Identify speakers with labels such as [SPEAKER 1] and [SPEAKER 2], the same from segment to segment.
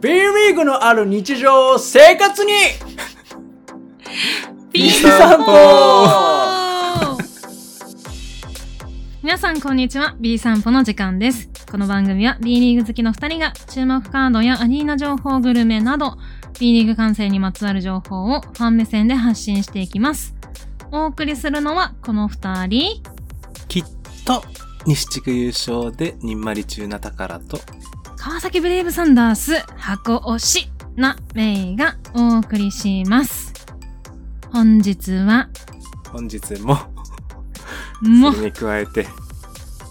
[SPEAKER 1] B リーグのある日常生活に
[SPEAKER 2] ピン
[SPEAKER 1] 散歩
[SPEAKER 2] 皆さんこんにちは B 散歩の時間ですこの番組は B リーグ好きの2人が注目カードやアリーナ情報グルメなど B リーグ観戦にまつわる情報をファン目線で発信していきますお送りするのはこの2人
[SPEAKER 3] きっと西地区優勝でにんまり中な宝と
[SPEAKER 2] 川崎ブレイブサンダース箱推しなメイがお送りします本日は
[SPEAKER 3] 本日も
[SPEAKER 2] もう
[SPEAKER 3] それに加えて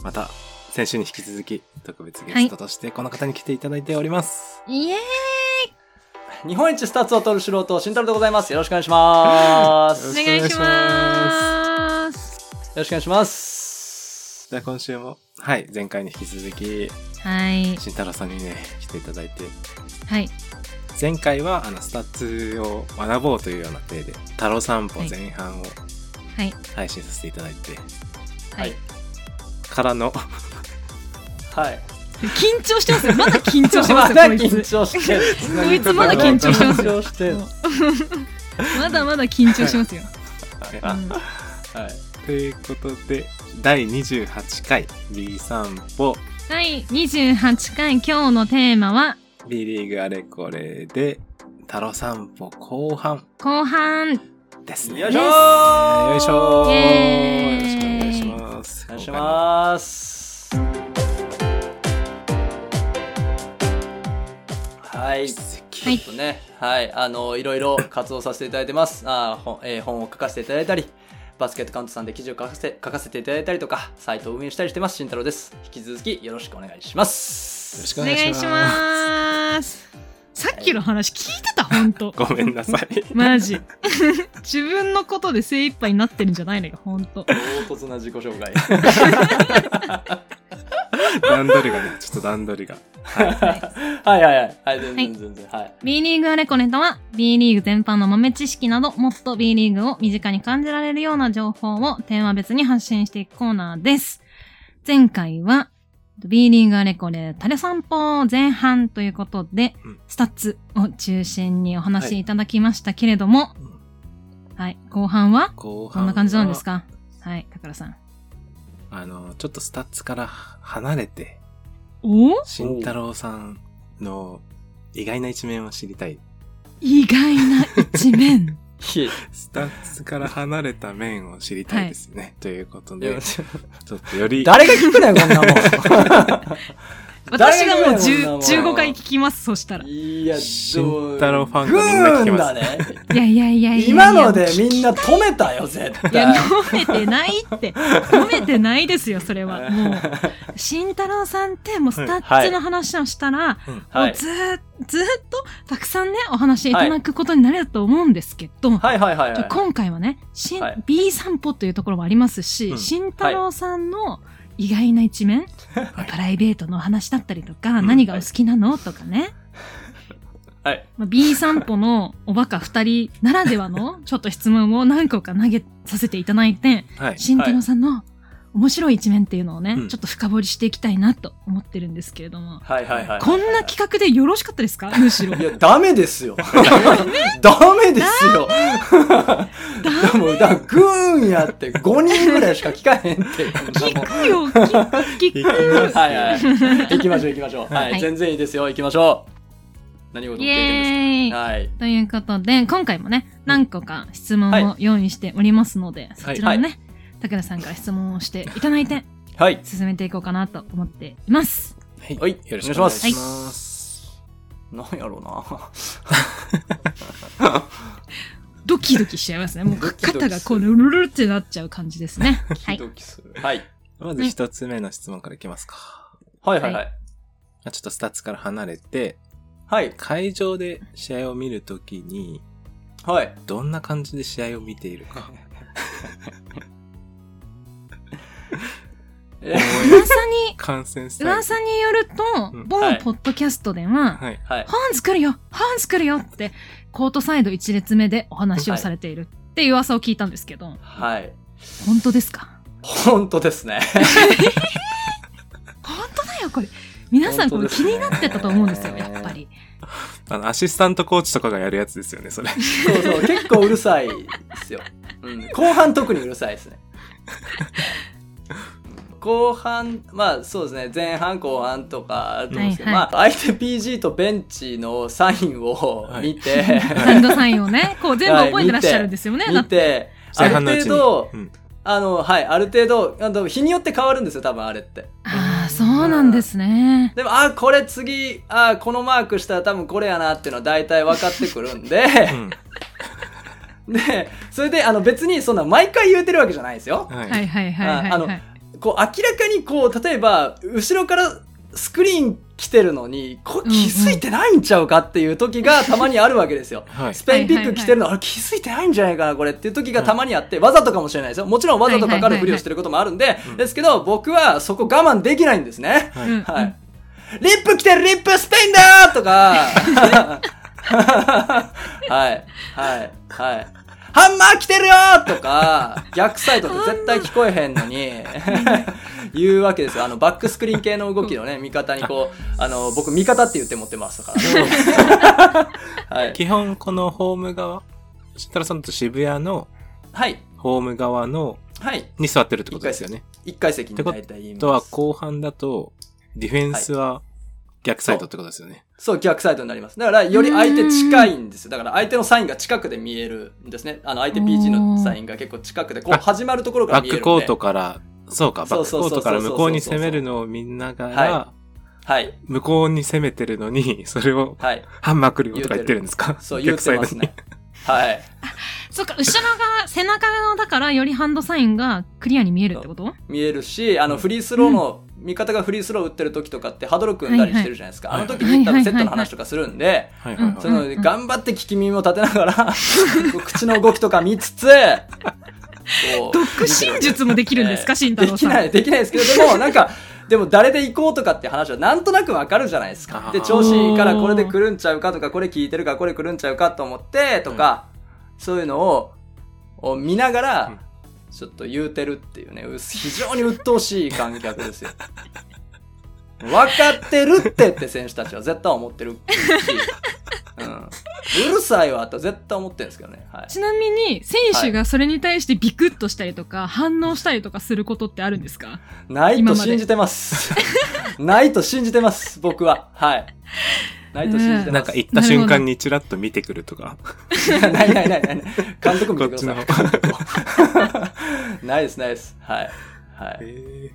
[SPEAKER 3] また先週に引き続き特別ゲストとしてこの方に来ていただいております、
[SPEAKER 2] イエーイ
[SPEAKER 1] 日本一スタッツを取る素人、慎太郎でございます。よろしくお願いします。
[SPEAKER 2] お
[SPEAKER 1] よ
[SPEAKER 2] 願
[SPEAKER 3] よ願
[SPEAKER 2] い
[SPEAKER 3] い
[SPEAKER 2] し
[SPEAKER 3] し
[SPEAKER 2] ま。
[SPEAKER 3] ます
[SPEAKER 1] ろしくお願いします。
[SPEAKER 3] じゃあ今週もはい前回に引き続き
[SPEAKER 2] はい。
[SPEAKER 3] 慎太郎さんにね来ていただいて
[SPEAKER 2] はい。
[SPEAKER 3] 前回はあのスタッツを学ぼうというような体で「太郎散歩」前半を
[SPEAKER 2] はい。
[SPEAKER 3] 配信させていただいて、
[SPEAKER 2] はい。
[SPEAKER 3] からの
[SPEAKER 1] はい。
[SPEAKER 2] 緊張してますよ。まだ緊張 してま
[SPEAKER 1] ます
[SPEAKER 2] よ、
[SPEAKER 1] だ
[SPEAKER 2] こい
[SPEAKER 1] 緊
[SPEAKER 2] つ。
[SPEAKER 1] 張してる。
[SPEAKER 2] こいつまだ緊張してますよ。
[SPEAKER 1] 張してる
[SPEAKER 2] まだまだ緊張してますよ。
[SPEAKER 3] あ
[SPEAKER 2] うんは
[SPEAKER 1] はい。
[SPEAKER 3] ということで第28回 B 散歩
[SPEAKER 2] い。28回、今日のテーマは、
[SPEAKER 3] B リーグあれこれで太郎散歩後半
[SPEAKER 2] 後半。
[SPEAKER 3] ですね
[SPEAKER 1] よいしょー
[SPEAKER 3] ねよいしょ
[SPEAKER 2] イ
[SPEAKER 3] ー
[SPEAKER 2] エーイ
[SPEAKER 3] よろしくお願いします
[SPEAKER 1] お願いします。はい。ち
[SPEAKER 2] は
[SPEAKER 1] ょ
[SPEAKER 2] い
[SPEAKER 1] っとね、はい、あの、いろいろ活動させていただいてます。あー本、えー本を書かせていただいたり、バスケットカウントさんで記事を書かせ書かせていただいたりとか、サイトを運営したりしてます。慎太郎です。引き続きよろしくお願いします。
[SPEAKER 3] よろしく
[SPEAKER 2] お
[SPEAKER 3] お願いし
[SPEAKER 2] 願い
[SPEAKER 3] ます
[SPEAKER 2] します。さっきの話聞いてた、ほんと。
[SPEAKER 3] ごめんなさい
[SPEAKER 2] マジ。 自分のことで精一杯になってるんじゃないのよ、ほん と。
[SPEAKER 1] 唐突な自己紹介。
[SPEAKER 3] 段取りがねちょっと段取りが
[SPEAKER 1] はいはいはい。はい、全然全然。はい。
[SPEAKER 2] B リーグアレコレとは B リーグ全般の豆知識などもっと B リーグを身近に感じられるような情報をテーマ別に発信していくコーナーです。前回は B リーグアレコレタレ散歩前半ということで、
[SPEAKER 3] うん
[SPEAKER 2] スタッツを中心にお話しいただきましたけれども、はい、後半は
[SPEAKER 3] 後半
[SPEAKER 2] こんな感じなんです
[SPEAKER 3] か
[SPEAKER 2] かはい、宝さん。
[SPEAKER 3] あのちょっとスタッツから離れて
[SPEAKER 2] お
[SPEAKER 3] 慎太郎さんの意外な一面を知りたい
[SPEAKER 2] 意外な一 面。
[SPEAKER 1] いえ
[SPEAKER 3] スタッツから離れた面を知りたいですね、ということ
[SPEAKER 1] い
[SPEAKER 3] で
[SPEAKER 1] や
[SPEAKER 3] ちょっとより
[SPEAKER 1] 誰が聞くねん、こんなもん。
[SPEAKER 2] 私がもう10 15
[SPEAKER 1] 15
[SPEAKER 2] 回聞きます、そしたら。い
[SPEAKER 1] いや、
[SPEAKER 3] 慎太郎ファン
[SPEAKER 1] グ
[SPEAKER 3] がみんな来
[SPEAKER 1] ー
[SPEAKER 3] て
[SPEAKER 1] ン
[SPEAKER 3] ま
[SPEAKER 1] だ
[SPEAKER 3] す。
[SPEAKER 1] ね。
[SPEAKER 2] やいやいやいやいや。
[SPEAKER 1] 今のでみんな止めたよ、絶
[SPEAKER 2] い
[SPEAKER 1] 対。
[SPEAKER 2] や、褒めてないって。褒めてないですよ、それは。もう、慎太郎さんって、もうスタッツの話をしたら、
[SPEAKER 1] は
[SPEAKER 2] も。
[SPEAKER 1] いう
[SPEAKER 2] ずーずーっと、たくさんね、お話いただくことになると思うんですけど、
[SPEAKER 1] はいはいはい
[SPEAKER 2] ちょ
[SPEAKER 1] は
[SPEAKER 2] 今回はね、しん
[SPEAKER 1] はい
[SPEAKER 2] B 散歩というところもありますし、
[SPEAKER 3] うん
[SPEAKER 2] 慎太郎さんの意外な一面、プライベートのお話だったりとか、
[SPEAKER 3] うん
[SPEAKER 2] 何がお好きなのとかね、
[SPEAKER 1] い。はい。
[SPEAKER 2] まあ B 散歩のおバカ二人ならではの、ちょっと質問を何個か投げさせていただいて、
[SPEAKER 3] はい。
[SPEAKER 2] 新太郎さんの面白い一面っていうのをね、
[SPEAKER 3] うん
[SPEAKER 2] ちょっと深掘りしていきたいなと思ってるんですけれども、
[SPEAKER 1] はいはいはい。
[SPEAKER 2] こんな企画でよろしかったですかむしろ。
[SPEAKER 1] いや、ダメです よ。ダメですよ。
[SPEAKER 2] だ、
[SPEAKER 1] もう、だ、グーンやって5人ぐらいしか聞かへんって。
[SPEAKER 2] 聞くよ、聞く、聞く。
[SPEAKER 1] はいはい。行きましょう行きましょう。は
[SPEAKER 2] はい
[SPEAKER 1] い。全然いいですよ。行きましょう。何事も
[SPEAKER 2] イ
[SPEAKER 1] 経験
[SPEAKER 2] エー
[SPEAKER 1] で
[SPEAKER 2] イ
[SPEAKER 1] す。はい。
[SPEAKER 2] ということで、今回もね、何個か質問を用意しておりますので、そちらのね、武田さんから質問をしていただいて、
[SPEAKER 1] はい。
[SPEAKER 2] 進めていこうかなと思っています。
[SPEAKER 3] はい
[SPEAKER 1] はい
[SPEAKER 3] よろしくお願いし
[SPEAKER 2] お
[SPEAKER 3] ます。
[SPEAKER 1] なんやろうな。
[SPEAKER 2] ドキドキしちゃいますね。もう
[SPEAKER 1] ドキドキする
[SPEAKER 2] 肩がこう、ルルルルってなっちゃう感じですね。は
[SPEAKER 1] ド
[SPEAKER 2] い
[SPEAKER 1] キ。ドキする。はい。
[SPEAKER 3] まず一つ目の質問からいきますか。
[SPEAKER 1] はいはいはい。
[SPEAKER 3] ちょっとスタッツから離れて、
[SPEAKER 1] はい。
[SPEAKER 3] 会場で試合を見るときに、
[SPEAKER 1] はい。
[SPEAKER 3] どんな感じで試合を見ている か。
[SPEAKER 1] えー
[SPEAKER 2] 噂に、
[SPEAKER 3] 観戦スタイル。
[SPEAKER 2] 噂によると
[SPEAKER 3] う、ん
[SPEAKER 2] 某
[SPEAKER 1] はい
[SPEAKER 2] ポッドキャストでは、
[SPEAKER 3] はい。
[SPEAKER 1] はい。
[SPEAKER 2] ハンズ来るよハンズ来るよって、コートサイド1列目でお話をされているっていう噂を聞いたんですけど、
[SPEAKER 1] はい。
[SPEAKER 2] 本当ですか
[SPEAKER 1] 本当ですね。
[SPEAKER 2] 本当だよ、これ。皆さんこれ
[SPEAKER 1] 本当です
[SPEAKER 2] 気
[SPEAKER 1] ね
[SPEAKER 2] になってたと思うんですよ、やっぱり。
[SPEAKER 3] あの、アシスタントコーチとかがやるやつですよね、それ。
[SPEAKER 1] そうそう、結構うるさいですよ。うん、後半特にうるさいですね。後半、まあそうですね、前半後半とかあると思うんですけど、
[SPEAKER 2] はいは
[SPEAKER 1] まあ相手 PG とベンチのサインを見て、
[SPEAKER 2] ハンドサインをね、こう全部覚えてらっしゃるんですよね。だ
[SPEAKER 1] 見
[SPEAKER 2] って
[SPEAKER 1] て、あ
[SPEAKER 3] 前
[SPEAKER 1] る
[SPEAKER 3] 半のう
[SPEAKER 1] 程
[SPEAKER 3] ちに。
[SPEAKER 1] 度、
[SPEAKER 3] うん
[SPEAKER 1] あの、はい、ある程度、あの日によって変わるんですよ、多分あれって。
[SPEAKER 2] ああ、そうなんですね。
[SPEAKER 1] でも、あ、これ次、あ、このマークしたら多分これやなっていうのは大体分かってくるんで、
[SPEAKER 3] うん。
[SPEAKER 1] で、それで、あの別にそんな毎回言うてるわけじゃないですよ。
[SPEAKER 3] は
[SPEAKER 2] はい
[SPEAKER 3] い。
[SPEAKER 2] はいはいはい、はい。
[SPEAKER 1] ああのこう明らかにこう、例えば、後ろからスクリーン来てるのに、こ
[SPEAKER 2] う
[SPEAKER 1] れ
[SPEAKER 2] ん
[SPEAKER 1] 気
[SPEAKER 2] うん
[SPEAKER 1] づいてないんちゃうかっていう時がたまにあるわけですよ。
[SPEAKER 3] はい
[SPEAKER 1] ス。ペインピック来てるの、あれ気づいてないんじゃないかな、これっていう時がたまにあって、わざとかもしれないですよ。もちろんわざとかかるふりをしてることもあるんで
[SPEAKER 3] いは、い
[SPEAKER 1] ですけど、僕はそこ我慢できないんですね。
[SPEAKER 3] は
[SPEAKER 2] う
[SPEAKER 3] い。
[SPEAKER 2] ん
[SPEAKER 1] はい。リップ来てるリップスペインだー とか、はい、はい、はい。ハンマー来てるよーとか、逆サイドって絶対聞こえへんの に、言うわけですよ。あの、バックスクリーン系の動きのね、味方にこう、あの、僕味方って言って持ってますから、はい。
[SPEAKER 3] 基本、このホーム側、慎太郎さんと渋谷の
[SPEAKER 1] はい。
[SPEAKER 3] ホーム側の、
[SPEAKER 1] はい。
[SPEAKER 3] に座ってるってことですよね。
[SPEAKER 1] 一階席に大体い
[SPEAKER 3] あ
[SPEAKER 1] ま
[SPEAKER 3] とは
[SPEAKER 1] す。
[SPEAKER 3] 後半だと、ディフェンスは逆サイドってことですよね。
[SPEAKER 1] そう、逆サイドになります。だから、より相手近いんですよ。だから、相手のサインが近くで見えるんですね。あの、相手 PG のサインが結構近くで、こう、
[SPEAKER 3] あ
[SPEAKER 1] 始まるところから
[SPEAKER 3] バ
[SPEAKER 1] 見
[SPEAKER 3] ッ
[SPEAKER 1] えるん
[SPEAKER 3] ク
[SPEAKER 1] で。
[SPEAKER 3] コートから、そうか、バ
[SPEAKER 1] そう
[SPEAKER 3] ック
[SPEAKER 1] そ
[SPEAKER 3] コ
[SPEAKER 1] うそう
[SPEAKER 3] ー
[SPEAKER 1] そう
[SPEAKER 3] トから向こうに攻めるのを見ながら
[SPEAKER 1] は、はい。
[SPEAKER 3] 向こうに攻めてるのに、それを
[SPEAKER 1] はい。
[SPEAKER 3] ハンマー来るよとか言ってるんですか
[SPEAKER 1] そう、言ってますね。。はい。
[SPEAKER 2] そっか、後ろが、背中の、だから、よりハンドサインがクリアに見えるって こと
[SPEAKER 1] 見えるし、あの、フリースローの、味方がフリースロー打ってる時とかってハドロ組んだりしてるじゃないですか。
[SPEAKER 3] はいはい
[SPEAKER 1] あの時に多分セットの話とかするんで、
[SPEAKER 3] 逆サイドにはい
[SPEAKER 2] うん
[SPEAKER 3] は
[SPEAKER 1] そ
[SPEAKER 3] いはい。
[SPEAKER 1] の、頑張って聞き耳を立てなが ら、こう口の動きとか見つつ、こう
[SPEAKER 2] 独身術もできるんですか、慎太
[SPEAKER 1] で
[SPEAKER 2] 郎
[SPEAKER 1] き
[SPEAKER 2] さん。
[SPEAKER 1] ない、できないですけど、でもなんか、でも誰で行こうとかって話はなんとなくわかるじゃないですか。で、
[SPEAKER 3] あー
[SPEAKER 1] 調子いいからこれで来るんちゃうかとか、これ聞いてるからこれ来るんちゃうかと思って、とか、そういうのをを見なが
[SPEAKER 3] う
[SPEAKER 1] ら
[SPEAKER 3] ん、
[SPEAKER 1] ちょっと言うてるっていうね、う非常に鬱陶しい観客ですよ。わかってるってって選手たちは絶対思ってるし、うん、うるさいわと絶対思ってるんですけどね。はい
[SPEAKER 2] ちなみに、選手がそれに対してビクッとしたりとか、反応したりとかすることってあるんですか
[SPEAKER 1] ない
[SPEAKER 2] 今
[SPEAKER 1] と
[SPEAKER 2] まで
[SPEAKER 1] 信じてます。ないと信じてます、僕は。はい。ないと信じてま
[SPEAKER 3] なん
[SPEAKER 1] す。
[SPEAKER 3] か行った瞬間にチラッと見てくるとか、
[SPEAKER 1] ないないないない。監督見て
[SPEAKER 3] こっ
[SPEAKER 1] くだ
[SPEAKER 3] ち
[SPEAKER 1] さ
[SPEAKER 3] の
[SPEAKER 1] い
[SPEAKER 3] 方。。
[SPEAKER 1] ないですないです。はい。はい。
[SPEAKER 3] え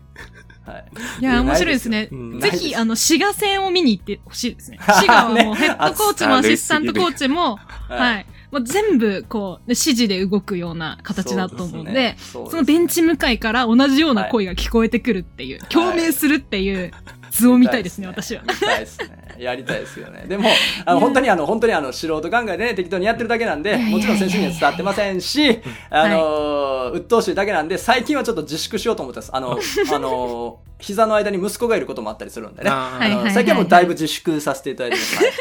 [SPEAKER 1] はい。
[SPEAKER 2] いや、面白いですね。
[SPEAKER 3] うん
[SPEAKER 1] な
[SPEAKER 2] ぜ
[SPEAKER 1] いで
[SPEAKER 2] ひ、
[SPEAKER 1] す
[SPEAKER 2] あの、滋賀戦を見に行ってほしいですね。滋賀はもう、
[SPEAKER 1] ね。
[SPEAKER 2] ヘッドコーチもア
[SPEAKER 3] 熱
[SPEAKER 2] シスタントコーチも、はいい。もう全部、こう、指示で動くような形だと思うんで、
[SPEAKER 1] そうですね、
[SPEAKER 2] そのベンチ向かいから同じような声が聞こえてくるっていう、共鳴するっていう図を見たいですね、私は。
[SPEAKER 1] 見たいですね。やりたいですよね。でも、あの、本当にあの、本当にあの、素人考えでね、適当にやってるだけなんで、
[SPEAKER 2] いやいやいやいや
[SPEAKER 1] もちろん選手には伝わってませんし、あのー、鬱陶しいだけなんで、最近はちょっと自粛しようと思って ます。あの、あのー、膝の間に息子がいることもあったりするんでね。
[SPEAKER 3] あ
[SPEAKER 1] あ
[SPEAKER 2] はいはい
[SPEAKER 1] の
[SPEAKER 2] はいはい
[SPEAKER 1] 最近はもうだいぶ自粛させていただいてます。はい
[SPEAKER 3] ー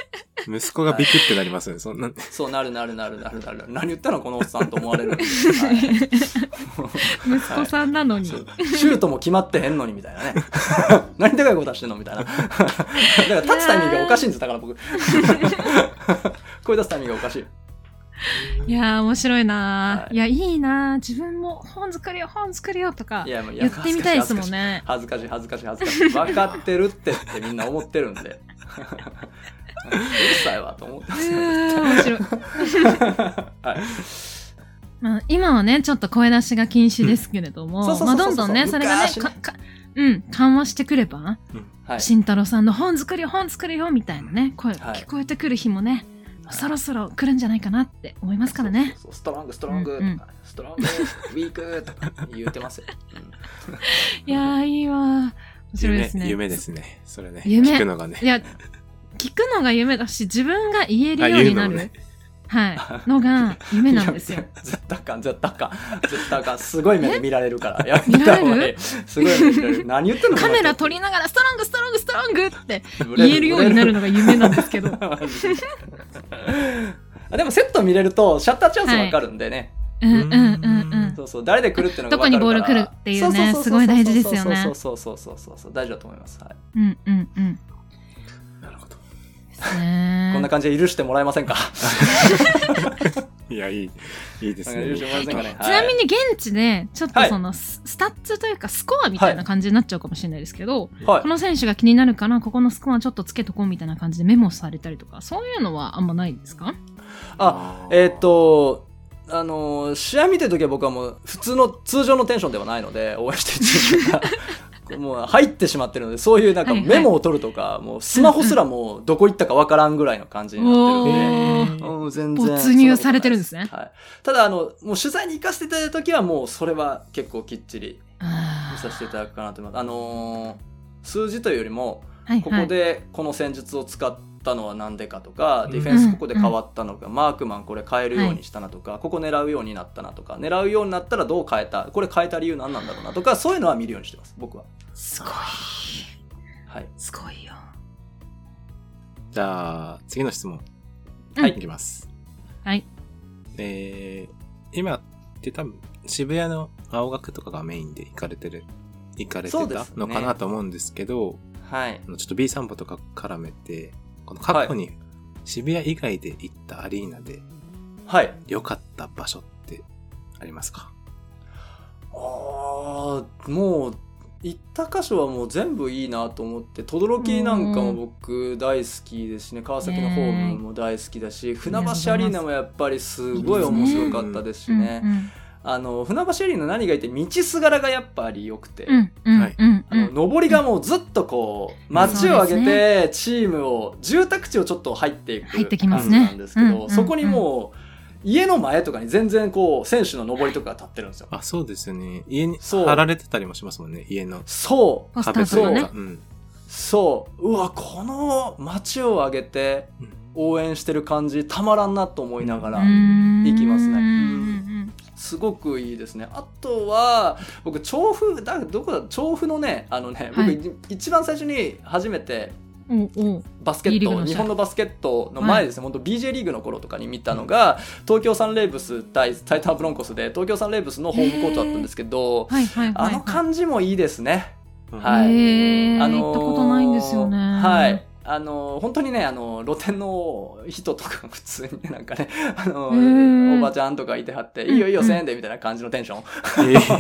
[SPEAKER 3] 息子がビクってなりますね。そんな、
[SPEAKER 1] そうなるなるなるなるなる。何言ったのこのおっさんと思われるんで。はい
[SPEAKER 2] 息子さんなのに。
[SPEAKER 1] そうシュートも決まってへんのにみたいな ね。何でかいことはしてんのみたいな。だから立つタイミングがおかしいんですだから 僕。声出すタイミングがおかしい。
[SPEAKER 2] いやー、面白いなー、、
[SPEAKER 1] はいい
[SPEAKER 2] や、いいなー自分も本作るよ、本作るよとか
[SPEAKER 1] い、や、もうい
[SPEAKER 2] 言
[SPEAKER 1] や
[SPEAKER 2] ってみたいですもんね。
[SPEAKER 1] 恥ずかしい恥ずかしい恥ずかしい恥ずかしい。分かってるってってみんな思ってるんで。うるさいわと思っ て
[SPEAKER 2] う
[SPEAKER 1] ますよ。
[SPEAKER 2] ーん、面白い。
[SPEAKER 1] はい。
[SPEAKER 2] まあ、今はね、ちょっと声出しが禁止ですけれども
[SPEAKER 1] うんそう、そう
[SPEAKER 2] ま
[SPEAKER 1] そう
[SPEAKER 2] あ、
[SPEAKER 1] そう
[SPEAKER 2] どんどんね、それがね、
[SPEAKER 1] 昔ね
[SPEAKER 2] か、か、うん、緩和してくれば、
[SPEAKER 1] はい。
[SPEAKER 2] 慎太郎さんの本作るよ、本作るよ、みたいなね、声が
[SPEAKER 1] はい
[SPEAKER 2] 聞こえてくる日もね、そろそろ来るんじゃないかなって思いますからね。
[SPEAKER 1] そうそうそう。ストロングストロング
[SPEAKER 2] うんうん
[SPEAKER 1] とかストロングウィークとか言ってますよ。うん
[SPEAKER 2] いやー、いいわー。面白いですね。
[SPEAKER 3] 夢夢ですね。それね。
[SPEAKER 2] 夢
[SPEAKER 3] 聞くのがね
[SPEAKER 2] い。や、聞くのが夢だし、自分が言えるようにな
[SPEAKER 3] あ言うのも
[SPEAKER 2] る
[SPEAKER 3] ね。
[SPEAKER 2] はい。のが夢なんですよ
[SPEAKER 1] い。や絶対あかん、絶対あかん。絶対あかん。すごい目で見られるから。や
[SPEAKER 2] 見られる
[SPEAKER 1] 見た方がいいすごい目で見られる。何言ってんの
[SPEAKER 2] カメラ撮りながら、ストロング、ストロング、ストロングって言えるようになる
[SPEAKER 1] の
[SPEAKER 2] のが夢なんですけど。
[SPEAKER 1] 人。ブレるあでもセット見れるとシャッターチャンスわかるんでね、
[SPEAKER 2] うんうんうんうん。
[SPEAKER 1] そうそう誰で来るっていうのが
[SPEAKER 2] どこにボール
[SPEAKER 1] わか
[SPEAKER 2] 来る
[SPEAKER 1] から
[SPEAKER 2] っていう
[SPEAKER 1] そそ
[SPEAKER 2] ね
[SPEAKER 1] そそ
[SPEAKER 2] すごい大事ですよね
[SPEAKER 1] そうそうそうそうそうそうそう大事だと思いますはい
[SPEAKER 2] うんうんうん。
[SPEAKER 3] なるほど。
[SPEAKER 2] ですね
[SPEAKER 1] こんな感じで許してもらえません か
[SPEAKER 3] いや、いい、いいですね。
[SPEAKER 1] 許してもらえませんかね。
[SPEAKER 2] ちなみ
[SPEAKER 1] に、
[SPEAKER 2] に現地でちょっと
[SPEAKER 1] はい
[SPEAKER 2] そのススタッツというかスコアみたいな感じになっちゃうかもしれないですけど、
[SPEAKER 1] はい
[SPEAKER 2] この選手が気になるからここのスコアちょっとつけとこうみたいな感じでメモされたりとかそういうのはあんまないんですか
[SPEAKER 1] あ、えーっ、と、あのー試合見てるときは僕はもう普通の、通常のテンションではないので、応援してるチームがもう入ってしまってるので、そういうなんか
[SPEAKER 2] はいはい
[SPEAKER 1] メモを取るとか、もうスマホすらもうどこ行ったかわからんぐらいの感じになってるので、
[SPEAKER 2] お
[SPEAKER 3] え
[SPEAKER 1] うん全然
[SPEAKER 2] 没入されてるんですね。
[SPEAKER 1] はい、ただあのもう取材に行かせていただいた時はもうそれは結構きっちり
[SPEAKER 2] あ
[SPEAKER 1] 見させてい
[SPEAKER 2] ー
[SPEAKER 1] ただくかなと思いますあのー数字というよりも
[SPEAKER 2] はい
[SPEAKER 1] こ
[SPEAKER 2] は
[SPEAKER 1] こ
[SPEAKER 2] い
[SPEAKER 1] でこの戦術を使ったのは何でかとか、
[SPEAKER 3] うん
[SPEAKER 1] ディフェンスここで変わったのか、マークマンこれ変えるようにしたなとか、ここ狙うようになったなとか狙うようになったらどう変えたこれ変えた理由何なんだろうなとかそういうのは見るようにしてます僕は、
[SPEAKER 2] すごい
[SPEAKER 1] はい、
[SPEAKER 2] すごいよ
[SPEAKER 3] じゃあ、次の質問。
[SPEAKER 2] はい
[SPEAKER 3] いきます。
[SPEAKER 2] はい
[SPEAKER 3] えー、今って多分、渋谷の青学とかがメインで行かれてる、行かれて
[SPEAKER 1] そうで
[SPEAKER 3] た
[SPEAKER 1] すね
[SPEAKER 3] のかなと思うんですけど、
[SPEAKER 1] はい、
[SPEAKER 3] あのちょっと B 散歩とか絡めて、この過去に渋谷以外で行ったアリーナで
[SPEAKER 1] はい、
[SPEAKER 3] 良かった場所ってありますか
[SPEAKER 1] ああもう行った箇所はもう全部いいなと思って轟なんかも僕大好きですしね川崎のホームも大好きだし船橋アリーナもやっぱりすごい面白かったですしね
[SPEAKER 2] うん
[SPEAKER 1] あの船橋アリーナ何がいいって道すがらがやっぱり良くて。
[SPEAKER 2] うんうん
[SPEAKER 3] はい
[SPEAKER 2] うん
[SPEAKER 1] あの上りがもうずっとこう街を上
[SPEAKER 2] そう
[SPEAKER 1] げ
[SPEAKER 2] で
[SPEAKER 1] てチームを住宅地をちょっと入っていく
[SPEAKER 2] 入ってきま
[SPEAKER 1] 感
[SPEAKER 2] す
[SPEAKER 1] じ
[SPEAKER 2] ね
[SPEAKER 1] なんですけ
[SPEAKER 2] うんうんう
[SPEAKER 1] ど
[SPEAKER 2] ん
[SPEAKER 1] そこにもう家の前とかに全然こう選手の上りとかが立ってるんですよ。
[SPEAKER 3] あ、そうですよね。家に
[SPEAKER 1] そう
[SPEAKER 3] 貼られてたりもしますもんね。家の
[SPEAKER 1] そう
[SPEAKER 2] ポスタ
[SPEAKER 3] 壁
[SPEAKER 2] ー
[SPEAKER 3] と
[SPEAKER 2] と
[SPEAKER 3] か。
[SPEAKER 1] そ
[SPEAKER 2] かね
[SPEAKER 3] うん。
[SPEAKER 1] そううわこの街を挙げて
[SPEAKER 3] うん
[SPEAKER 1] 応援してる感じたまらんなと思いながら、
[SPEAKER 2] 行
[SPEAKER 1] 行きますね
[SPEAKER 2] ね
[SPEAKER 1] すごくいいですねあとは僕調布だどこだ調布のねあのね、
[SPEAKER 2] は
[SPEAKER 1] 僕い一番最初に初めて
[SPEAKER 2] おうおう
[SPEAKER 1] バスケ
[SPEAKER 2] B
[SPEAKER 1] ッ
[SPEAKER 2] リー
[SPEAKER 1] ト
[SPEAKER 2] グの試合
[SPEAKER 1] 日本のバスケットの前ですね、本当 BJ リーグの頃とかに見たのが東京サンレーブス対タイタンブロンコスで東京サンレーブスのホームコートだったんですけど、
[SPEAKER 2] はいはいはいは
[SPEAKER 1] あ
[SPEAKER 2] い
[SPEAKER 1] の感じもいいですね。
[SPEAKER 3] は
[SPEAKER 1] はい
[SPEAKER 2] へー
[SPEAKER 1] あのー
[SPEAKER 2] 行ったことないんですよね
[SPEAKER 1] はい。あのー本当にね、あのー露天の人とか普通にねなんかね、あのー
[SPEAKER 2] へー
[SPEAKER 1] おばちゃんとかいてはって、
[SPEAKER 2] ん
[SPEAKER 1] いいよいいよ、
[SPEAKER 2] うん
[SPEAKER 1] 1000円でみたいな感じのテンション。
[SPEAKER 3] い。
[SPEAKER 1] そ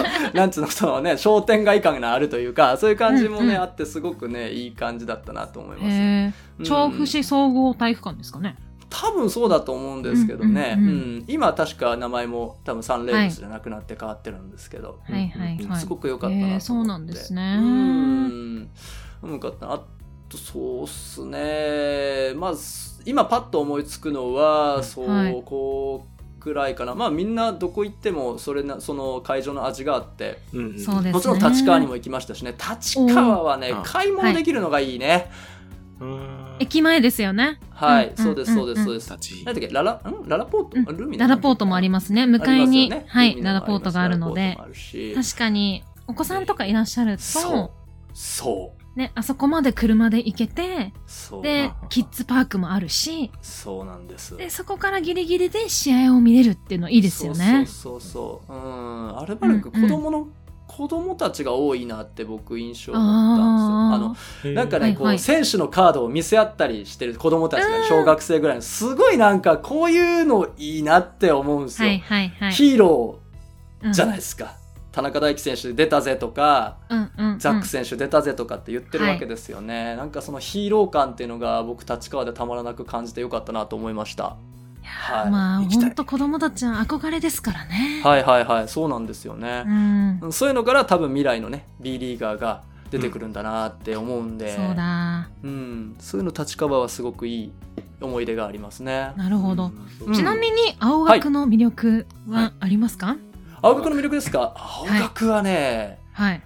[SPEAKER 1] うなんつうの、そのね、商店街感があるというか、そういう感じもね、
[SPEAKER 2] うんうん
[SPEAKER 1] あって、すごくね、いい感じだったなと思いますね。
[SPEAKER 2] へ
[SPEAKER 1] う
[SPEAKER 2] ー
[SPEAKER 1] ん
[SPEAKER 2] 調布市総合体育館ですかね
[SPEAKER 1] 多分そうだと思うんですけどね、
[SPEAKER 2] う
[SPEAKER 1] うんん
[SPEAKER 2] うんうん
[SPEAKER 1] 今確か名前も多分サンレーブスじゃなくなって変わってるんですけど、
[SPEAKER 3] うん
[SPEAKER 2] はいはいはい
[SPEAKER 1] すごく良かったなと思って、
[SPEAKER 2] えーそうなんですね
[SPEAKER 1] うん良かったなあとそうっすねまあす今パッと思いつくのはそう、
[SPEAKER 2] はい
[SPEAKER 1] こうくらいかなまあみんなどこ行ってもそれなその会場の味があって
[SPEAKER 3] うんうん
[SPEAKER 2] そうですね
[SPEAKER 1] もちろん立川にも行きましたしね立川はね
[SPEAKER 3] おー
[SPEAKER 1] 買い物できるのがいいね
[SPEAKER 3] うん
[SPEAKER 2] 駅前ですよね
[SPEAKER 1] は
[SPEAKER 2] う
[SPEAKER 1] い
[SPEAKER 2] ん
[SPEAKER 1] そうですそうですそうです
[SPEAKER 3] 立ち
[SPEAKER 1] 何だっけララんララポ
[SPEAKER 2] う
[SPEAKER 1] ート
[SPEAKER 2] ん
[SPEAKER 1] ルミネ
[SPEAKER 2] ララポートもありますね向かいに、
[SPEAKER 1] ありますよね
[SPEAKER 2] はい
[SPEAKER 1] ルミネ
[SPEAKER 2] ラ
[SPEAKER 1] も
[SPEAKER 2] ラポートがあるので
[SPEAKER 1] ありますララポートもあるし
[SPEAKER 2] 確かにお子さんとかいらっしゃる
[SPEAKER 1] そう
[SPEAKER 2] と、
[SPEAKER 1] そう
[SPEAKER 2] ね、あそこまで車で行けて
[SPEAKER 1] そう
[SPEAKER 2] でキッズパークもあるし
[SPEAKER 1] そうなんです
[SPEAKER 2] でそこからギリギリで試合を見れるっていうのいいですよね。
[SPEAKER 1] そうそうそうそううんアルバルク
[SPEAKER 2] うんう
[SPEAKER 1] 子
[SPEAKER 2] ん
[SPEAKER 1] 供の、子供たちが多いなって僕印象を持ったんですよ。あのな
[SPEAKER 2] あ
[SPEAKER 1] んかね、
[SPEAKER 2] はいは
[SPEAKER 3] ね、
[SPEAKER 2] い
[SPEAKER 1] こう選手のカードを見せ合ったりしてる子供たちが小学生ぐらいのすごいなんかこういうのいいなって思うんで
[SPEAKER 2] あ
[SPEAKER 1] すよ。
[SPEAKER 2] はいはいはい。
[SPEAKER 1] ヒーロ
[SPEAKER 2] う
[SPEAKER 1] ー
[SPEAKER 2] ん
[SPEAKER 1] じゃないですか。田中大輝選手出たぜとか、
[SPEAKER 2] うんうんうん
[SPEAKER 1] ザック選手出たぜとかって言ってるわけですよね。なんかそのヒーロー感っていうのが僕立川でたまらなく感じてよかったなと思いました。はい
[SPEAKER 2] まあ
[SPEAKER 3] 行きたい
[SPEAKER 2] 本当子供たちは憧れですからね。
[SPEAKER 1] はいはいはい、そうなんですよね
[SPEAKER 2] う。ん、
[SPEAKER 1] うんそういうのから多分未来のね B リーガーが出てくるんだなって思うんで、
[SPEAKER 2] そうだ。
[SPEAKER 1] うん、そういうの立川はすごくいい思い出がありますね。
[SPEAKER 2] なるほど。
[SPEAKER 1] うん
[SPEAKER 2] ちなみに青学の魅力はありますか？
[SPEAKER 1] 青学の魅力ですか青
[SPEAKER 2] い
[SPEAKER 1] 学はね、
[SPEAKER 2] はい。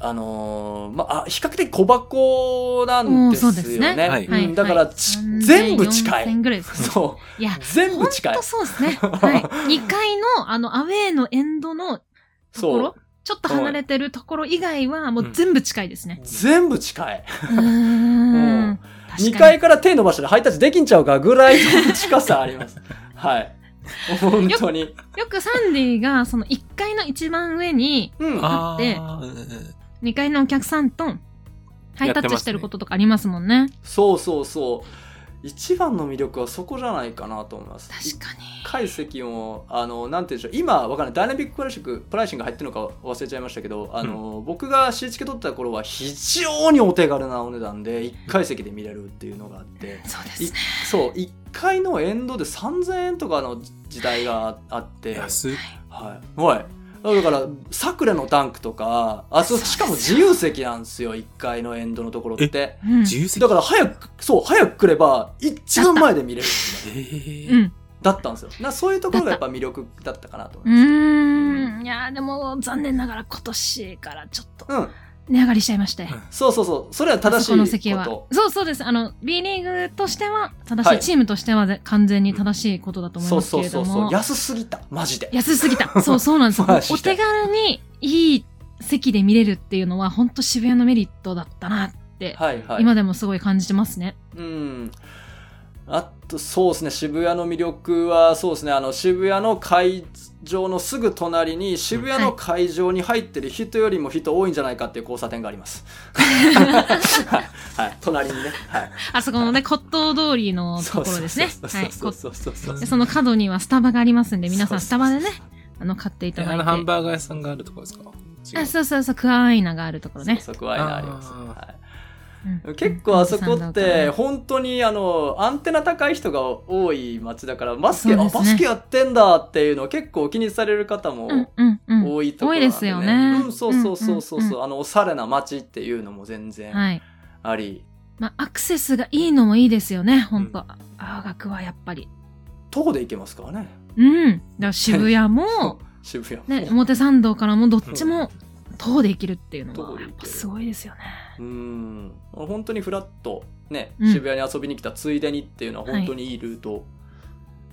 [SPEAKER 1] あのーまああ比較的小箱なんです
[SPEAKER 2] う
[SPEAKER 1] よ
[SPEAKER 2] んそうですね
[SPEAKER 1] ね
[SPEAKER 3] はい
[SPEAKER 1] うん
[SPEAKER 2] はい
[SPEAKER 1] だから、
[SPEAKER 2] はい
[SPEAKER 1] ち
[SPEAKER 2] 3000
[SPEAKER 1] 全部近い
[SPEAKER 2] 4000ぐらいですかね。
[SPEAKER 1] そ
[SPEAKER 2] いや
[SPEAKER 1] う。全部近い
[SPEAKER 2] 本当そうですね。 はい。2階の、あの、アウェーのエンドのとこ
[SPEAKER 1] そう
[SPEAKER 2] ろ、ちょっと離れてるところ以外は、もう全部近いですね。
[SPEAKER 1] 全部近い、
[SPEAKER 2] うーん。
[SPEAKER 1] 二2
[SPEAKER 2] 確かに
[SPEAKER 1] 階から手伸ばしたらハイタッチできんちゃうかぐらいの近さあり ますはい本当に、
[SPEAKER 2] よくサンディが、その1階の一番上に、
[SPEAKER 1] うん、
[SPEAKER 3] あ
[SPEAKER 2] で
[SPEAKER 3] ーうんうん
[SPEAKER 2] 2階のお客さんと、ハイタッチしてることとかありますもんね。
[SPEAKER 1] そうそうそう一番の魅力はそこじゃないかなと思います
[SPEAKER 2] 確かに。
[SPEAKER 1] 解析もあのなんて言うんでしょう今わかんないダイナミックプライシングプライシング入ってるのか忘れちゃいましたけどあの、僕がシーチケ取ってた頃は非常にお手軽なお値段で1階席で見れるっていうのがあって
[SPEAKER 2] そうで
[SPEAKER 1] い
[SPEAKER 2] すね。
[SPEAKER 1] そう1階のエンドで3000円とかの時代があって
[SPEAKER 3] 安っ
[SPEAKER 1] はい、おいだからサクレのダンクとかあそう
[SPEAKER 2] そうです
[SPEAKER 1] しかも自由席なんですよ1階のエンドのところって
[SPEAKER 2] うん。
[SPEAKER 3] 自由席
[SPEAKER 1] だから早くそう早く来れば一番前で見れる
[SPEAKER 3] えー
[SPEAKER 2] うん。
[SPEAKER 1] だったんですよなそういうところがやっぱ魅力だったかなと思
[SPEAKER 2] う
[SPEAKER 1] います
[SPEAKER 2] ーん。いやーでも残念ながら今年からちょっと
[SPEAKER 1] うん、
[SPEAKER 2] 値上がりしちゃいまして。
[SPEAKER 1] そうそうそうそれは
[SPEAKER 2] あ
[SPEAKER 1] 正
[SPEAKER 2] そこの
[SPEAKER 1] しい
[SPEAKER 2] 席
[SPEAKER 1] こ
[SPEAKER 2] は
[SPEAKER 1] と。
[SPEAKER 2] そうそうです。あの、B リーグとしては、正し、
[SPEAKER 1] はいい
[SPEAKER 2] チームとしてはぜ完全に正しいことだと思い
[SPEAKER 1] そ
[SPEAKER 2] ま
[SPEAKER 1] う
[SPEAKER 2] すけ
[SPEAKER 1] そう
[SPEAKER 2] れ
[SPEAKER 1] そ
[SPEAKER 2] ど
[SPEAKER 1] うそ
[SPEAKER 2] も
[SPEAKER 1] う。安すぎたマジで
[SPEAKER 2] 安す ぎた。そうそうなんですよ。
[SPEAKER 1] マジで
[SPEAKER 2] お手軽にいい席で見れるっていうのは、本当渋谷のメリットだったなって、
[SPEAKER 1] はいはい
[SPEAKER 2] 今でもすごい感じてますね。
[SPEAKER 1] うん。あと、そうですね、渋谷の魅力は、そうですね、あの、渋谷の会場のすぐ隣に、渋谷の会場に入ってる人よりも人多いんじゃないかっていう交差点があり ます。はい、はい、隣にね。はい。
[SPEAKER 2] あそこのね、骨董通りの
[SPEAKER 1] そ
[SPEAKER 2] と
[SPEAKER 1] う
[SPEAKER 2] ころ
[SPEAKER 1] そう
[SPEAKER 2] ですね。
[SPEAKER 1] そう
[SPEAKER 2] はい。
[SPEAKER 1] そう
[SPEAKER 2] こ
[SPEAKER 1] そうそうそう
[SPEAKER 2] でその角にはスタバがありますんで、皆さんス
[SPEAKER 1] そ
[SPEAKER 2] タ
[SPEAKER 1] うそうそ
[SPEAKER 2] バで
[SPEAKER 1] う
[SPEAKER 2] ね、あの、買っていただ
[SPEAKER 3] あ
[SPEAKER 2] い
[SPEAKER 3] の
[SPEAKER 2] て。
[SPEAKER 3] ハンバーガー屋さんがあるとこですか違う
[SPEAKER 2] あそうそうそう、クアアイナがあるところね。
[SPEAKER 1] そこはいなあります。
[SPEAKER 3] あー
[SPEAKER 1] はい
[SPEAKER 2] うん
[SPEAKER 1] 結構あそこ
[SPEAKER 2] うん
[SPEAKER 1] っ
[SPEAKER 2] サンダ
[SPEAKER 1] て
[SPEAKER 2] ルとかね
[SPEAKER 1] 本当にあのアンテナ高い人が多い街だからバスケ、
[SPEAKER 2] そう
[SPEAKER 1] あ
[SPEAKER 2] ですね
[SPEAKER 1] バスケやってんだっていうのを結構気にされる方も
[SPEAKER 2] うんうんうん。
[SPEAKER 1] 多いところ
[SPEAKER 2] 多
[SPEAKER 1] なんで、ね、
[SPEAKER 2] いですよね。
[SPEAKER 1] うん、そうそうそうそう,、
[SPEAKER 2] んん
[SPEAKER 1] そうあのおしゃれな街っていうのも全
[SPEAKER 2] うん
[SPEAKER 1] 然
[SPEAKER 2] はい。
[SPEAKER 1] あり、
[SPEAKER 2] まあ、アクセスがいいのもいいですよね、本当、青学はやっぱり。
[SPEAKER 1] 徒歩で行けますからね
[SPEAKER 2] うん。だから渋 谷も、
[SPEAKER 1] 渋谷も、
[SPEAKER 2] ね、表参道からもどっちも徒歩で行けるっていうの
[SPEAKER 1] 徒歩
[SPEAKER 2] は、
[SPEAKER 1] で
[SPEAKER 2] や
[SPEAKER 1] 行
[SPEAKER 2] っ
[SPEAKER 1] ける
[SPEAKER 2] ぱすごいですよね。
[SPEAKER 1] うん本当にフラッとね
[SPEAKER 2] うん
[SPEAKER 1] 渋谷に遊びに来たついでにっていうのは本当にいいルート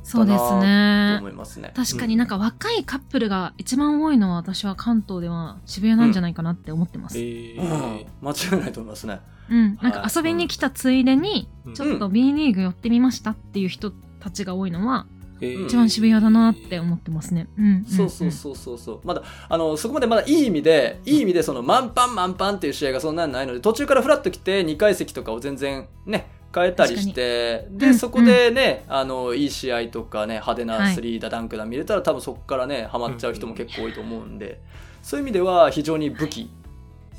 [SPEAKER 2] そうです
[SPEAKER 1] と
[SPEAKER 2] ね。
[SPEAKER 1] 思いますね、
[SPEAKER 2] 確かになんか若いカップルが一番多いのは私は関東では渋谷なんじゃないかなって思ってま
[SPEAKER 3] え
[SPEAKER 2] す。
[SPEAKER 3] ー
[SPEAKER 1] うん、間違いないと思いますね
[SPEAKER 2] うん。なんか遊びに来たついでに、
[SPEAKER 3] うん
[SPEAKER 2] ちょっと B リーグ寄ってみましたっていう人たちが多いのは、
[SPEAKER 3] えー
[SPEAKER 2] 一番渋谷だなって思ってますね。うんんん。
[SPEAKER 1] そうそうそうそうそうまだあのそこまでまだいい意味でいい意味でその満帆満帆っていう試合がそんなにないので途中からフラッと来て2階席とかを全然ね変えたりして
[SPEAKER 2] うん
[SPEAKER 1] でそこでね、あのいい試合とかね派手なスリーだダンクだ見れたら多分そこからねハマっちゃう人も結構多いと思うんで、そういう意味では非常に武器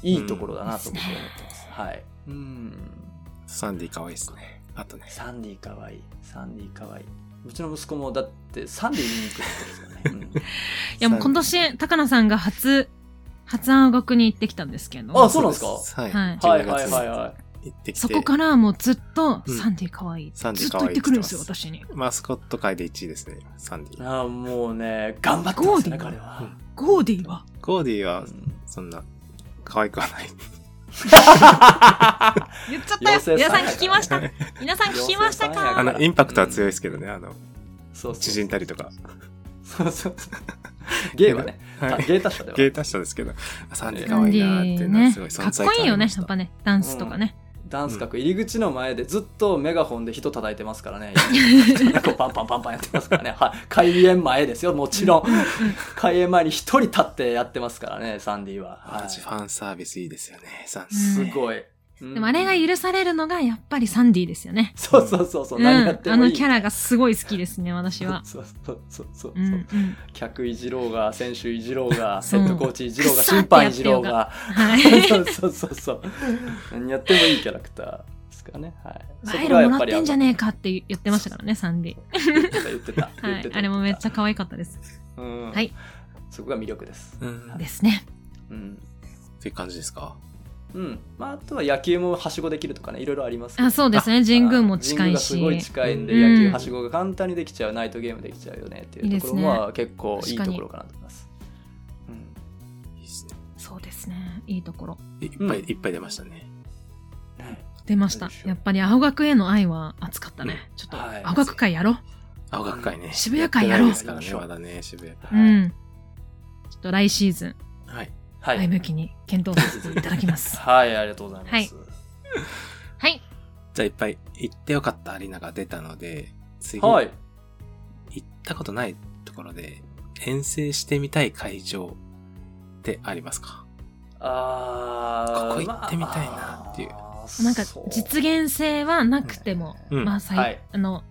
[SPEAKER 1] いいところだなと僕は思ってます、はいうん
[SPEAKER 3] サンディ可愛いですね。あとね。
[SPEAKER 1] サンディかわいいサンディかわいいうちの息子もだってサンディ見に行くってことですよね、うん
[SPEAKER 2] いやもう今年、高菜さんが初、初暗黒に行ってきたんですけど、
[SPEAKER 1] あそうなんですか
[SPEAKER 3] はい。
[SPEAKER 2] はい
[SPEAKER 1] はいはいはい
[SPEAKER 3] い。
[SPEAKER 1] はい
[SPEAKER 3] 行ってきて。
[SPEAKER 2] そこからもうずっと、
[SPEAKER 3] うん
[SPEAKER 2] サンディ可愛い。
[SPEAKER 3] サンデ
[SPEAKER 2] ずっ
[SPEAKER 3] ィ
[SPEAKER 2] と
[SPEAKER 3] 可
[SPEAKER 2] 言っ
[SPEAKER 3] 愛い
[SPEAKER 2] てくるんですよ、
[SPEAKER 3] 言ってま
[SPEAKER 2] 私に。
[SPEAKER 3] マスコット界で1位ですね、サンディ。
[SPEAKER 1] ああもうね頑張ってますね
[SPEAKER 2] ゴー
[SPEAKER 1] 彼
[SPEAKER 2] ディ
[SPEAKER 1] は、
[SPEAKER 2] ゴーディーは。
[SPEAKER 3] コーディ
[SPEAKER 1] う
[SPEAKER 3] は
[SPEAKER 1] ん
[SPEAKER 3] そんな可愛くはない。
[SPEAKER 2] 言っちゃったよ。
[SPEAKER 1] 妖精
[SPEAKER 2] 皆
[SPEAKER 1] さんや
[SPEAKER 2] さん
[SPEAKER 1] から
[SPEAKER 2] 聞きました。皆さん聞きまし
[SPEAKER 1] 妖精さん
[SPEAKER 2] た
[SPEAKER 1] や
[SPEAKER 2] か
[SPEAKER 1] か
[SPEAKER 3] あ
[SPEAKER 1] ら
[SPEAKER 3] の、インパクトは強いですけどね、あの、
[SPEAKER 1] そうそう
[SPEAKER 3] 縮んだりとか。
[SPEAKER 1] そうそうゲイはね、
[SPEAKER 3] はい
[SPEAKER 1] ゲイ達者では
[SPEAKER 3] ゲー達者ですけど、あサンディ可
[SPEAKER 2] サン
[SPEAKER 3] 愛
[SPEAKER 2] デ
[SPEAKER 3] いなーって
[SPEAKER 2] ィ
[SPEAKER 3] いうのは
[SPEAKER 2] ね
[SPEAKER 3] すごい。存
[SPEAKER 2] かっ
[SPEAKER 3] 在
[SPEAKER 2] こ
[SPEAKER 3] 感
[SPEAKER 2] いい
[SPEAKER 3] あ
[SPEAKER 2] よ
[SPEAKER 3] りま
[SPEAKER 2] ね、
[SPEAKER 3] した
[SPEAKER 2] やっぱね。ダンスとかね。
[SPEAKER 1] ダンス各入り口の前でずっとメガホンで人叩いてますからね こうパンパンパンパンやってますからね、はい、開演前ですよもちろん開演前に一人立ってやってますからねサンディは、は
[SPEAKER 3] マ
[SPEAKER 1] い、
[SPEAKER 3] ジ
[SPEAKER 1] す
[SPEAKER 3] ファンサービスいいですよね、サンデ
[SPEAKER 2] うん
[SPEAKER 3] ィ。
[SPEAKER 1] ごい、うん
[SPEAKER 2] でもあれが許されるのが、やっぱりサンディですよね。
[SPEAKER 1] そうそうそうそう、
[SPEAKER 2] うん。
[SPEAKER 1] 何やって
[SPEAKER 2] あ
[SPEAKER 1] もいい。
[SPEAKER 2] のキャラがすごい好きですね、私は
[SPEAKER 1] そうそうそうそうそう、
[SPEAKER 2] うんうん。
[SPEAKER 1] 客いじろうが選手いじろうが
[SPEAKER 2] そ
[SPEAKER 1] ヘ
[SPEAKER 2] う
[SPEAKER 1] ッドコーチいじろうが審判いじろうが
[SPEAKER 2] は い。
[SPEAKER 1] そうそうそうそう。何やってもいいキャラクターですからね。はい。
[SPEAKER 2] 賄賂もらってんじゃ
[SPEAKER 1] ね
[SPEAKER 2] ねえかって言ってましたからね、サンディ。
[SPEAKER 1] 言ってた言ってた。
[SPEAKER 2] は
[SPEAKER 1] 言って
[SPEAKER 2] い。
[SPEAKER 1] た
[SPEAKER 2] あれもめっちゃ可愛かったです。
[SPEAKER 1] うん
[SPEAKER 2] はい
[SPEAKER 1] そこが魅力です。
[SPEAKER 3] うん。っ
[SPEAKER 2] ですね。
[SPEAKER 1] うん。
[SPEAKER 3] ていう感じですか。
[SPEAKER 1] うん。まあ、あとは野球もはしごできるとかね、いろいろありますけど
[SPEAKER 2] あ、そうですね。神宮も近いし。
[SPEAKER 1] 神宮がすごい近いんで、
[SPEAKER 2] うん
[SPEAKER 1] 野球はしごが簡単にできちゃう、ナイトゲームできちゃうよねっていうところも、
[SPEAKER 2] いいですね
[SPEAKER 1] まあ結構いいところかなと思います。うん
[SPEAKER 3] いいですね。
[SPEAKER 2] そうですね。いいところ。
[SPEAKER 3] いいっぱい、
[SPEAKER 1] うん
[SPEAKER 3] いっぱい出ましたね。
[SPEAKER 1] ね
[SPEAKER 2] 出まし
[SPEAKER 1] そ
[SPEAKER 2] た
[SPEAKER 1] うでし。ょ
[SPEAKER 2] やっぱり青学への愛は熱かったね。ちょっと、
[SPEAKER 1] はい
[SPEAKER 2] 青学会やろう。
[SPEAKER 3] 青学会ね。
[SPEAKER 2] 渋谷会やろう
[SPEAKER 3] ってないですからね、まだね、渋谷。
[SPEAKER 1] は
[SPEAKER 2] う
[SPEAKER 1] い
[SPEAKER 2] ん。ちょっと来シーズン、
[SPEAKER 3] はい。
[SPEAKER 1] は
[SPEAKER 2] 前
[SPEAKER 1] い。
[SPEAKER 2] 向きに検討させていただき ます。
[SPEAKER 1] はい、ありがとうございます。
[SPEAKER 2] はい。
[SPEAKER 3] じゃあいっぱい行ってよかったアリーナが出たので、次、
[SPEAKER 1] は
[SPEAKER 3] 行
[SPEAKER 1] い。
[SPEAKER 3] ったことないところで、遠征してみたい会場ってありますか
[SPEAKER 1] あー
[SPEAKER 3] ここ行ってみたいなっていう
[SPEAKER 1] まああ
[SPEAKER 2] なんか
[SPEAKER 1] そう
[SPEAKER 2] 実現性はなくても、
[SPEAKER 3] うん
[SPEAKER 2] まあ、最
[SPEAKER 1] はい
[SPEAKER 2] あの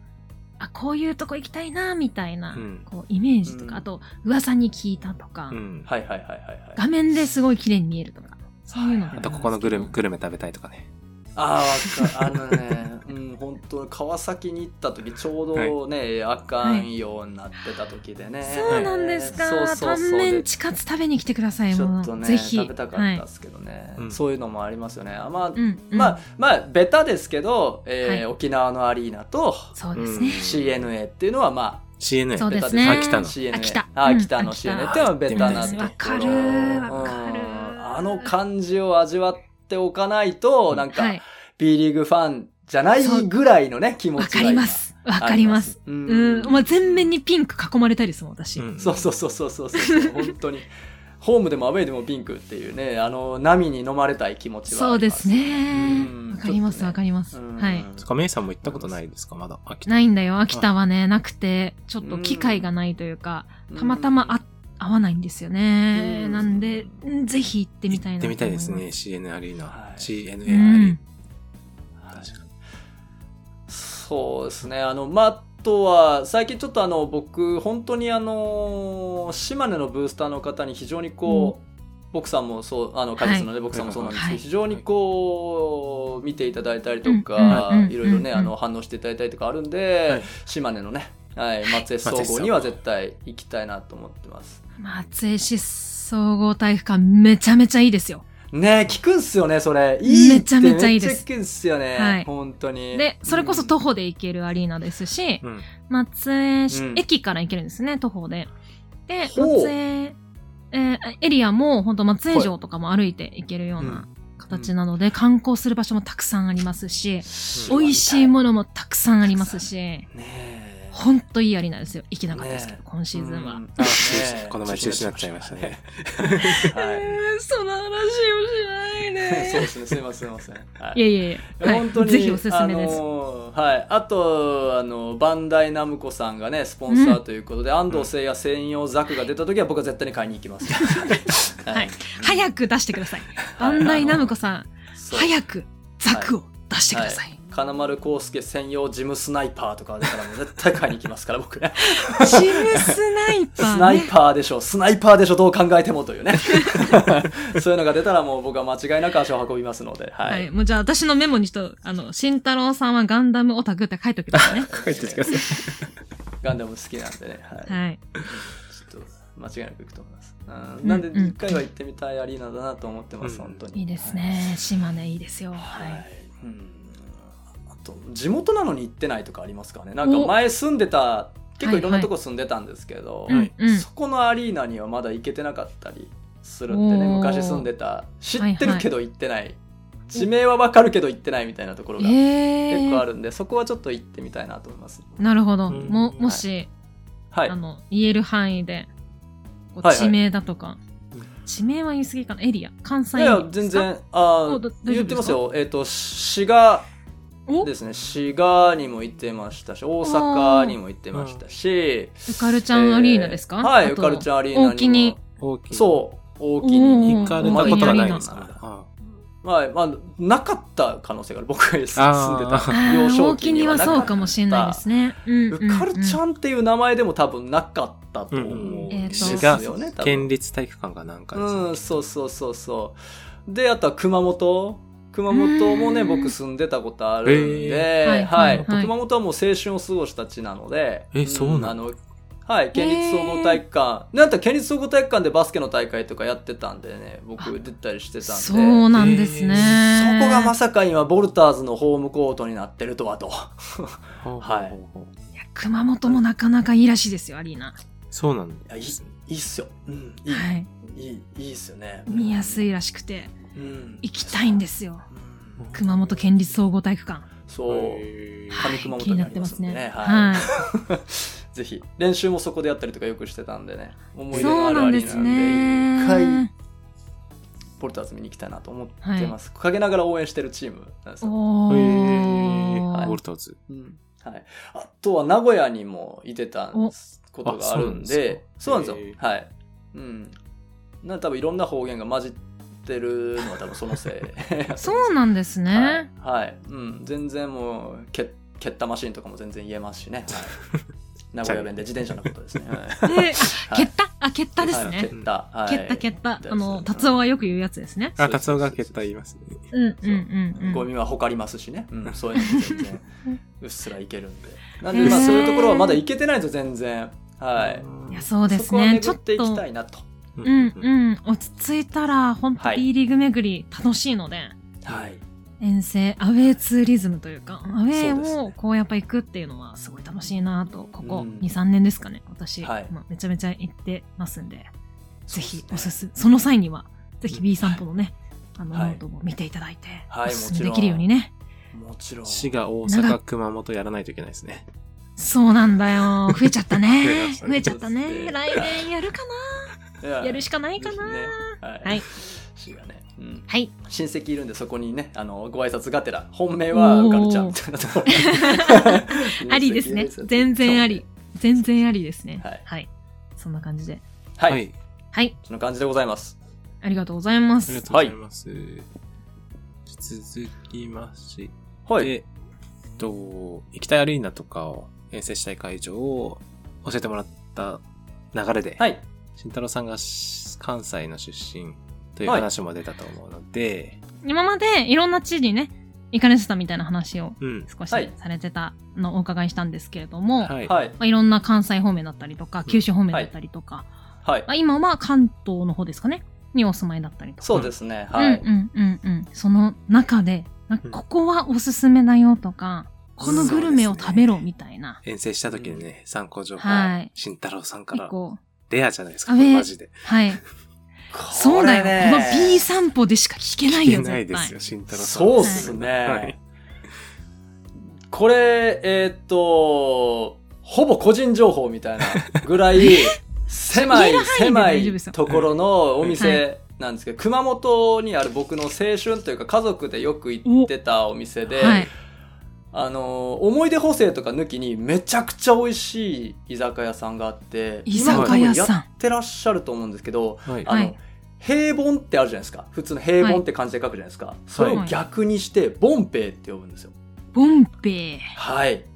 [SPEAKER 2] あこういうとこ行きたいなみたいな、
[SPEAKER 3] うん
[SPEAKER 2] こうイメージとか、
[SPEAKER 1] うん
[SPEAKER 2] あと噂に聞いたとか、
[SPEAKER 3] うん。
[SPEAKER 1] はいはいはいはいは
[SPEAKER 2] 画
[SPEAKER 1] い
[SPEAKER 2] 面ですごい綺麗に見えるとかそういうの
[SPEAKER 1] はい
[SPEAKER 3] あと、ここのグルメ、グルメ食べたいとかね。
[SPEAKER 1] ああわかあのね うん本当川崎に行った時ちょうどね、あかんようになってた時でね、
[SPEAKER 2] そうなんですか、
[SPEAKER 1] そうそうそう
[SPEAKER 2] タンメンチカツ食べに来てください
[SPEAKER 1] ちょ
[SPEAKER 2] も
[SPEAKER 1] っと
[SPEAKER 2] う、
[SPEAKER 1] ね
[SPEAKER 2] ぜひ
[SPEAKER 1] 食べたかったですけどね、
[SPEAKER 3] はい
[SPEAKER 1] そういうのもありますよねあまあ、
[SPEAKER 2] いうんうん、
[SPEAKER 1] まあまあベタですけど、えー
[SPEAKER 2] はい
[SPEAKER 1] 沖縄のアリーナと
[SPEAKER 2] そうですね、
[SPEAKER 1] CNA っていうのはまあ
[SPEAKER 3] CNA。
[SPEAKER 2] そう
[SPEAKER 1] ベ
[SPEAKER 2] で
[SPEAKER 1] タ
[SPEAKER 2] す
[SPEAKER 1] で
[SPEAKER 2] ね
[SPEAKER 1] す
[SPEAKER 3] あ秋田の
[SPEAKER 1] CNA
[SPEAKER 2] 秋田
[SPEAKER 1] あ秋田
[SPEAKER 2] う
[SPEAKER 1] の
[SPEAKER 2] ん
[SPEAKER 1] CNA っていうのはベタなところ
[SPEAKER 3] わか
[SPEAKER 2] るわかる
[SPEAKER 1] うんあの感じを味わっておかないとなんか、
[SPEAKER 2] はい
[SPEAKER 1] B リーグファンじゃないぐらいのね気持
[SPEAKER 2] わ
[SPEAKER 1] ちが
[SPEAKER 2] かりますわかります
[SPEAKER 1] 今ありま
[SPEAKER 2] うん、
[SPEAKER 1] すうん
[SPEAKER 2] まあ、全面にピンク囲まれたいですもん私、
[SPEAKER 3] うん
[SPEAKER 1] そうそうそうそうそうそう本当にホームでもアウェイでもピンクっていうねあの波に飲まれたい気持ちは
[SPEAKER 2] そうですね
[SPEAKER 1] うん
[SPEAKER 2] わかりま
[SPEAKER 1] ちょっと
[SPEAKER 2] す
[SPEAKER 1] ね
[SPEAKER 2] わかります、はい
[SPEAKER 3] 亀井さんも行ったことないですかまだ。秋田。
[SPEAKER 2] ないんだよ秋田はねなくてちょっと機会がないというかたまたまあ合わないんですよね
[SPEAKER 1] うん
[SPEAKER 2] なんでうんぜひ行ってみたい
[SPEAKER 3] 行
[SPEAKER 2] なと
[SPEAKER 3] って
[SPEAKER 2] 思い
[SPEAKER 3] みたいです
[SPEAKER 2] ま
[SPEAKER 3] ね。CN アリー
[SPEAKER 1] は
[SPEAKER 3] ナ。
[SPEAKER 1] い
[SPEAKER 3] CNA アリ
[SPEAKER 2] う
[SPEAKER 3] ー
[SPEAKER 2] ん
[SPEAKER 3] ナ。確かに。
[SPEAKER 1] そうですねあのまああとは最近ちょっとあの僕本当にあの島根のブースターの方に非常にこう、僕さんもそうあのカジスのね、僕さんもそうなんですけど、
[SPEAKER 2] はい
[SPEAKER 1] 非常にこう見ていただいたりとか、
[SPEAKER 2] うんうんうんうん
[SPEAKER 1] い、ろいろねあの反応していただいたりとかあるんで、
[SPEAKER 3] はい
[SPEAKER 1] 島根のね、はい、松江総合には絶対行きたいなと思ってます。
[SPEAKER 2] 松江市総合体育館めちゃめちゃいいですよ
[SPEAKER 1] ね聞くんすよねそれいいって
[SPEAKER 2] めちゃめちゃいいです
[SPEAKER 1] めっちゃ聞くんすよね、
[SPEAKER 2] はい
[SPEAKER 1] 本当に
[SPEAKER 2] でそれこそ徒
[SPEAKER 1] 歩
[SPEAKER 2] 歩で行けるアリーナですし、
[SPEAKER 3] うん。
[SPEAKER 2] 松江市、
[SPEAKER 1] うん
[SPEAKER 2] 駅から行けるんですね徒歩でで
[SPEAKER 1] ほう
[SPEAKER 2] 松江、えーエリアも本当松江城とかも歩いて行けるよう
[SPEAKER 3] うん
[SPEAKER 2] な形なので、観光する場所もたくさんありますし、
[SPEAKER 1] 美
[SPEAKER 2] 美味しい
[SPEAKER 1] ん
[SPEAKER 2] ものもたくさんありますし、
[SPEAKER 1] ねえ
[SPEAKER 2] ほんといいアリーナですよ。行けなかったですけど、
[SPEAKER 1] ね
[SPEAKER 2] 今シーズン
[SPEAKER 1] う
[SPEAKER 2] は
[SPEAKER 1] ん。
[SPEAKER 3] あ中止この前中止になっちゃいましたね。
[SPEAKER 1] はい
[SPEAKER 2] ーその話をしな い
[SPEAKER 1] そうで。すねすいませんすいません、はい
[SPEAKER 2] やいやいや、はい
[SPEAKER 1] 本当に、
[SPEAKER 2] ぜひおすすめです。
[SPEAKER 1] あのーはい、あとあのバンダイナムコさんがねスポンサーということで、安藤聖也専用ザクが出た時は僕は絶対に買いに行きますは
[SPEAKER 2] はい、早く出してください。バンダイナムコさん、
[SPEAKER 1] そう
[SPEAKER 2] 早くザクを出してください。
[SPEAKER 1] 金丸康介専用ジムスナイパーとかだからもう絶対買いに行きますから僕ね
[SPEAKER 2] チームスナイパ
[SPEAKER 1] ス
[SPEAKER 2] ー、
[SPEAKER 1] ナイ
[SPEAKER 2] ね。
[SPEAKER 1] パーでしょ、スナイパーでしょ、どう考えてもと いうね。そういうのが出たらもう僕は間違いなく足を運びますので。は。
[SPEAKER 2] はいい、もうじゃあ私のメモにちょっと、あの、慎太郎さんはガンダムオタクって書いときますね。
[SPEAKER 3] 帰ってきてください。
[SPEAKER 1] ガンダム好きなんでね。はい。
[SPEAKER 2] はい。
[SPEAKER 1] ちょっと間違いなく行くと思います。うん
[SPEAKER 2] うん
[SPEAKER 1] なんで、
[SPEAKER 2] うん
[SPEAKER 1] 一回は行ってみたいアリーナだなと思ってます、
[SPEAKER 3] うん
[SPEAKER 1] 本当に。
[SPEAKER 2] いいですね。島根いいですよ。
[SPEAKER 1] は。
[SPEAKER 2] はい
[SPEAKER 1] はい
[SPEAKER 2] い。
[SPEAKER 1] うんあと、地元なのに行ってないとかありますかね。なんか
[SPEAKER 2] お
[SPEAKER 1] 前住んでた、結構いろんなとこ住んでたんですけど、
[SPEAKER 2] うんうん。
[SPEAKER 1] そこのアリーナにはまだ行けてなかったりするんでね
[SPEAKER 2] おー
[SPEAKER 1] 昔住んでた知ってるけど行ってない、地
[SPEAKER 2] お
[SPEAKER 1] 名はわかるけど行ってないみたいなところが結
[SPEAKER 2] え
[SPEAKER 1] 構あるんで、そこはちょっと行ってみたいなと思います
[SPEAKER 2] なるほど。
[SPEAKER 3] うん
[SPEAKER 2] も、
[SPEAKER 3] はい
[SPEAKER 2] もし、
[SPEAKER 1] はい
[SPEAKER 2] あの、言える範囲で、こう
[SPEAKER 1] はいはい
[SPEAKER 2] 地名だとか、
[SPEAKER 3] うん
[SPEAKER 2] 地名は言い過ぎかなエリア関
[SPEAKER 1] い
[SPEAKER 2] 西エ
[SPEAKER 1] やい
[SPEAKER 2] リア
[SPEAKER 1] や全
[SPEAKER 2] ですか。
[SPEAKER 1] 然あ
[SPEAKER 2] お
[SPEAKER 1] ー
[SPEAKER 2] ど大丈夫ですか
[SPEAKER 1] 言ってますよえっ、と滋賀
[SPEAKER 2] お
[SPEAKER 1] ですね滋賀にも行ってましたし大阪にも行ってましたし
[SPEAKER 2] ゆかるちゃんアリーナですか、
[SPEAKER 1] えーはい
[SPEAKER 2] あ
[SPEAKER 1] ゆ
[SPEAKER 2] と
[SPEAKER 1] かるちゃんアリーナにも
[SPEAKER 2] 大木に
[SPEAKER 3] 大きい。
[SPEAKER 1] そう大き
[SPEAKER 2] お
[SPEAKER 1] に
[SPEAKER 2] ー
[SPEAKER 3] 行かれたことがないんです
[SPEAKER 1] 大きな
[SPEAKER 3] か
[SPEAKER 1] まあ、まあ、なかった可能性がある僕が住んで
[SPEAKER 3] あ
[SPEAKER 1] た
[SPEAKER 3] ー
[SPEAKER 2] あ
[SPEAKER 1] 幼
[SPEAKER 2] ー
[SPEAKER 1] 少
[SPEAKER 2] 大
[SPEAKER 1] 期
[SPEAKER 2] 木
[SPEAKER 1] に
[SPEAKER 2] に
[SPEAKER 1] は
[SPEAKER 2] は
[SPEAKER 1] な
[SPEAKER 2] そう
[SPEAKER 1] か
[SPEAKER 2] か
[SPEAKER 1] っ
[SPEAKER 2] もしれないですね。うん
[SPEAKER 1] ウカルち
[SPEAKER 2] ん。
[SPEAKER 1] ゃんっていう名前でも多分なかったと思うん
[SPEAKER 2] え
[SPEAKER 1] で
[SPEAKER 2] ーと
[SPEAKER 1] すよね、多分
[SPEAKER 3] 県立体育館がなんかですね
[SPEAKER 1] うん、そうそうそうそう。で、あとは熊本。熊本もね、
[SPEAKER 2] うん
[SPEAKER 1] 僕住んでたことあるん
[SPEAKER 2] へーは
[SPEAKER 1] で、
[SPEAKER 2] い
[SPEAKER 1] はい。
[SPEAKER 2] はいはい
[SPEAKER 1] 熊本はもう青春を過ごした地なので、
[SPEAKER 3] えそうなの
[SPEAKER 1] あの、はい、県立総合体育館。なんか県立総合体育館でバスケの大会とかやってたんでね、僕出たりしてたんで。そ
[SPEAKER 2] そうなんですね。
[SPEAKER 1] こがまさか今、ボルターズのホームコートになってるとはと。
[SPEAKER 3] ほうほう
[SPEAKER 1] はい
[SPEAKER 3] ほうほう
[SPEAKER 2] いや熊本もなかなかいいらしいですよ、アリーナ。
[SPEAKER 3] そうなん
[SPEAKER 1] いやい
[SPEAKER 3] ですね
[SPEAKER 1] いいっすよ。うん、いい、
[SPEAKER 2] はい。
[SPEAKER 1] いい、いいっすよね。
[SPEAKER 2] 見やす
[SPEAKER 1] い。
[SPEAKER 2] いらしくて、
[SPEAKER 1] うん
[SPEAKER 2] 行きたいんですよ。
[SPEAKER 1] うん
[SPEAKER 2] 熊本県立総合体育館。
[SPEAKER 1] そう。
[SPEAKER 3] へー
[SPEAKER 1] 上熊本にありますんでね。
[SPEAKER 2] はい
[SPEAKER 1] はい。 ぜひ練習もそこでやったりとかよくしてたんでね。思い出の
[SPEAKER 2] そ
[SPEAKER 1] あ
[SPEAKER 2] う
[SPEAKER 1] る
[SPEAKER 2] な
[SPEAKER 1] ア
[SPEAKER 2] ん
[SPEAKER 1] リー
[SPEAKER 2] で
[SPEAKER 1] ナ
[SPEAKER 2] す
[SPEAKER 1] なんで
[SPEAKER 2] ね。
[SPEAKER 1] 一回ポルターズ見に行きたいなと思ってます。陰ながら応援してるチームなんですよ。
[SPEAKER 2] お
[SPEAKER 3] へ
[SPEAKER 2] ー
[SPEAKER 3] ーボルターズ。
[SPEAKER 1] うんはい。あとは名古屋にもいてたんですことがあるんで、
[SPEAKER 3] あ
[SPEAKER 1] そう
[SPEAKER 3] そう
[SPEAKER 1] な
[SPEAKER 3] なんん
[SPEAKER 1] で
[SPEAKER 3] ですすか
[SPEAKER 1] よ。はい。うん。なんで多分いろんな方言が混じっってるのは多分そのせ い
[SPEAKER 2] そうなんですね。
[SPEAKER 1] はい、はいうん、全然もうけ蹴ったマシンとかも全然言えますしね、 はい名古屋弁で自転車のことですね、はい
[SPEAKER 2] で、 あ、蹴ったあ、蹴ったです
[SPEAKER 1] はい
[SPEAKER 2] ね。
[SPEAKER 1] 蹴った、はい、
[SPEAKER 2] 蹴った蹴った。あの、
[SPEAKER 1] です
[SPEAKER 2] 達夫がよく言うやつですね。
[SPEAKER 1] そう
[SPEAKER 3] あ、達夫が決体言いますね。
[SPEAKER 2] うんうんうんうん。
[SPEAKER 1] ゴミはほかりますしね、うん、そういうのも全 然うっすらいけるんでなんで、
[SPEAKER 2] へー
[SPEAKER 1] まあ、そういうところはまだいけてないんですよ全然はい
[SPEAKER 2] いや、そうですね。ち
[SPEAKER 1] そ
[SPEAKER 2] ょ
[SPEAKER 1] こは巡っ
[SPEAKER 2] っ
[SPEAKER 1] ていきた
[SPEAKER 2] と。
[SPEAKER 1] いなと、
[SPEAKER 3] うん
[SPEAKER 2] うんうん。落ち着いたら、本当
[SPEAKER 1] はい
[SPEAKER 2] B リーグ巡り楽しいので、
[SPEAKER 1] はい、
[SPEAKER 2] 遠征、アウェーツーリズムというか、アウェ
[SPEAKER 1] そうです
[SPEAKER 2] ーを
[SPEAKER 1] ね
[SPEAKER 2] こうやっぱ行くっていうのはすごい楽しいなと、こ
[SPEAKER 1] う
[SPEAKER 2] こ
[SPEAKER 1] ん
[SPEAKER 2] 2、3年ですかね。私、
[SPEAKER 1] はい
[SPEAKER 2] まあめちゃめちゃ行ってますんで、
[SPEAKER 1] そうで
[SPEAKER 2] ぜ
[SPEAKER 1] すね
[SPEAKER 2] ひおすすめ、その際には、ぜひ
[SPEAKER 3] うん
[SPEAKER 2] B 散歩のね、あの、
[SPEAKER 1] はい
[SPEAKER 2] ノートも見ていただいて、
[SPEAKER 1] はい
[SPEAKER 2] おすす
[SPEAKER 1] も
[SPEAKER 2] め
[SPEAKER 1] ちろ
[SPEAKER 2] で
[SPEAKER 1] ん
[SPEAKER 2] きるようにね。
[SPEAKER 1] もちろん
[SPEAKER 3] 滋賀、大
[SPEAKER 2] 長
[SPEAKER 3] 阪、熊本やらないといけないですね。
[SPEAKER 2] そうなんだよ。増えちゃったね。増
[SPEAKER 3] 増
[SPEAKER 2] え
[SPEAKER 3] え
[SPEAKER 2] ち
[SPEAKER 3] ち
[SPEAKER 2] ゃ
[SPEAKER 3] ゃ
[SPEAKER 2] っ
[SPEAKER 3] った
[SPEAKER 1] た
[SPEAKER 2] ね
[SPEAKER 1] ね。
[SPEAKER 2] 来年やるかなやるしかないかな、
[SPEAKER 1] ぜひね
[SPEAKER 2] は
[SPEAKER 1] はいい。滋賀ね、うん
[SPEAKER 2] はい。
[SPEAKER 1] 親戚いるんでそこにねあのご挨拶がてら本命は受かるちゃんみ たいなところ
[SPEAKER 2] ありですね。全然あり。全然ありですね。は
[SPEAKER 1] はいい。
[SPEAKER 2] そんな感じで。
[SPEAKER 1] はい、
[SPEAKER 3] はい。
[SPEAKER 2] はい。
[SPEAKER 1] その感じでございます
[SPEAKER 2] ありがとうございま
[SPEAKER 3] ありが
[SPEAKER 2] す。
[SPEAKER 3] とうございます。続きまして、
[SPEAKER 1] はい
[SPEAKER 3] えっと、行きたいアリーナとかを、遠征したい会場を教えてもらった流れで、
[SPEAKER 1] はい
[SPEAKER 3] 慎太郎さんがし関西の出身という話も出たと思うので、
[SPEAKER 2] 今までいろんな地にね、行かれてたみたいな話を
[SPEAKER 3] うん。
[SPEAKER 2] 少し
[SPEAKER 1] はい
[SPEAKER 2] されてたのをお伺いしたんですけれども、いま
[SPEAKER 3] はい。
[SPEAKER 1] はい
[SPEAKER 2] あ、いろんな関西方面だったりとか、九州方面だったりとか、
[SPEAKER 1] はい
[SPEAKER 2] まあ、今は関東の方ですかね、にお住まいだったりとか。
[SPEAKER 1] そうですねはい、
[SPEAKER 2] うんうんうんうん。その中で、なんか
[SPEAKER 3] うん
[SPEAKER 2] ここはおすすめだよとか、このグルメを食べろみたいな。
[SPEAKER 3] 遠征した時にね、参考情報
[SPEAKER 2] はい、
[SPEAKER 3] 慎太郎さんか
[SPEAKER 2] 結
[SPEAKER 3] ら、
[SPEAKER 2] 構、
[SPEAKER 3] レアじゃないですか、
[SPEAKER 2] あべえ
[SPEAKER 3] マジで。
[SPEAKER 2] はい。
[SPEAKER 1] これね
[SPEAKER 2] そうだよ。この B 散歩でしか聞けないよ、
[SPEAKER 3] 聞けない
[SPEAKER 2] 絶
[SPEAKER 3] です
[SPEAKER 2] 対
[SPEAKER 3] よ、。慎太郎さん。
[SPEAKER 1] そうっすね、
[SPEAKER 3] はい
[SPEAKER 1] これえーっとほぼ個人情報みたいなぐらい狭い
[SPEAKER 2] 言える範囲で
[SPEAKER 1] 狭
[SPEAKER 2] 大丈夫で
[SPEAKER 1] い
[SPEAKER 2] すよ
[SPEAKER 1] ところのお
[SPEAKER 2] は
[SPEAKER 1] 店なんですけど、熊本にある僕の青春というか家族でよく行ってたお店で、
[SPEAKER 2] はい。
[SPEAKER 1] あの思い出補正とか抜きにめちゃくちゃ美味しい居酒屋さんがあって
[SPEAKER 2] 居酒
[SPEAKER 1] 今
[SPEAKER 2] 屋
[SPEAKER 1] 多分や
[SPEAKER 2] さん。
[SPEAKER 1] ってらっしゃると思うんですけど
[SPEAKER 3] はい。
[SPEAKER 1] あの、
[SPEAKER 2] はい
[SPEAKER 1] 平凡ってあるじゃないですか普通の平凡って漢字で書くじゃないですか、それを逆にしてボンペイって呼ぶんですよ
[SPEAKER 2] ボンペイ。
[SPEAKER 1] はい
[SPEAKER 2] こ
[SPEAKER 1] こ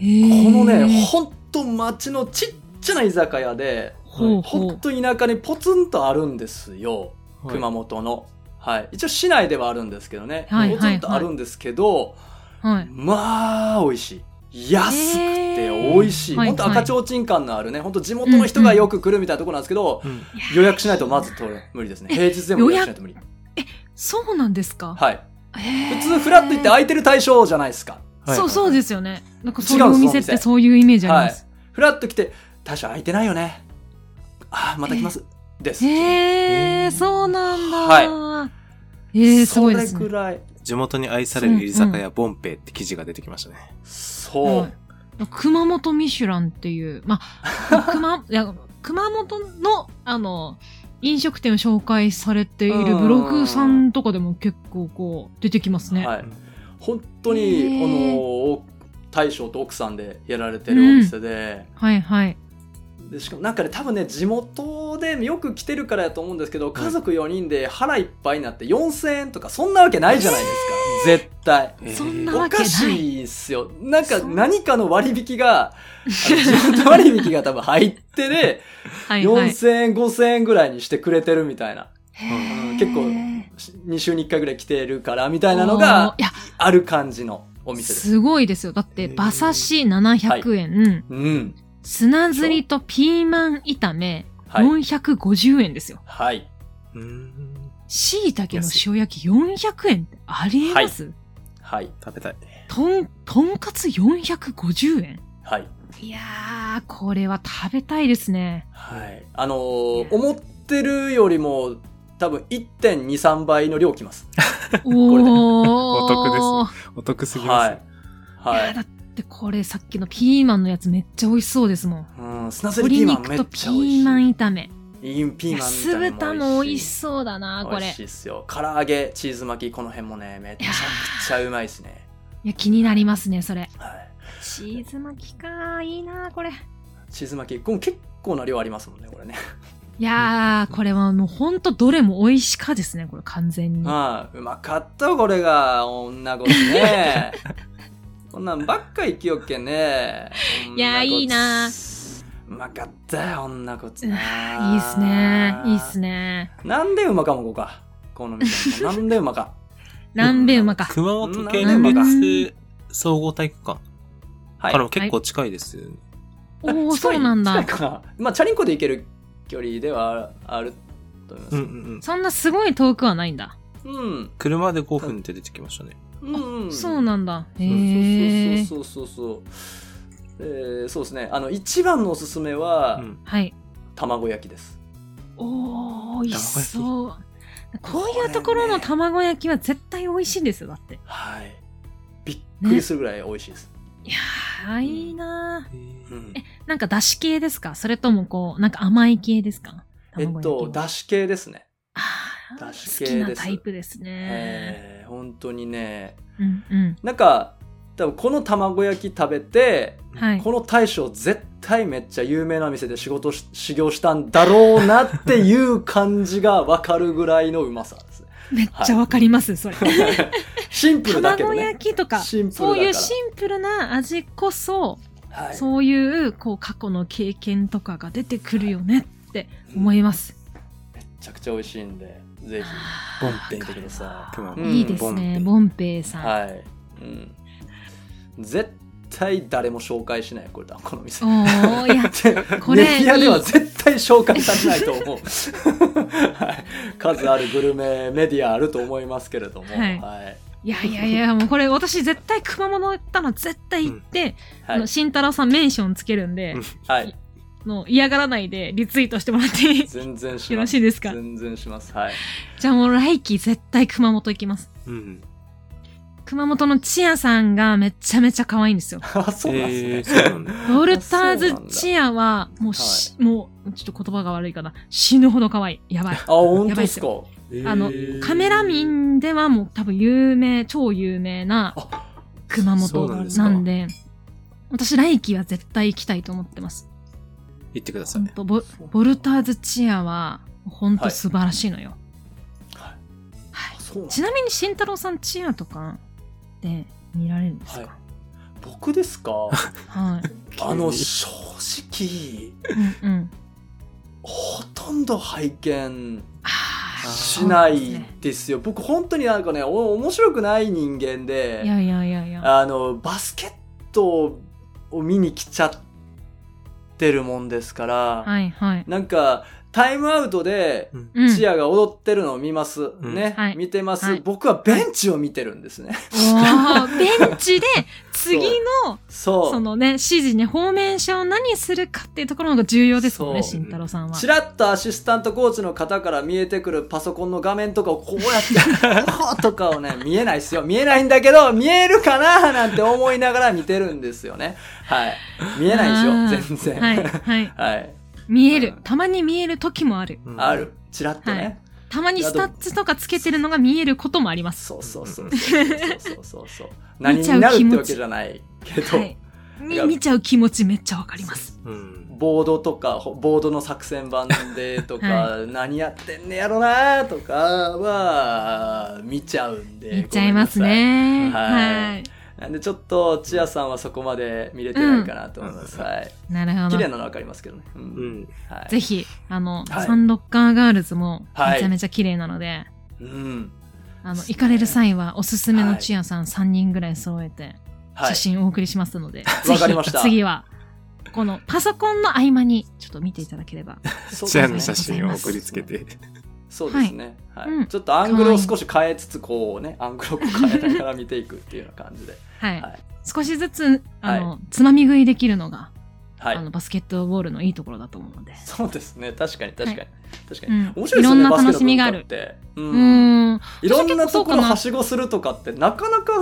[SPEAKER 1] のね、ほんと町のちっちゃな居酒屋で、
[SPEAKER 2] ほうほ
[SPEAKER 1] ほ。
[SPEAKER 2] うん
[SPEAKER 1] と田舎にポツンとあるんですよ、
[SPEAKER 3] はい
[SPEAKER 1] 熊本の。はい。一応市内ではあるんですけどね、
[SPEAKER 2] はい
[SPEAKER 1] ポツンとあるんですけど、
[SPEAKER 2] はい。
[SPEAKER 1] まあ、美味しい。安くて美味しい。
[SPEAKER 2] へー
[SPEAKER 1] ほんと赤ちょうちん感のあるね、ほんと地元の人がよく来るみたいなところなんですけど、
[SPEAKER 3] うん
[SPEAKER 1] 予約しないとまず取る無理ですね。平日でも予約しないと無理。
[SPEAKER 2] そうなんですか
[SPEAKER 1] はい。
[SPEAKER 2] 普
[SPEAKER 1] 普通、フラッと行って空いてる対象じゃないですか。
[SPEAKER 3] はい
[SPEAKER 2] そうそうですよね。なんかそうい
[SPEAKER 1] 違う
[SPEAKER 2] うんお
[SPEAKER 1] です
[SPEAKER 2] 店ってそういうイメージあります。
[SPEAKER 1] フラッと来て、大将空いてないよね。ああ、また来ます。です。
[SPEAKER 2] へえ、
[SPEAKER 3] え
[SPEAKER 2] そうなんだ。
[SPEAKER 1] は
[SPEAKER 2] ええ、すごいです
[SPEAKER 1] それ
[SPEAKER 2] ね
[SPEAKER 1] く。らい。
[SPEAKER 3] 地元に愛される居酒屋ボンペイって記事が出てきましたね。
[SPEAKER 1] そう。
[SPEAKER 2] うん熊本ミシュランっていう、まあ、 熊、いや熊本の、あの、飲食店を紹介されているブログさんとかでも結構こう出てきますね。
[SPEAKER 1] はい
[SPEAKER 3] うん。
[SPEAKER 1] 本当に、
[SPEAKER 2] へー
[SPEAKER 1] あのお大将と奥さんでやられてるお店で,、
[SPEAKER 2] はいはい。
[SPEAKER 1] でしかもなんかね多分ね地元でよく来てるからやと思うんですけど家族4人で腹いっぱいになって4000円とかそんなわけないじゃないですか、絶対。
[SPEAKER 3] えー
[SPEAKER 2] そんなわ
[SPEAKER 1] お
[SPEAKER 2] けな
[SPEAKER 1] か
[SPEAKER 2] い。
[SPEAKER 1] しいっすよ。なんか
[SPEAKER 2] そん
[SPEAKER 1] 何かの割引が、あの 地元割引が多分入ってで、
[SPEAKER 2] はいはい。
[SPEAKER 1] 4000円、5000円ぐらいにしてくれてるみたいな。
[SPEAKER 2] へー
[SPEAKER 1] 結構2週に1回ぐらい来てるからみたいなのが
[SPEAKER 2] おーいや、
[SPEAKER 1] ある感じのお店です。
[SPEAKER 2] すごいですよ。だって、
[SPEAKER 3] へー
[SPEAKER 2] 馬刺し700円、
[SPEAKER 1] うん。
[SPEAKER 2] 砂ずりとピーマン炒め
[SPEAKER 1] はい。
[SPEAKER 2] 450円ですよ。
[SPEAKER 1] はい。
[SPEAKER 3] うん
[SPEAKER 2] しいたけの塩焼き400円ってありえます、
[SPEAKER 1] はい。
[SPEAKER 3] 食べたい。
[SPEAKER 2] とん、とんかつ450円
[SPEAKER 1] はい。
[SPEAKER 2] いやー、これは食べたいで すね。
[SPEAKER 1] はい。あのー思ってるよりも、多分1.2、3倍の量きます。
[SPEAKER 2] おー。
[SPEAKER 3] お得ですお得すぎま
[SPEAKER 1] は
[SPEAKER 3] す。
[SPEAKER 1] い。
[SPEAKER 2] い
[SPEAKER 1] は
[SPEAKER 2] やー
[SPEAKER 1] い
[SPEAKER 2] だ。ってこれさっきのピーマンのやつめっちゃ美味しそうですもん。
[SPEAKER 1] うん、砂ずりピーマ
[SPEAKER 2] 鶏
[SPEAKER 1] ン
[SPEAKER 2] 肉
[SPEAKER 1] めっ
[SPEAKER 2] と
[SPEAKER 1] ち
[SPEAKER 2] ピ
[SPEAKER 1] ゃ美味し
[SPEAKER 2] ー
[SPEAKER 1] い。
[SPEAKER 2] マン炒め。
[SPEAKER 1] いいピーマンみた
[SPEAKER 2] 安
[SPEAKER 1] いな
[SPEAKER 2] 豚も美味し
[SPEAKER 1] い。
[SPEAKER 2] そうだな、こ
[SPEAKER 1] 美
[SPEAKER 2] れ
[SPEAKER 1] 味しい。っすよ。唐揚げ、チーズ巻き、この辺もね、めちゃくちゃうまいですね。
[SPEAKER 2] いや、気になりますね、それ。
[SPEAKER 1] はい。
[SPEAKER 2] チーズ巻きかいいなこれ。
[SPEAKER 1] チーズ巻き、これも結構な量ありますもんね、これね。
[SPEAKER 2] いやー、これはもうほんとどれも美味しかですね、これ完全に。
[SPEAKER 1] ああうまかったこれが女子 ねこんなんばっか生きよっけね
[SPEAKER 2] いやーいいな
[SPEAKER 1] うまかったよ女子つ
[SPEAKER 2] うわーいいっすね。いいっすね。
[SPEAKER 1] なんでうまかもこかこのみたいななんでうま か
[SPEAKER 2] 南米馬か。
[SPEAKER 3] 熊本県立総合体育館
[SPEAKER 1] はい
[SPEAKER 3] からも結構近いですよね。
[SPEAKER 2] おおー、そうなん
[SPEAKER 1] 近い
[SPEAKER 2] だ。
[SPEAKER 1] かなまあチャリンコで行ける距離ではあると思います
[SPEAKER 3] うんうんうん。
[SPEAKER 2] そんなすごい遠くはないんだ。
[SPEAKER 1] うん
[SPEAKER 3] 車で5分って出てきましたね。
[SPEAKER 1] うん、うん、
[SPEAKER 2] そうなんだ。へえ。
[SPEAKER 1] そうそうそうそうそう、えー、そうですねあの一番のおすすめは
[SPEAKER 3] うん
[SPEAKER 2] はい。
[SPEAKER 1] 卵焼きです、
[SPEAKER 2] おお、美味しそう。こういうところの卵焼きは絶対美味しいんですよ、だって。
[SPEAKER 1] はいびっくりするぐらい美味しいです、
[SPEAKER 2] いやー、いいな
[SPEAKER 1] う
[SPEAKER 3] うん
[SPEAKER 1] ん
[SPEAKER 2] ーなんかだし系ですかそれともこう、なんか甘い系ですか
[SPEAKER 1] えっと
[SPEAKER 2] だ、
[SPEAKER 1] だし系ですね
[SPEAKER 2] あー
[SPEAKER 1] だし
[SPEAKER 2] 好
[SPEAKER 1] 系
[SPEAKER 2] きな
[SPEAKER 1] です
[SPEAKER 2] タイプですね。
[SPEAKER 1] えー、本当にね
[SPEAKER 2] うんうん。
[SPEAKER 1] なんか多分この卵焼き食べて、
[SPEAKER 2] はい。
[SPEAKER 1] この大将絶対めっちゃ有名な店で仕事し修行したんだろうなっていう感じが分かるぐらいのうまさ ですね
[SPEAKER 2] めっちゃわかります、それ。
[SPEAKER 1] シンプルだけど
[SPEAKER 2] 卵
[SPEAKER 1] ね
[SPEAKER 2] 焼きとか、
[SPEAKER 1] シンプルだから
[SPEAKER 2] そういうシンプルな味こそ、
[SPEAKER 1] はい
[SPEAKER 2] そういう、こう、過去の経験とかが出てくるよねって思います。
[SPEAKER 1] めちゃくちゃ美味しいんでぜ
[SPEAKER 2] あ
[SPEAKER 1] ひ
[SPEAKER 2] ー
[SPEAKER 1] ボンペイ見てくださ
[SPEAKER 3] 熊
[SPEAKER 1] う
[SPEAKER 3] 本
[SPEAKER 1] ん
[SPEAKER 2] いいですね、ボンペイ
[SPEAKER 1] い
[SPEAKER 2] さん。
[SPEAKER 1] はい、うん、絶対誰も紹介しないこれだこの 店
[SPEAKER 2] おーいや、これ
[SPEAKER 1] メディアではい
[SPEAKER 2] い
[SPEAKER 1] 絶対紹介されないと思う、はい、数あるグルメメディアあると思いますけれども
[SPEAKER 2] はい
[SPEAKER 1] はい
[SPEAKER 2] いやいやいや、もうこれ私絶対熊本行ったら絶対行って、
[SPEAKER 1] は
[SPEAKER 2] あ
[SPEAKER 1] い
[SPEAKER 2] の慎太郎さんメンションつけるんで、
[SPEAKER 3] うん
[SPEAKER 1] はい、
[SPEAKER 2] もう嫌がらないでリツイートしてもらっていい
[SPEAKER 1] 全然し
[SPEAKER 2] よ
[SPEAKER 1] ま
[SPEAKER 2] ろ
[SPEAKER 1] す
[SPEAKER 2] しいですか
[SPEAKER 1] 全然しますはい
[SPEAKER 2] じゃあもう来季絶対熊本行きます。
[SPEAKER 3] うん。
[SPEAKER 2] 熊本のチアさんがめちゃめちゃ可愛いんですよ。
[SPEAKER 1] あそうなん
[SPEAKER 3] えー
[SPEAKER 1] です
[SPEAKER 3] そう
[SPEAKER 1] ね、
[SPEAKER 3] なんだ。
[SPEAKER 2] ドルターズチアは、もうし、もう、ちょっと言葉が悪いかな。死ぬほど可愛い。やばい。
[SPEAKER 1] あ本当ですか
[SPEAKER 2] あの
[SPEAKER 3] えー
[SPEAKER 2] カメラミンではもう多分有名、超有名な
[SPEAKER 1] あ
[SPEAKER 2] 熊本
[SPEAKER 3] そうなんですか
[SPEAKER 2] なんで、私来季は絶対行きたいと思ってます。
[SPEAKER 3] 行ってくださ
[SPEAKER 2] ほん
[SPEAKER 3] い。
[SPEAKER 2] と、ボボルターズチアは、ほんと素晴らしいのよ。
[SPEAKER 1] はい
[SPEAKER 2] はい
[SPEAKER 1] あそうなんだ
[SPEAKER 2] ちなみに慎太郎さんチアとかで見られるんです
[SPEAKER 1] はい
[SPEAKER 2] か
[SPEAKER 1] 僕です か
[SPEAKER 2] はい。
[SPEAKER 1] あの正直
[SPEAKER 2] うんうん。
[SPEAKER 1] ほとんど拝見
[SPEAKER 2] あー
[SPEAKER 1] しな
[SPEAKER 2] そうです
[SPEAKER 1] い
[SPEAKER 2] ね
[SPEAKER 1] ですよ。僕本当になんかね、お面白くない人間
[SPEAKER 2] いや
[SPEAKER 1] で、
[SPEAKER 2] いやいやいや。
[SPEAKER 1] あの、バスケットを見に来ちゃってるもんですから、
[SPEAKER 2] はいはい。
[SPEAKER 1] なんか、タイムアウトで、
[SPEAKER 3] うん
[SPEAKER 2] うん。
[SPEAKER 1] チアが踊ってるのを見ます。
[SPEAKER 3] ん
[SPEAKER 1] ね、
[SPEAKER 2] はい
[SPEAKER 1] 見てます、
[SPEAKER 2] はい
[SPEAKER 1] 僕はベンチを見てるんですね。
[SPEAKER 2] おーベンチで次の
[SPEAKER 1] そう。
[SPEAKER 2] そのね指示ねフォーメーションを何するかっていうところが重要ですもんね
[SPEAKER 1] そう
[SPEAKER 2] 慎太郎さんは
[SPEAKER 1] ち。らっとアシスタントコーチの方から見えてくるパソコンの画面とかをこうやって、こうとかをね、見えないっすよ。見えないんだけど、見えるかななんて思いながら見てるんですよ ね。はい。見えないですよ、全然。
[SPEAKER 2] はい
[SPEAKER 1] はい。
[SPEAKER 2] はい見えるたまに見える時もある
[SPEAKER 3] うん
[SPEAKER 1] あ。る。ちらっとね。
[SPEAKER 2] はいたまにスタッツとかつけてるのが見えることもあります。
[SPEAKER 1] そうそうそうそうそうそうそう。何になるってわけじゃないけど、
[SPEAKER 2] はい、み
[SPEAKER 1] だから
[SPEAKER 2] 見ちゃう気持ちめっちゃわかります。
[SPEAKER 3] うん。
[SPEAKER 1] ボードとか、ほボードの作戦版でとか、
[SPEAKER 2] は
[SPEAKER 1] 何やってんねやろなとかは、見ちゃうんで。
[SPEAKER 2] 見ちゃいます
[SPEAKER 1] ごめんなさい
[SPEAKER 2] ね。
[SPEAKER 1] はい
[SPEAKER 2] はい。
[SPEAKER 1] なんでちょっと千夜さんはそこまで見れてないかなと思います。
[SPEAKER 3] うん
[SPEAKER 1] はい。
[SPEAKER 2] なる
[SPEAKER 1] 綺
[SPEAKER 2] ほ
[SPEAKER 1] 麗
[SPEAKER 2] ど。
[SPEAKER 1] なのわかりますけどね。うん
[SPEAKER 3] うん。
[SPEAKER 1] はい。
[SPEAKER 2] ぜひ、あの、
[SPEAKER 1] はい
[SPEAKER 2] サンロッカーガールズも
[SPEAKER 1] はい
[SPEAKER 2] めちゃめちゃ綺麗なので、
[SPEAKER 1] うん。
[SPEAKER 2] あの、
[SPEAKER 1] そうですね
[SPEAKER 2] 行かれる際はおすすめのチアさん3人ぐらい揃えて、
[SPEAKER 1] は
[SPEAKER 2] 写
[SPEAKER 1] い。
[SPEAKER 2] 真をお送りしますので、
[SPEAKER 1] わかりました
[SPEAKER 2] 次は、このパソコンの合間にちょっと見ていただければ。
[SPEAKER 1] そう
[SPEAKER 3] チ
[SPEAKER 1] で
[SPEAKER 3] ア
[SPEAKER 1] す
[SPEAKER 3] の
[SPEAKER 1] ね
[SPEAKER 3] 写真を送りつけて。
[SPEAKER 1] そうですね。はい、
[SPEAKER 2] うん
[SPEAKER 1] ちょっとアングルを少し変えつつ、こうね、アングルをこう変えながら見ていくっていうような感じで。
[SPEAKER 2] はい。
[SPEAKER 1] はい
[SPEAKER 2] 少しずつ、あの、つまみ食いできるのが、
[SPEAKER 1] は
[SPEAKER 2] あの、
[SPEAKER 1] い。
[SPEAKER 2] バスケットボールのいいところだと思うので。
[SPEAKER 1] そうですね。確かに確かに。確か
[SPEAKER 2] う
[SPEAKER 1] に。
[SPEAKER 2] ん。
[SPEAKER 1] 面白い
[SPEAKER 2] い
[SPEAKER 1] です
[SPEAKER 2] ろ
[SPEAKER 1] よ
[SPEAKER 2] ん
[SPEAKER 1] ね。
[SPEAKER 2] な
[SPEAKER 1] バスケ
[SPEAKER 2] 楽
[SPEAKER 1] の
[SPEAKER 2] しみがあ
[SPEAKER 1] 文
[SPEAKER 2] る。
[SPEAKER 1] 化って。
[SPEAKER 2] う
[SPEAKER 1] うん。
[SPEAKER 2] ーん。
[SPEAKER 1] いろんなところ
[SPEAKER 2] 私結構そうかな
[SPEAKER 1] はしごするとかって、なかなか、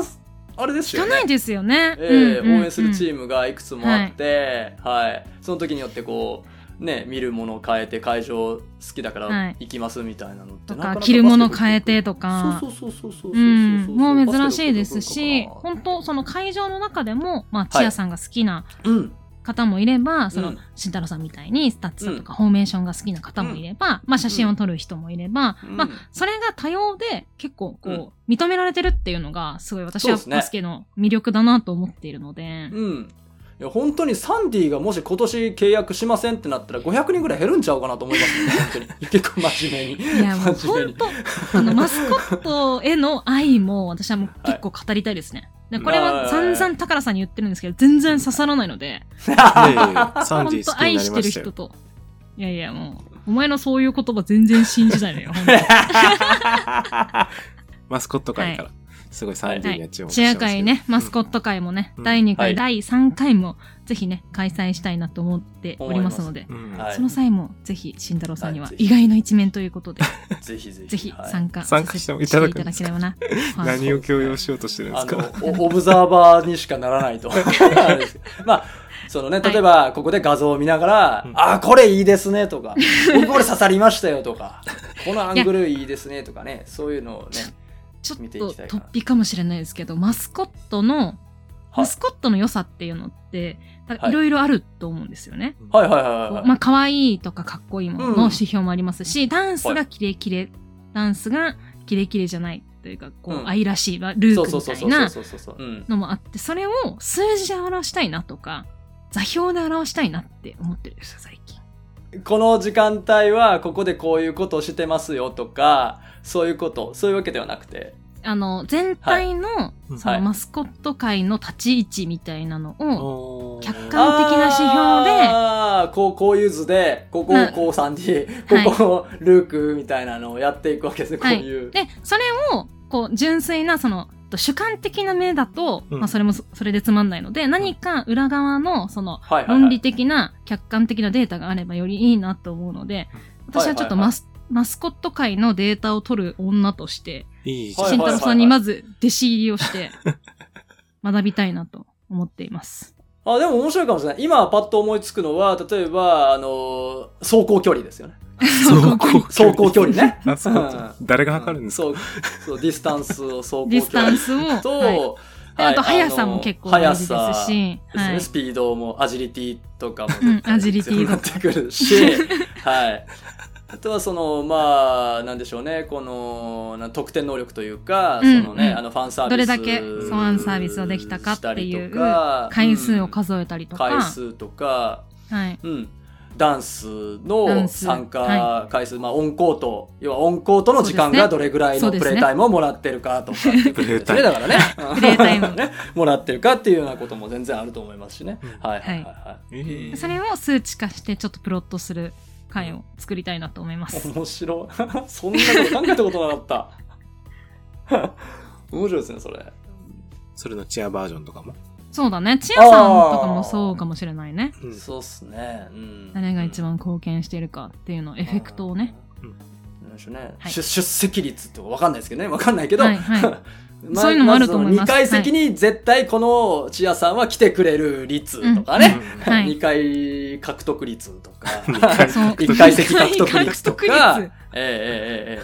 [SPEAKER 1] あれです
[SPEAKER 2] 聞
[SPEAKER 1] よ
[SPEAKER 2] か
[SPEAKER 1] ね。
[SPEAKER 2] ないですよね。
[SPEAKER 1] えー
[SPEAKER 2] うんうんうん
[SPEAKER 1] 応援するチームがいくつもあって、はいその時によってこう、ね、見るものを変えて会場好きだか
[SPEAKER 2] は
[SPEAKER 1] ら
[SPEAKER 2] い
[SPEAKER 1] 行きますみたいなのって
[SPEAKER 2] と
[SPEAKER 1] なかな
[SPEAKER 2] か、
[SPEAKER 1] か
[SPEAKER 2] 着るもの変えてと
[SPEAKER 1] バス
[SPEAKER 2] か
[SPEAKER 1] ケ。部ってそうそうそうそうそうそう
[SPEAKER 2] う
[SPEAKER 1] そ
[SPEAKER 2] ん、
[SPEAKER 1] そ
[SPEAKER 2] もう珍しいです
[SPEAKER 1] バスケ
[SPEAKER 2] し、
[SPEAKER 1] 部とか
[SPEAKER 2] 本当その会場の中でも、まあ、チアさんが好きな
[SPEAKER 1] うん
[SPEAKER 2] 方もいれば、そうの
[SPEAKER 1] ん、
[SPEAKER 2] 慎太郎さんみたいにスタッツさんとかフォーメーションが好きな方もいれば、まあ写真を撮る人もいれば、
[SPEAKER 1] うん
[SPEAKER 2] まあそれが多様で結構こう、
[SPEAKER 1] うん
[SPEAKER 2] 認められてるっていうのがすごい私は
[SPEAKER 1] そうですね
[SPEAKER 2] バスケの魅力だなと思っているので、
[SPEAKER 1] うん。いや、本当にサンディがもし今年契約しませんってなったら500人ぐらい減るんちゃうかなと思いますね。本当に。結構真面目に。
[SPEAKER 2] いやもう
[SPEAKER 1] 真面目
[SPEAKER 2] 本
[SPEAKER 1] に。
[SPEAKER 2] 当あのマスコットへの愛も私はもう結構語りたいですね。でこれは散々高良さんに言ってるんですけど全然刺さらないので
[SPEAKER 3] や いやいやサン
[SPEAKER 2] 本
[SPEAKER 3] ディ好
[SPEAKER 2] 当
[SPEAKER 3] きに
[SPEAKER 2] 愛
[SPEAKER 3] なり
[SPEAKER 2] して
[SPEAKER 3] ま
[SPEAKER 2] る
[SPEAKER 3] した
[SPEAKER 2] 人
[SPEAKER 3] よ。
[SPEAKER 2] といやいやもうお前のそういう言葉全然信じないのよ本当に
[SPEAKER 3] マスコット界から、すごいサンディには注目し
[SPEAKER 2] チ
[SPEAKER 3] てま
[SPEAKER 2] ェ
[SPEAKER 3] す
[SPEAKER 2] ア
[SPEAKER 3] けど
[SPEAKER 2] 会ね、マスコット会もね、
[SPEAKER 3] うん
[SPEAKER 2] 第2回、
[SPEAKER 1] はい
[SPEAKER 2] 第3回も、ぜひね、開催したいなと思っておりますので、
[SPEAKER 3] うん
[SPEAKER 1] はい
[SPEAKER 2] その際も、ぜひ、慎太郎さんには
[SPEAKER 1] はいぜひ
[SPEAKER 2] 意外な一面ということで、
[SPEAKER 1] ぜひぜひ。
[SPEAKER 2] ぜひ
[SPEAKER 1] はい
[SPEAKER 2] 参加
[SPEAKER 3] 参加していただく
[SPEAKER 2] さ
[SPEAKER 3] ん
[SPEAKER 2] せていた
[SPEAKER 3] で
[SPEAKER 2] だ
[SPEAKER 3] す
[SPEAKER 2] け
[SPEAKER 3] か
[SPEAKER 2] ればな。はい
[SPEAKER 3] 何を強要しようとしてるんで
[SPEAKER 1] あ
[SPEAKER 3] すか
[SPEAKER 1] の、おオブザーバーにしかならない と。まあ、そのね、例えば、ここで画像を見ながら、
[SPEAKER 3] うん
[SPEAKER 1] ああ、これいいですね、とか、僕これ刺さりましたよ、と か、このアングルいいですね、とかね、そういうのをね、
[SPEAKER 2] ちょっ
[SPEAKER 1] 見てい
[SPEAKER 2] と
[SPEAKER 1] きたいか
[SPEAKER 2] 突
[SPEAKER 1] な
[SPEAKER 2] 飛かもしれないですけど、マスコットの、
[SPEAKER 1] はい
[SPEAKER 2] マスコットの良さっていうのって、だ
[SPEAKER 1] はい
[SPEAKER 2] いろいろあると思うんですよね。
[SPEAKER 1] はいはいはいはい。
[SPEAKER 2] まあ可愛いとかかっこいいものの
[SPEAKER 1] うん
[SPEAKER 2] 指標もありますし、ダンスがキレキレ、ダンスがキレキレじゃないというかこう、
[SPEAKER 1] うん
[SPEAKER 2] 愛らしいまあルー
[SPEAKER 1] そう
[SPEAKER 2] ク
[SPEAKER 1] そう
[SPEAKER 2] み
[SPEAKER 1] そ
[SPEAKER 2] た
[SPEAKER 1] う
[SPEAKER 2] い
[SPEAKER 1] そうそう
[SPEAKER 2] な
[SPEAKER 1] そうそうそう。うん。
[SPEAKER 2] のもあってそれを数字で表したいなとか座標で表したいなって思ってるんですよ最近。
[SPEAKER 1] この時間帯は、ここでこういうことをしてますよ、とか、そういうこと、そういうわけではなくて。
[SPEAKER 2] あの全体の,、
[SPEAKER 3] うん
[SPEAKER 2] そ
[SPEAKER 1] は
[SPEAKER 2] の
[SPEAKER 1] い
[SPEAKER 2] マスコット界の立ち位置みたいなのを
[SPEAKER 3] おー
[SPEAKER 2] 客観的な指標で
[SPEAKER 1] ああ、こう、こういう図で、ここ
[SPEAKER 2] まあ、
[SPEAKER 1] こうサンディ、ここ、ルークみたいなのをやっていくわけですね、こう
[SPEAKER 2] はい
[SPEAKER 1] いう。
[SPEAKER 2] でそれをこう純粋なその主観的な目だと、
[SPEAKER 3] うん
[SPEAKER 2] まあ、それもそそれでつまんないので何か裏側のその
[SPEAKER 1] はいはい、
[SPEAKER 2] 論
[SPEAKER 1] は
[SPEAKER 2] 理
[SPEAKER 1] い。
[SPEAKER 2] 的な客観的なデータがあればよりいいなと思うので私はちょっとマス,、マスコット界のデータを取る女として
[SPEAKER 3] いいじゃん
[SPEAKER 1] はい
[SPEAKER 2] 慎太郎さんにまず弟子入りをして 学びたいなと思っています。
[SPEAKER 1] あ、でも面白いかもしれない。今、パッと思いつくのは、例えば、あのー走行距離ですよね。
[SPEAKER 3] 走行距離
[SPEAKER 1] 走行距離 ね。
[SPEAKER 3] あそうか誰が測るんですか
[SPEAKER 1] そう、そう、ディスタンスを走行距離。
[SPEAKER 2] ディスタンスも、
[SPEAKER 1] と、
[SPEAKER 2] はいで
[SPEAKER 1] はい
[SPEAKER 2] あと速さも結構大事
[SPEAKER 1] あの
[SPEAKER 2] で
[SPEAKER 1] 速
[SPEAKER 2] す
[SPEAKER 1] さ
[SPEAKER 2] し、
[SPEAKER 1] ですね
[SPEAKER 2] はい、
[SPEAKER 1] スピードもアジリティとかも
[SPEAKER 2] うんアジリティ
[SPEAKER 1] 必要になってくるし、 はい。あとはその、まあ、なんでしょうね、この、な得点能力というか、
[SPEAKER 2] うん
[SPEAKER 1] そのね、
[SPEAKER 2] うん
[SPEAKER 1] あの、ファンサービス。
[SPEAKER 2] どれだけファンサービスをできたかってい
[SPEAKER 1] した
[SPEAKER 2] う
[SPEAKER 1] りとか
[SPEAKER 2] 回数
[SPEAKER 1] う
[SPEAKER 2] を
[SPEAKER 1] ん
[SPEAKER 2] 数えたりとか、
[SPEAKER 1] 回数とか、
[SPEAKER 2] はい、
[SPEAKER 1] うん、ダンス
[SPEAKER 2] ダ
[SPEAKER 1] の
[SPEAKER 2] ンス
[SPEAKER 1] 参加
[SPEAKER 2] は
[SPEAKER 1] 回数、まあ、オンコート、要はオンコートの時間がどれぐらい
[SPEAKER 2] そ
[SPEAKER 1] の
[SPEAKER 2] う
[SPEAKER 1] プ
[SPEAKER 2] ですね
[SPEAKER 1] レイタイムをもらってるかと かっていうことですね、だからね、
[SPEAKER 2] プレイタイム
[SPEAKER 1] ね、 もらってるかっていうようなことも全然あると思いますしね。
[SPEAKER 3] うん
[SPEAKER 1] はいはいはい、
[SPEAKER 3] えー
[SPEAKER 2] それを数値化してちょっとプロットする回を作りたいなと思います。
[SPEAKER 1] 面白い。 そんなこと考えたことなかった。 面白いですね、それ。
[SPEAKER 3] それのチアバージョンとかも
[SPEAKER 2] そうだね。チアさんとかもそうかもしれないね。
[SPEAKER 3] うん
[SPEAKER 1] そうっすね。うん、
[SPEAKER 2] 誰が一番貢献しているかっていうの、エフェクトをね。
[SPEAKER 1] うん。なんでしょうね
[SPEAKER 2] はい
[SPEAKER 1] 出出席率ってわかんないですけどね、わかんないけど、
[SPEAKER 2] はいは
[SPEAKER 1] ま
[SPEAKER 2] そういうのもあると思い
[SPEAKER 1] ず
[SPEAKER 2] ます
[SPEAKER 1] その二階席に絶対このチアさんは来てくれる率とか
[SPEAKER 3] う
[SPEAKER 1] ね。
[SPEAKER 3] ん
[SPEAKER 2] はい
[SPEAKER 1] 二階獲得率と か。
[SPEAKER 3] 回
[SPEAKER 2] そう
[SPEAKER 1] 一階席獲得率と
[SPEAKER 2] 一
[SPEAKER 1] か
[SPEAKER 2] 回獲得
[SPEAKER 1] え
[SPEAKER 2] 率。
[SPEAKER 1] ええ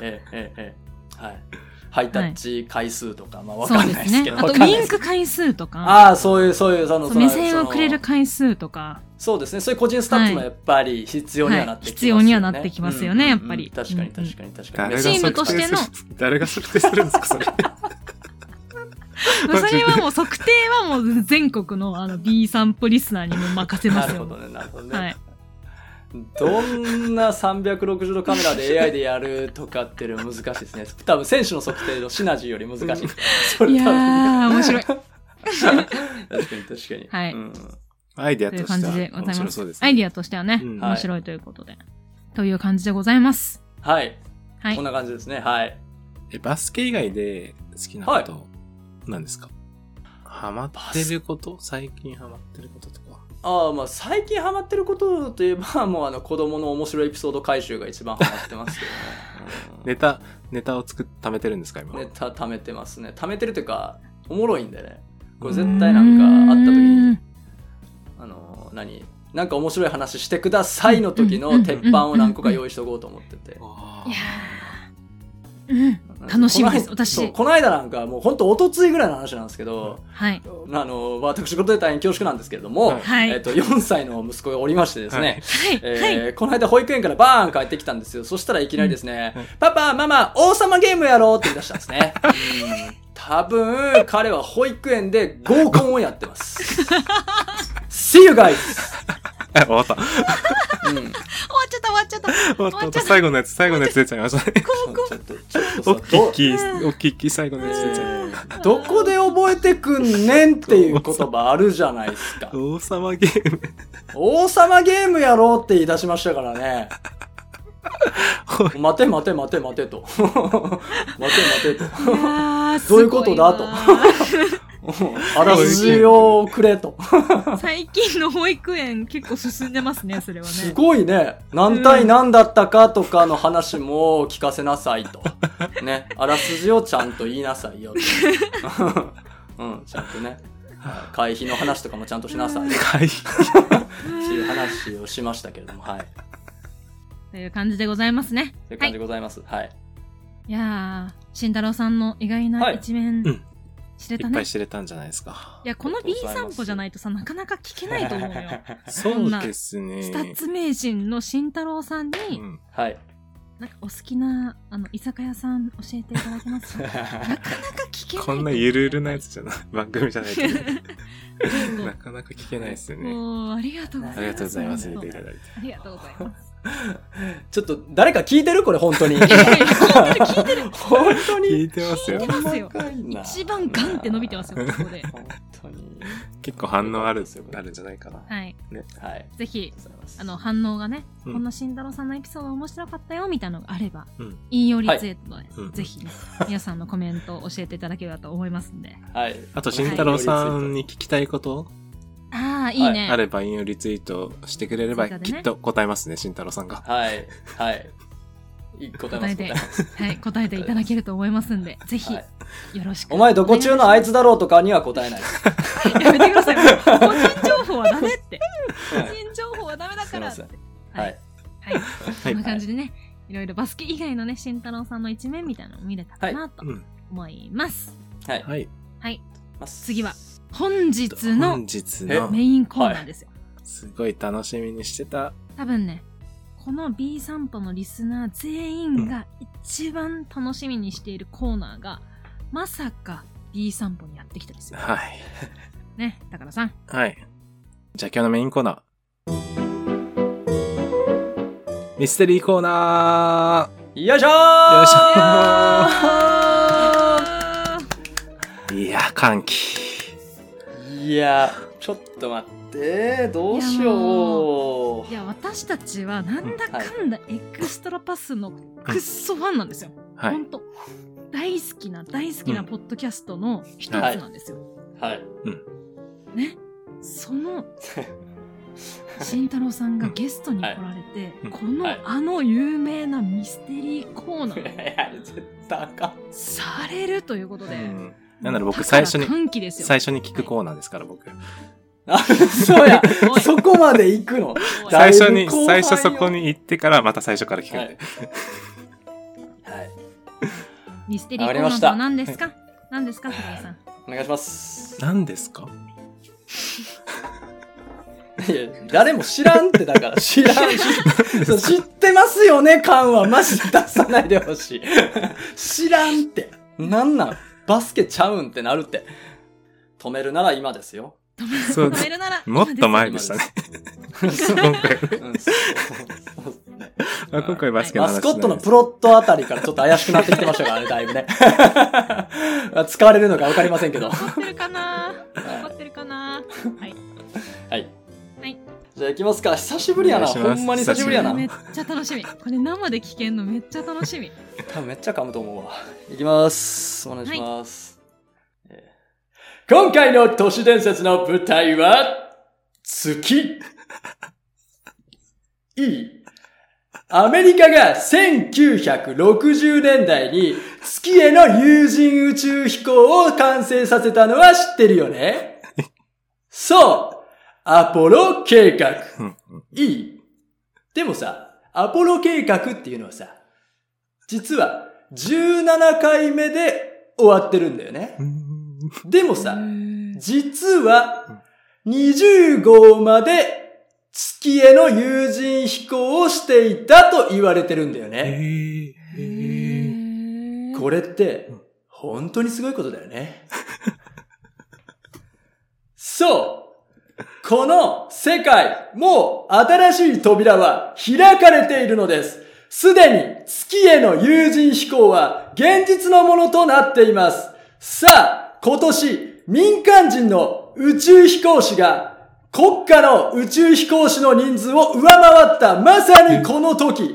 [SPEAKER 1] えええええええはい。ハイタッチ回数とか、まあわ
[SPEAKER 2] そ
[SPEAKER 1] か
[SPEAKER 2] うんで
[SPEAKER 1] ないですすけ。
[SPEAKER 2] ね
[SPEAKER 1] ど。
[SPEAKER 2] あと、
[SPEAKER 1] わ
[SPEAKER 2] ウ
[SPEAKER 1] かんない
[SPEAKER 2] ィ
[SPEAKER 1] で
[SPEAKER 2] ン
[SPEAKER 1] すけ
[SPEAKER 2] ク
[SPEAKER 1] ど
[SPEAKER 2] 回数とか、
[SPEAKER 1] ああ、そういう、そういう、その、
[SPEAKER 2] そう
[SPEAKER 1] その
[SPEAKER 2] 目線をくれる
[SPEAKER 1] その
[SPEAKER 2] 回数とか、
[SPEAKER 1] そうですね。そういう個人スタッフもやっぱり必要にはなってきますよね。
[SPEAKER 2] はい必要にはなってきますよね
[SPEAKER 1] うん
[SPEAKER 2] やっぱり
[SPEAKER 1] うん確かに
[SPEAKER 2] うんうん
[SPEAKER 1] 確かに確か
[SPEAKER 3] 誰
[SPEAKER 1] に。
[SPEAKER 3] が
[SPEAKER 2] チームとしての
[SPEAKER 3] 測定する誰が測定するんですか それ
[SPEAKER 2] まあそれはもう測定はもう全国のあの B 散歩リスナーにも任せま
[SPEAKER 1] な
[SPEAKER 2] す
[SPEAKER 1] るほど
[SPEAKER 2] よ。
[SPEAKER 1] ね、なるほどね。
[SPEAKER 2] はい。
[SPEAKER 1] どんな360度カメラで AI でやるとかっていうのは難しいですね。多分選手の測定のシナジーより難しい。そ
[SPEAKER 2] い
[SPEAKER 1] れ
[SPEAKER 2] や
[SPEAKER 1] 多分
[SPEAKER 2] ー、面白い。
[SPEAKER 1] 確かに確かに。
[SPEAKER 2] はい
[SPEAKER 1] うん
[SPEAKER 3] アイデア
[SPEAKER 2] と
[SPEAKER 3] と
[SPEAKER 2] いう
[SPEAKER 3] して
[SPEAKER 2] 感じで
[SPEAKER 3] は
[SPEAKER 2] ござ
[SPEAKER 3] 面
[SPEAKER 2] いま
[SPEAKER 3] 白
[SPEAKER 2] す。
[SPEAKER 3] そうです
[SPEAKER 2] アイデ
[SPEAKER 3] ア
[SPEAKER 2] ィアとしてはね、
[SPEAKER 3] うん
[SPEAKER 2] 面白いということで。という感じでございます。
[SPEAKER 1] はい。
[SPEAKER 2] はい
[SPEAKER 1] こん。な感じですね。はい。
[SPEAKER 3] バスケ以外で好きなことなんですかハマってること最近ハマってることとか
[SPEAKER 1] ああ、まあ最近ハマってることといえば、もうあの子供の面白いエピソード回収が一番ハマってますけどね。
[SPEAKER 3] ネタネタを作っ貯めてるんですか今
[SPEAKER 1] うんネタ貯めてますね。貯めてるというか、おもろいんでね。これ絶対なんか会った時に、あの、何なんか面白い話してくださいの時の鉄板を何個か用意しとこうと思ってて。
[SPEAKER 3] あ
[SPEAKER 2] い
[SPEAKER 3] ー
[SPEAKER 2] やーうん楽しみです
[SPEAKER 1] この間
[SPEAKER 2] 私
[SPEAKER 1] そうこの間なんか、もう本当おとついぐらいの話なんですけど、
[SPEAKER 2] はい。
[SPEAKER 1] あの、私事で大変恐縮なんですけれども、
[SPEAKER 3] はい
[SPEAKER 2] はい
[SPEAKER 1] えっと、4歳の息子がおりましてですね、
[SPEAKER 3] はい
[SPEAKER 2] はい。は
[SPEAKER 1] えー
[SPEAKER 2] い。
[SPEAKER 1] この間保育園からバーン帰ってきたんですよ。そしたらいきなりですね、
[SPEAKER 3] うん
[SPEAKER 1] パパ、ママ、王様ゲームやろうって言い出したんですね。うん多分、彼は保育園で合コンをやってます。See you guys!
[SPEAKER 3] あ終わった。
[SPEAKER 1] うん
[SPEAKER 2] 終わっちゃった終わ っちゃった。
[SPEAKER 3] 終わ
[SPEAKER 2] 終わっ
[SPEAKER 3] った終わっ
[SPEAKER 2] ちゃ
[SPEAKER 3] た。
[SPEAKER 2] った
[SPEAKER 3] 最後のやつ、最後のやつ出ちゃいました ね。
[SPEAKER 1] ちょっとちょっと
[SPEAKER 3] お
[SPEAKER 1] さ
[SPEAKER 3] っきいき、
[SPEAKER 2] う
[SPEAKER 3] おっきいき、最後のやつ出ちゃいまし
[SPEAKER 1] どどこで覚えてくんねんっていう言葉あるじゃないですか
[SPEAKER 3] た。。王様ゲーム。
[SPEAKER 1] 王様ゲームやろうって言い出しましたからね。待て待て待て待てと。待て待てと。
[SPEAKER 2] いやー
[SPEAKER 1] どういうことだと
[SPEAKER 2] すごいわー
[SPEAKER 1] あらすじをくれと。
[SPEAKER 2] 最近の保育園結構進んでますね、それは ね。
[SPEAKER 1] すごいね。何対何だったかとかの話も聞かせなさいと。ね。あらすじをちゃんと言いなさいよと。うん、ちゃんとね。はい会費の話とかもちゃんとしなさい って
[SPEAKER 3] はい。
[SPEAKER 1] いう話をしましたけれども、はい。
[SPEAKER 2] という感じでございますね。
[SPEAKER 1] という感じでございます。はい。
[SPEAKER 2] いやー、慎太郎さんの意外な
[SPEAKER 1] はい
[SPEAKER 2] 一面、
[SPEAKER 3] うん
[SPEAKER 2] 知れ
[SPEAKER 3] い
[SPEAKER 2] た
[SPEAKER 3] っ
[SPEAKER 2] ね。
[SPEAKER 3] ぱ
[SPEAKER 2] い
[SPEAKER 3] い知れたんじゃないですか。
[SPEAKER 2] や、この
[SPEAKER 1] あり
[SPEAKER 2] B
[SPEAKER 1] がとうございます
[SPEAKER 2] 散歩じゃないとさ、なかなか聞けないと思うよ。
[SPEAKER 3] そうですね。
[SPEAKER 2] スタッツ名人の慎太郎さんに、
[SPEAKER 3] うん
[SPEAKER 1] はい。
[SPEAKER 2] なんかお好きな、あの、居酒屋さん教えていただけ ますかなかなか聞けない。
[SPEAKER 3] こんなゆるゆるなやつじゃない、番組じゃないとね、
[SPEAKER 2] も
[SPEAKER 3] な
[SPEAKER 2] う
[SPEAKER 3] かなか聞けないですよね。
[SPEAKER 2] もう、ありがとうございます。
[SPEAKER 3] ありがとうございます。
[SPEAKER 2] あ
[SPEAKER 3] 入れていただいて。
[SPEAKER 2] りがとうございます。
[SPEAKER 1] ちょっと、誰か聞いてるこれ本当に。
[SPEAKER 2] 聞いてる、
[SPEAKER 1] 本当
[SPEAKER 3] 聞
[SPEAKER 1] に
[SPEAKER 3] い。てます
[SPEAKER 2] 聞い
[SPEAKER 3] よ
[SPEAKER 2] て。ますよ。
[SPEAKER 1] 細かいな
[SPEAKER 2] 一番ガンって伸びてますよ、ここで。
[SPEAKER 1] 本当に。
[SPEAKER 3] 結構反応ある、あるんじゃないかな。
[SPEAKER 2] はい。
[SPEAKER 1] はい。
[SPEAKER 2] ぜひ
[SPEAKER 1] ありがとう、ございます
[SPEAKER 2] あの、反応がね、
[SPEAKER 3] うん
[SPEAKER 2] こんな慎太郎さんのエピソード面白かったよ、みたいなのがあれば、
[SPEAKER 3] うん
[SPEAKER 2] 引用リツイートで、
[SPEAKER 3] うん
[SPEAKER 2] ぜひね、皆さんのコメントを教えていただければと思いますんで。
[SPEAKER 1] はい。
[SPEAKER 3] あと、慎太郎さんに聞きたいこと
[SPEAKER 2] ああ、いいね。
[SPEAKER 3] あれば、引用リツイートしてくれれば、
[SPEAKER 2] そうだね
[SPEAKER 3] きっと答えますね、慎太郎さんが。
[SPEAKER 1] はい。はい。いい答えま
[SPEAKER 2] 答
[SPEAKER 1] す。
[SPEAKER 2] えて
[SPEAKER 1] 答えます。
[SPEAKER 2] はい、答えていただけると思いますんで、ぜひ、
[SPEAKER 1] は
[SPEAKER 2] よ
[SPEAKER 1] い
[SPEAKER 2] ろしく
[SPEAKER 1] お前どこ中のあいつ
[SPEAKER 2] だ
[SPEAKER 1] だろうとかには答えないです。
[SPEAKER 2] やめてください。もう個人情報はダメって。個
[SPEAKER 1] はい
[SPEAKER 2] 人情報はダメだからって
[SPEAKER 1] すい。はい。
[SPEAKER 2] はい。こんな感
[SPEAKER 1] はい
[SPEAKER 2] じでね、いろいろバスケ以外のね、慎太郎さんの一面みたいなのを見れたかなと
[SPEAKER 3] うん。
[SPEAKER 2] 思います。
[SPEAKER 1] はい。
[SPEAKER 3] はい。
[SPEAKER 2] はい。
[SPEAKER 1] ます
[SPEAKER 2] 次は、本日
[SPEAKER 3] 本
[SPEAKER 2] の
[SPEAKER 3] 日
[SPEAKER 1] え
[SPEAKER 3] の
[SPEAKER 2] メインコーナーですよ。
[SPEAKER 3] すごい楽しみにしてた。
[SPEAKER 2] 多分ね、この B 散歩のリスナー全員が一番楽しみにしているコーナーが、まさか B 散歩にやってきたんですよ。
[SPEAKER 3] はい。
[SPEAKER 2] ね、高田さん。
[SPEAKER 3] はい。じゃあ今日のメインコーナー。ミステリーコーナ
[SPEAKER 1] よいしょ
[SPEAKER 3] ー
[SPEAKER 1] ー
[SPEAKER 3] よいしょ
[SPEAKER 2] あ
[SPEAKER 3] ーいやー、歓喜。
[SPEAKER 1] いや、ちょっと待って。どうしよ
[SPEAKER 2] ーいや、私たちはなんだかんだエクストラパスのくっそファンなんですよ。
[SPEAKER 3] は
[SPEAKER 2] ほ
[SPEAKER 3] い。
[SPEAKER 2] んと。大好きな大好きなポッドキャストの一つなんですよ。
[SPEAKER 1] う。はい。
[SPEAKER 2] ね。その慎太郎さんがゲストに来られて、
[SPEAKER 3] うん
[SPEAKER 2] この、
[SPEAKER 1] はい
[SPEAKER 2] あの有名なミステリーコーナ
[SPEAKER 1] い
[SPEAKER 2] ー
[SPEAKER 1] や、絶対あかん。
[SPEAKER 2] されるということで、
[SPEAKER 3] うんなんだろう、
[SPEAKER 2] だ
[SPEAKER 3] 僕
[SPEAKER 2] か
[SPEAKER 3] 最
[SPEAKER 2] ら
[SPEAKER 3] 初に、
[SPEAKER 2] 歓喜ですよ
[SPEAKER 3] 最初に聞くコーナーですから、僕。
[SPEAKER 1] あ、そうや。
[SPEAKER 2] お い
[SPEAKER 1] そこまで行くの。
[SPEAKER 2] おい
[SPEAKER 1] だ
[SPEAKER 3] 最
[SPEAKER 1] いぶ
[SPEAKER 3] 初に、
[SPEAKER 1] 後
[SPEAKER 3] 最
[SPEAKER 1] 輩よ
[SPEAKER 3] 初そこに行ってから、また最初から聞くんで。
[SPEAKER 1] はい。
[SPEAKER 2] ミステリーコーナーとは何ですか何ですか高田さん
[SPEAKER 1] お願いします。
[SPEAKER 3] 何です か
[SPEAKER 1] いや、誰も知らんってだから、知 らんし。そう知ってますよね感はマジで出さないでほ しい。知らんって。なんなんバスケちゃうんってなるって。止めるなら今ですよ。
[SPEAKER 3] そう
[SPEAKER 2] 止めるなら
[SPEAKER 3] もっと前
[SPEAKER 2] 今
[SPEAKER 3] で
[SPEAKER 2] です
[SPEAKER 3] したね。
[SPEAKER 1] そう う
[SPEAKER 3] 今回、
[SPEAKER 1] んそうそうそう
[SPEAKER 3] あ今回バスケの
[SPEAKER 1] マス
[SPEAKER 3] 話しない
[SPEAKER 1] コ
[SPEAKER 3] です
[SPEAKER 1] ットのプロットあたりからちょっと怪しくなってきてましたからね、だいぶね。 使われるのかわかりませんけど。は
[SPEAKER 2] 怒ってるかな怒
[SPEAKER 1] い
[SPEAKER 2] ってるかなはい
[SPEAKER 1] はい。
[SPEAKER 2] はい
[SPEAKER 1] じゃあ行きますか。久しぶりやな。
[SPEAKER 3] お願いしま
[SPEAKER 1] ほ
[SPEAKER 3] す
[SPEAKER 1] んまに久しぶりやな
[SPEAKER 2] め。っちゃ楽しみこれ生で聞けんのめっちゃ楽しみ
[SPEAKER 1] 多分めっちゃ噛むと思うわ。いきます。お願いします。えー今回の都市伝説の舞台は、月。いい。アメリカが1960年代に月への有人宇宙飛行を完成させたのは知ってるよね そうアポロ計画。
[SPEAKER 3] うん
[SPEAKER 1] いい。でもさ、アポロ計画っていうのはさ、実は17回目で終わってるんだよね。
[SPEAKER 3] うん
[SPEAKER 1] でもさ、実は、20号まで月への有人飛行をしていたと言われてるんだよ
[SPEAKER 3] え
[SPEAKER 1] ね。
[SPEAKER 3] ー、えー、
[SPEAKER 1] これって
[SPEAKER 3] うん、
[SPEAKER 1] 本当にすごいことだよね。 そうこの世界、もう新しい扉は開かれているのです。すでに月への有人飛行は現実のものとなっています。さあ、今年民間人の宇宙飛行士が国家の宇宙飛行士の人数を上回ったまさにこの時、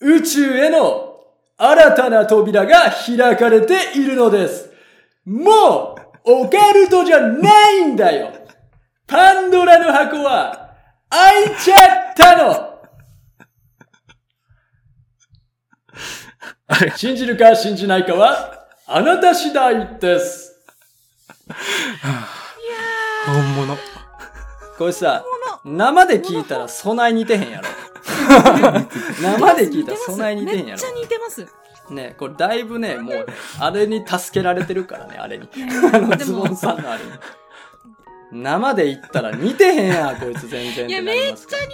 [SPEAKER 1] 宇宙への新たな扉が開かれているのです。もう、オカルトじゃないんだよパンドラの箱は、開いちゃったの信じるか信じないかは、あなた次第です。
[SPEAKER 3] 本物。
[SPEAKER 1] これさ、生で聞いたらそない似てへんや ろ。生で聞いたらそない似てへんや
[SPEAKER 2] めっ
[SPEAKER 1] ろ
[SPEAKER 2] ち。ゃ似てます。
[SPEAKER 1] ねこれだいぶね、もう、あれに助けられてるからね、あれに。あの、
[SPEAKER 2] で
[SPEAKER 1] ズ
[SPEAKER 2] も
[SPEAKER 1] ボンさんのあれに。生で言ったら似てへん やん、こいつ全然。
[SPEAKER 2] いや、
[SPEAKER 1] ってな
[SPEAKER 2] め
[SPEAKER 1] り
[SPEAKER 2] っちゃ
[SPEAKER 1] ま
[SPEAKER 2] 似
[SPEAKER 1] す
[SPEAKER 2] て
[SPEAKER 1] から
[SPEAKER 2] る。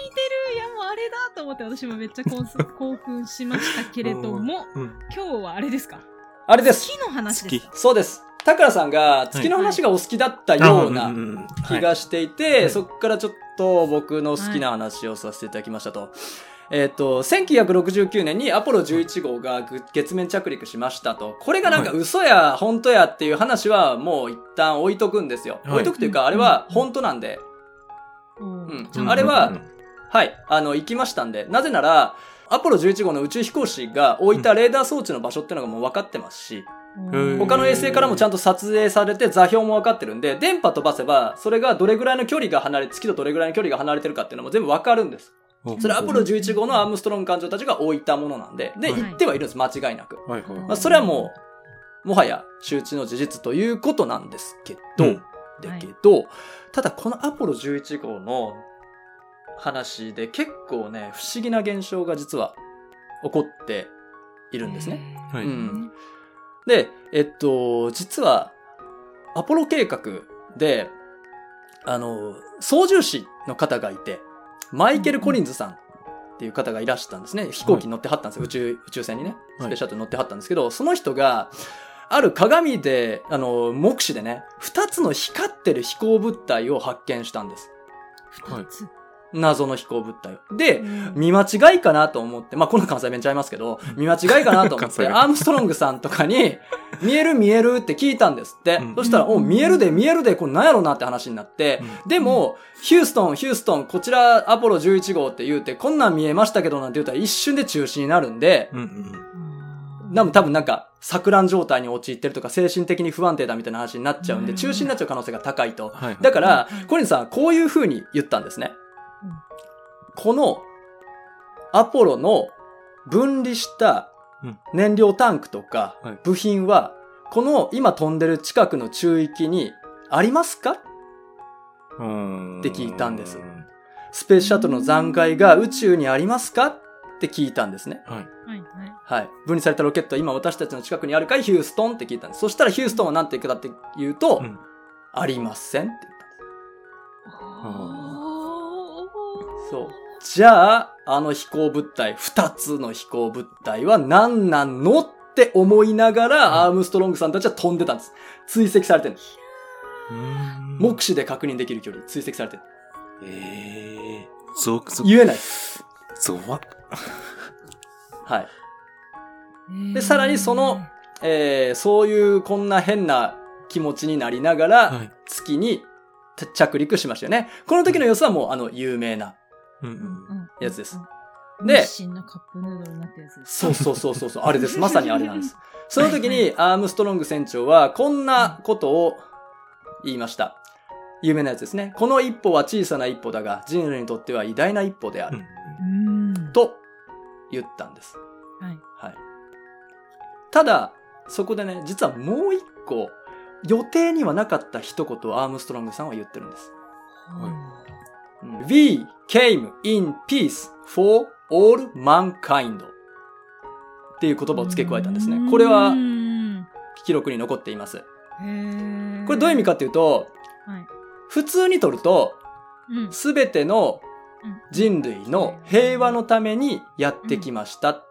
[SPEAKER 2] いや、もうあれだと思って、私もめっちゃ興奮興奮しましたけれども、
[SPEAKER 3] うん。
[SPEAKER 2] 今日はあれですか
[SPEAKER 1] あれです。
[SPEAKER 2] 月の話で
[SPEAKER 3] 好
[SPEAKER 2] す
[SPEAKER 3] き
[SPEAKER 2] か。。
[SPEAKER 1] そうです。タクラさんが月の話がお好きだったような
[SPEAKER 3] うん
[SPEAKER 1] 気
[SPEAKER 3] はい
[SPEAKER 1] がしていて、
[SPEAKER 3] はい
[SPEAKER 1] そこからちょっと僕の好きな話をさせていただきましたと。えっ、と、1969年にアポロ11号がぐ月面着陸しましたと。これがなんか
[SPEAKER 3] は
[SPEAKER 1] 嘘や本当やっていう話はもう一旦置いとくんですよ。
[SPEAKER 3] はい
[SPEAKER 1] 置いとくというか、
[SPEAKER 2] うん
[SPEAKER 1] あれは本当なんで。
[SPEAKER 2] うん
[SPEAKER 1] うんあれは
[SPEAKER 3] うん
[SPEAKER 1] はい、あの、行きましたんで。なぜなら、アポロ11号の宇宙飛行士が置いたレーダー装置の場所ってのがもう分かってますし、
[SPEAKER 3] うん
[SPEAKER 1] 他の衛星からもちゃんと撮影されて座標も分かってるんで、電波飛ばせば、それがどれぐらいの距離が離れ、月とどれぐらいの距離が離れてるかっていうのも全部分かるんです。それはアポロ11号のアームストロング艦長たちが置いたものなんで、で、
[SPEAKER 3] はい
[SPEAKER 1] 行ってはいるんです、間違いなく。
[SPEAKER 3] はいはい
[SPEAKER 1] まあ、それはもう、もはや周知の事実ということなんですけど、
[SPEAKER 3] うん
[SPEAKER 1] だけど、ただこのアポロ11号の話で結構ね、不思議な現象が実は起こっているんですね。
[SPEAKER 2] ね。
[SPEAKER 3] はい。
[SPEAKER 1] う
[SPEAKER 3] うんん。
[SPEAKER 1] で、えっと、実は、アポロ計画で、あの、操縦士の方がいて、マイケル・コリンズさんっていう方がいらしたんですね。飛行機に乗ってはったんですよ。宇宙、宇宙船にね。
[SPEAKER 3] はい
[SPEAKER 1] スペースシャトルに乗ってはったんですけど、その人が、ある鏡で、あの、目視でね、二つの光ってる飛行物体を発見したんです。
[SPEAKER 3] はい
[SPEAKER 2] 二つ。
[SPEAKER 1] 謎の飛行物体を。で、
[SPEAKER 2] うん
[SPEAKER 1] 見間違いかなと思って、まあ、この関西弁ちゃいますけど、見間違いかなと思っ
[SPEAKER 3] 関西
[SPEAKER 1] て、
[SPEAKER 3] 弁
[SPEAKER 1] アームストロングさんとかに、見える見えるって聞いたんですって。
[SPEAKER 3] うん
[SPEAKER 1] そしたら、お、見えるで見えるで、これなんやろなって話になって、でも、ヒューストン、ヒューストン、こちらアポロ11号って言うて、こんなん見えましたけどなんて言うたら一瞬で中止になるんで、
[SPEAKER 3] うんうん。
[SPEAKER 1] 多分多分なんか、錯乱状態に陥ってるとか、精神的に不安定だみたいな話になっちゃうんで、
[SPEAKER 2] うん
[SPEAKER 1] 中止になっちゃう可能性が高いと。
[SPEAKER 3] はいはい。
[SPEAKER 1] だから
[SPEAKER 2] うん、
[SPEAKER 1] コリンさんはこういう風に言ったんですね
[SPEAKER 2] うん。
[SPEAKER 1] このアポロの分離した
[SPEAKER 3] うん
[SPEAKER 1] 燃料タンクとか
[SPEAKER 3] はい
[SPEAKER 1] 部品は、この今飛んでる近くの中域にありますか
[SPEAKER 3] うん。
[SPEAKER 1] って聞いたんです
[SPEAKER 3] うん
[SPEAKER 1] スペースシャトルの残骸が宇宙にありますかって聞いたんですね。
[SPEAKER 3] はい。
[SPEAKER 2] はいはい。
[SPEAKER 1] はい。分離されたロケットは今私たちの近くにあるかいヒューストンって聞いたんです。そしたらヒューストンは何て言うかって言うと、
[SPEAKER 3] うん
[SPEAKER 1] ありませんって言ったんです。そう。じゃあ、あの飛行物体、二つの飛行物体は何なのって思いながら、アームストロングさんたちは飛んでたんです。追跡されてる。
[SPEAKER 3] うん
[SPEAKER 1] 目視で確認できる距離、追跡されてる。
[SPEAKER 3] ええー。ゾクゾク。
[SPEAKER 1] 言えない。
[SPEAKER 3] ゾワッ。
[SPEAKER 1] はい。
[SPEAKER 2] う
[SPEAKER 1] でさらにその、えー、そういうこんな変な気持ちになりながら、
[SPEAKER 3] はい。
[SPEAKER 1] 月に着陸しましたよね。この時の様子はもう、あの、有名な。
[SPEAKER 3] うんう。
[SPEAKER 2] うんん
[SPEAKER 1] やつです。で
[SPEAKER 2] で、日清のカップヌードルになったやつです。
[SPEAKER 1] そうそうそうそうそう、あれです。まさにあれなんです。その時にアームストロング船長はこんなことを言いました。有名なやつですね。この一歩は小さな一歩だが、人類にとっては偉大な一歩であ
[SPEAKER 3] う
[SPEAKER 1] る。
[SPEAKER 3] ん
[SPEAKER 2] うん。
[SPEAKER 1] と言ったんです。
[SPEAKER 2] はい。
[SPEAKER 1] はい。ただ、そこでね、実はもう一個、予定にはなかった一言をアームストロングさんは言ってるんです。うん We came in peace for all mankind. っていう言葉を付け加えたんですね。これは
[SPEAKER 2] うん
[SPEAKER 1] 記録に残っています。
[SPEAKER 2] へー
[SPEAKER 1] これどういう意味かっていうと、
[SPEAKER 2] はい
[SPEAKER 1] 普通にとると、
[SPEAKER 2] うん
[SPEAKER 1] すべての人類の平和のためにやってきましたっ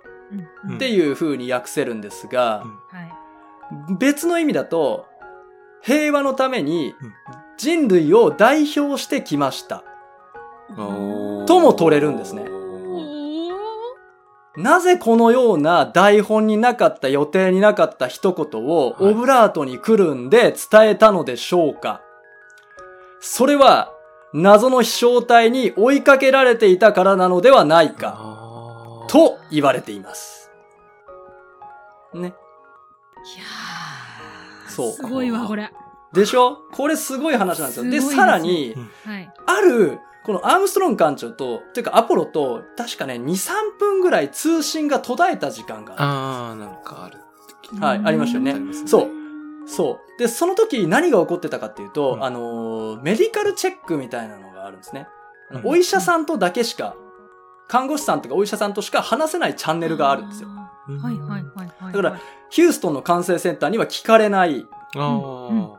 [SPEAKER 2] うん
[SPEAKER 1] ていう風に訳せるんですが、
[SPEAKER 2] はい
[SPEAKER 1] 別の意味だと、平和のために人類を代表してきました。とも取れるんですねなぜこのような台本になかった予定になかった一言を
[SPEAKER 3] はい
[SPEAKER 1] オブラートにくるんで伝えたのでしょうか、それは謎の飛翔体に追いかけられていたからなのではないか
[SPEAKER 3] か、
[SPEAKER 1] と言われています。ね。
[SPEAKER 2] いやー
[SPEAKER 1] そう
[SPEAKER 2] すごいわこれ
[SPEAKER 1] でしょこれすごい話なんですよ。
[SPEAKER 2] すごい
[SPEAKER 1] で、
[SPEAKER 2] ですね
[SPEAKER 1] さらに、
[SPEAKER 2] はい
[SPEAKER 1] ある、このアームストロング艦長と、というかアポロと、確かね、2、3分ぐらい通信が途絶えた時間がある
[SPEAKER 3] あー、なんかある。
[SPEAKER 1] はい、ありましたよね
[SPEAKER 3] あります。ね
[SPEAKER 1] そう。そう。で、その時何が起こってたかっていうと、
[SPEAKER 3] うん
[SPEAKER 1] あのーメディカルチェックみたいなのがあるんですね。あの
[SPEAKER 3] うん
[SPEAKER 1] お医者さんとだけしか、看護師さんとかお医者さんとしか話せないチャンネルがあるんですよ。
[SPEAKER 2] あ
[SPEAKER 3] う
[SPEAKER 2] ー
[SPEAKER 3] ん
[SPEAKER 2] はいはいはいはいは
[SPEAKER 1] だ
[SPEAKER 2] い
[SPEAKER 1] からヒューストンの感染センターには聞かれない、
[SPEAKER 3] あー
[SPEAKER 2] うんうん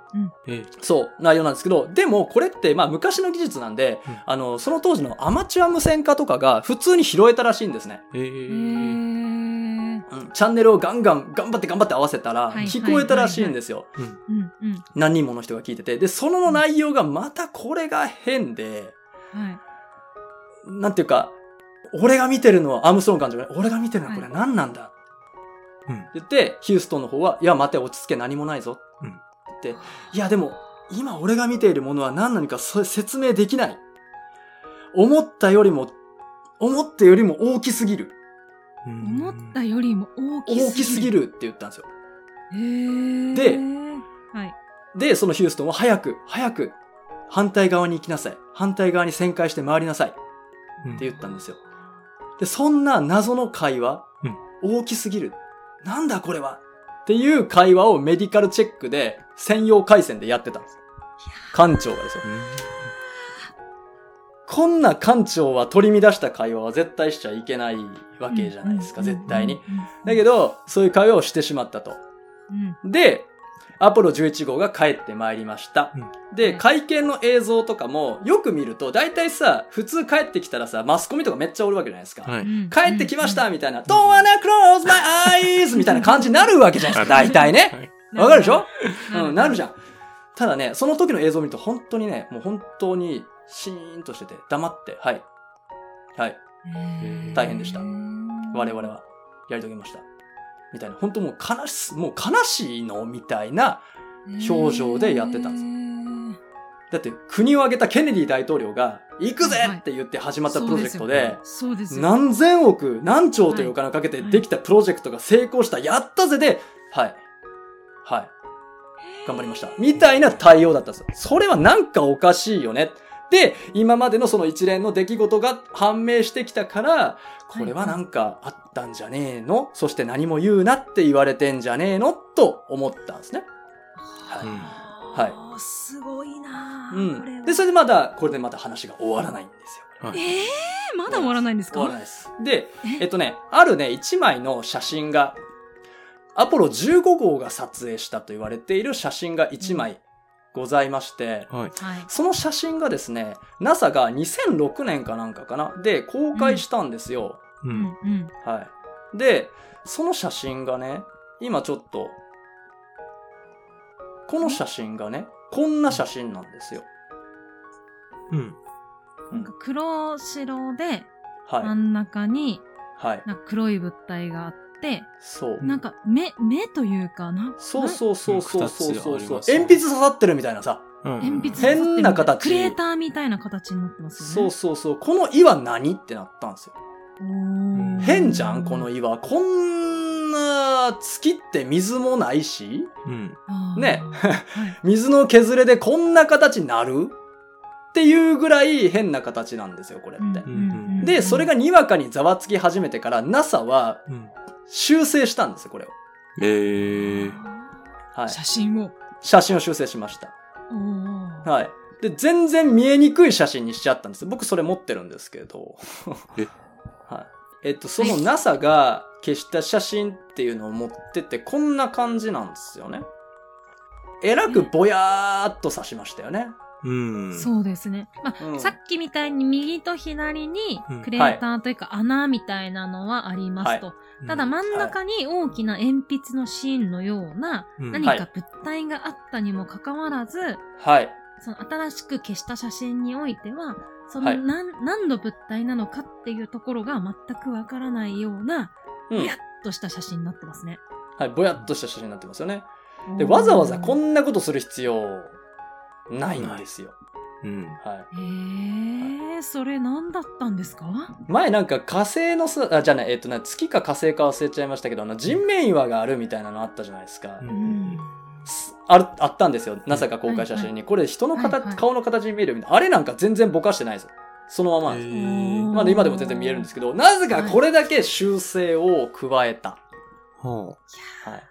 [SPEAKER 3] ええ
[SPEAKER 1] そう、内容なんですけど、でもこれって、まあ昔の技術なんで、
[SPEAKER 3] うん
[SPEAKER 1] あの、その当時のアマチュア無線化とかが普通に拾えたらしいんですね。
[SPEAKER 3] え
[SPEAKER 2] へ
[SPEAKER 3] ー
[SPEAKER 2] ー
[SPEAKER 1] うん、チャンネルをガンガン、頑張って頑張って合わせたら、
[SPEAKER 2] はい
[SPEAKER 1] 聞こえたらしいんですよ。
[SPEAKER 3] うん
[SPEAKER 2] うんうん
[SPEAKER 1] 何人もの人が聞いてて。で、その内容がまたこれが変で、
[SPEAKER 2] はい
[SPEAKER 1] なんていうか、俺が見てるのは、アームストロング感じゃない、俺が見てるのはこれ
[SPEAKER 2] は
[SPEAKER 1] 何なんだ、
[SPEAKER 3] うん
[SPEAKER 1] 言って、ヒューストンの方は、いや、待て、落ち着け、何もないぞ。
[SPEAKER 3] うん
[SPEAKER 1] って言って、いや、でも、今俺が見ているものは何なのかそ説明できない。思ったよりも、思ったよりも大きすぎる。
[SPEAKER 3] うん
[SPEAKER 2] 思ったよりも大きすぎる
[SPEAKER 1] 大きすぎるって言ったんですよ。
[SPEAKER 2] へー
[SPEAKER 1] で
[SPEAKER 2] はい
[SPEAKER 1] で、そのヒューストンは早く、早く、反対側に行きなさい。反対側に旋回して回りなさい。
[SPEAKER 3] うん
[SPEAKER 1] って言ったんですよ。で、そんな謎の会話、大きすぎる。なんだこれはっていう会話をメディカルチェックで専用回線でやってたんです。艦長がですよ。こんな艦長は取り乱した会話は絶対しちゃいけないわけじゃないですか、
[SPEAKER 2] うん
[SPEAKER 1] 絶対に。
[SPEAKER 2] うんうん
[SPEAKER 1] だけど、そういう会話をしてしまったと。
[SPEAKER 2] うん
[SPEAKER 1] で、アポロ11号が帰ってまいりました。で、
[SPEAKER 2] はい
[SPEAKER 1] 会見の映像とかもよく見ると、大体さ、普通帰ってきたらさ、マスコミとかめっちゃおるわけじゃないですか。
[SPEAKER 3] はい。
[SPEAKER 2] うん
[SPEAKER 1] 帰ってきましたみたいな、Don't wanna close my eyes! みたいな感じになるわけじゃないですか、大体ね。
[SPEAKER 3] はい。
[SPEAKER 1] わかるでしょうん、なるじ
[SPEAKER 2] ゃん
[SPEAKER 1] ゃん。ただね、その時の映像を見ると本当にね、もう本当にシーンとしてて、黙って、はい。はい、
[SPEAKER 2] へー
[SPEAKER 1] 大変でした我々はやり遂げました。みたいな、本当もう悲し、もう悲しいのみたいな。表情でやってたんです
[SPEAKER 2] んです
[SPEAKER 1] だって国を挙げたケネディ大統領が、行くぜ
[SPEAKER 2] はい
[SPEAKER 1] って言って始まったプロジェクトで、
[SPEAKER 2] そうですよ
[SPEAKER 1] 何千億、何兆というお金をかけてできたプロジェクトが成功した、やったぜで、はい。はい。頑張りました。みたいな対応だったんですよ。それはなんかおかしいよね。で、今までのその一連の出来事が判明してきたから、これはなんかあったんじゃねえのそして何も言うなって言われてんじゃねえのと思ったんですね。はい。
[SPEAKER 3] うん
[SPEAKER 2] はいすごいなあこれ
[SPEAKER 1] うん。
[SPEAKER 2] は
[SPEAKER 1] で、それでまだ、これでまだ話が終わらないんですよ。
[SPEAKER 3] はい
[SPEAKER 2] えーまだ終わらないんです
[SPEAKER 1] 終わらな
[SPEAKER 2] か
[SPEAKER 1] いです。で、えっとね、あるね、1枚の写真が、アポロ15号が撮影したと言われている写真が1枚ございまして、
[SPEAKER 3] はい。
[SPEAKER 2] はい
[SPEAKER 1] その写真がですね、NASA が2006年かなんかかな、で公開したんですよ。
[SPEAKER 3] う。
[SPEAKER 2] うんうん
[SPEAKER 1] はい。で、その写真がね、今ちょっと、この写真がね、こんな写真なんですよ。
[SPEAKER 3] うん。
[SPEAKER 2] なんか黒白で真
[SPEAKER 1] はい。
[SPEAKER 2] ん中に
[SPEAKER 1] はい。
[SPEAKER 2] なんか黒い物体があって
[SPEAKER 1] そう。
[SPEAKER 2] なんか目目というかな
[SPEAKER 1] そうそうそうそうそうそう
[SPEAKER 3] 二つあ
[SPEAKER 1] そう。
[SPEAKER 3] りま
[SPEAKER 1] 鉛
[SPEAKER 3] すね
[SPEAKER 1] 筆刺さってるみたいなさ。
[SPEAKER 3] うん
[SPEAKER 2] 鉛筆
[SPEAKER 1] へ変な形
[SPEAKER 2] クレーターみたいな形になってます
[SPEAKER 1] そ
[SPEAKER 2] よ
[SPEAKER 1] う
[SPEAKER 2] ね。
[SPEAKER 1] そうそう。この岩何ってなったんですよ。
[SPEAKER 2] おー
[SPEAKER 1] 変じゃんこの岩。こんな月って水もないし、
[SPEAKER 3] うん。
[SPEAKER 2] あー
[SPEAKER 1] ね
[SPEAKER 2] はい
[SPEAKER 1] 水の削れでこんな形になるっていうぐらい変な形なんですよ、これって。
[SPEAKER 2] うんうんうん
[SPEAKER 1] で、それがにわかにざわつき始めてから NASA は
[SPEAKER 3] うん。
[SPEAKER 1] 修正したんですよ、これを。
[SPEAKER 3] えー。
[SPEAKER 1] はい。
[SPEAKER 2] 写真を。
[SPEAKER 1] 写真を修正しました。
[SPEAKER 2] おー
[SPEAKER 1] はい。で、全然見えにくい写真にしちゃ ったんです。僕それ持ってるんですけど。
[SPEAKER 3] え
[SPEAKER 1] はい。えっと、その NASA が、消した写真っていうのを持ってって、こんな感じなんですよね。えらくぼやーっと刺しましたよね。
[SPEAKER 3] うん。
[SPEAKER 2] そうですね。まあ、
[SPEAKER 1] うん
[SPEAKER 2] さっきみたいに右と左に
[SPEAKER 3] うん
[SPEAKER 2] クレーターというか穴みたいなのはありますと。
[SPEAKER 3] うん
[SPEAKER 2] ただ、真ん中に大きな鉛筆の芯のような
[SPEAKER 3] うん
[SPEAKER 2] 何
[SPEAKER 1] はい
[SPEAKER 2] か物体があったにもかかわらず、
[SPEAKER 1] はい。
[SPEAKER 2] その新しく消した写真においては、そ
[SPEAKER 1] は
[SPEAKER 2] の
[SPEAKER 1] い
[SPEAKER 2] 何,、何の物体なのかっていうところが全くわからないような、
[SPEAKER 1] う
[SPEAKER 2] ぼ
[SPEAKER 1] ん
[SPEAKER 2] や。っとした写真になってますね。
[SPEAKER 1] はい、ぼやっとした写真になってますよね。で、わざわざこ
[SPEAKER 2] な。
[SPEAKER 1] んなことする必要、ないんですよ。
[SPEAKER 3] うん。
[SPEAKER 1] はい。
[SPEAKER 2] えー、それ何だったんですか
[SPEAKER 1] 前なんか火星のさ、あ、じゃない、えっとな、月か火星か忘れちゃいましたけど、あの、人面岩があるみたいなのあったじゃないですか。
[SPEAKER 2] ん
[SPEAKER 1] すあるあったんですよ。NASA が公開した写
[SPEAKER 2] は
[SPEAKER 1] 真
[SPEAKER 2] い
[SPEAKER 1] に。これ人の形、
[SPEAKER 2] はいはい
[SPEAKER 1] 顔の形に見えるみたいな。あれなんか全然ぼかしてないですよ。そのままなんですよ。
[SPEAKER 3] え
[SPEAKER 1] まだ今でも全然見えるんですけど、なぜかこれだけ修正を加えた。
[SPEAKER 3] ほ
[SPEAKER 1] はい。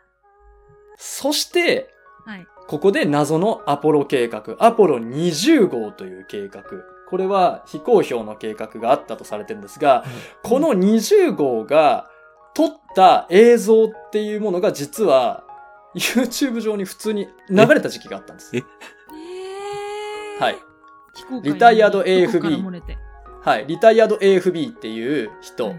[SPEAKER 1] そして、
[SPEAKER 2] はい。
[SPEAKER 1] ここで謎のアポロ計画、アポロ20号という計画。これは非公表の計画があったとされてるんですが、この20号が撮った映像っていうものが実は YouTube 上に普通に流れた時期があったんです
[SPEAKER 3] え。
[SPEAKER 2] えー、
[SPEAKER 1] はい。
[SPEAKER 2] 非公開な
[SPEAKER 1] リタイアド
[SPEAKER 2] どこ
[SPEAKER 1] AFB
[SPEAKER 2] から漏れて
[SPEAKER 1] はい。リタイアド AFB っていう
[SPEAKER 2] は
[SPEAKER 1] 人
[SPEAKER 2] いはい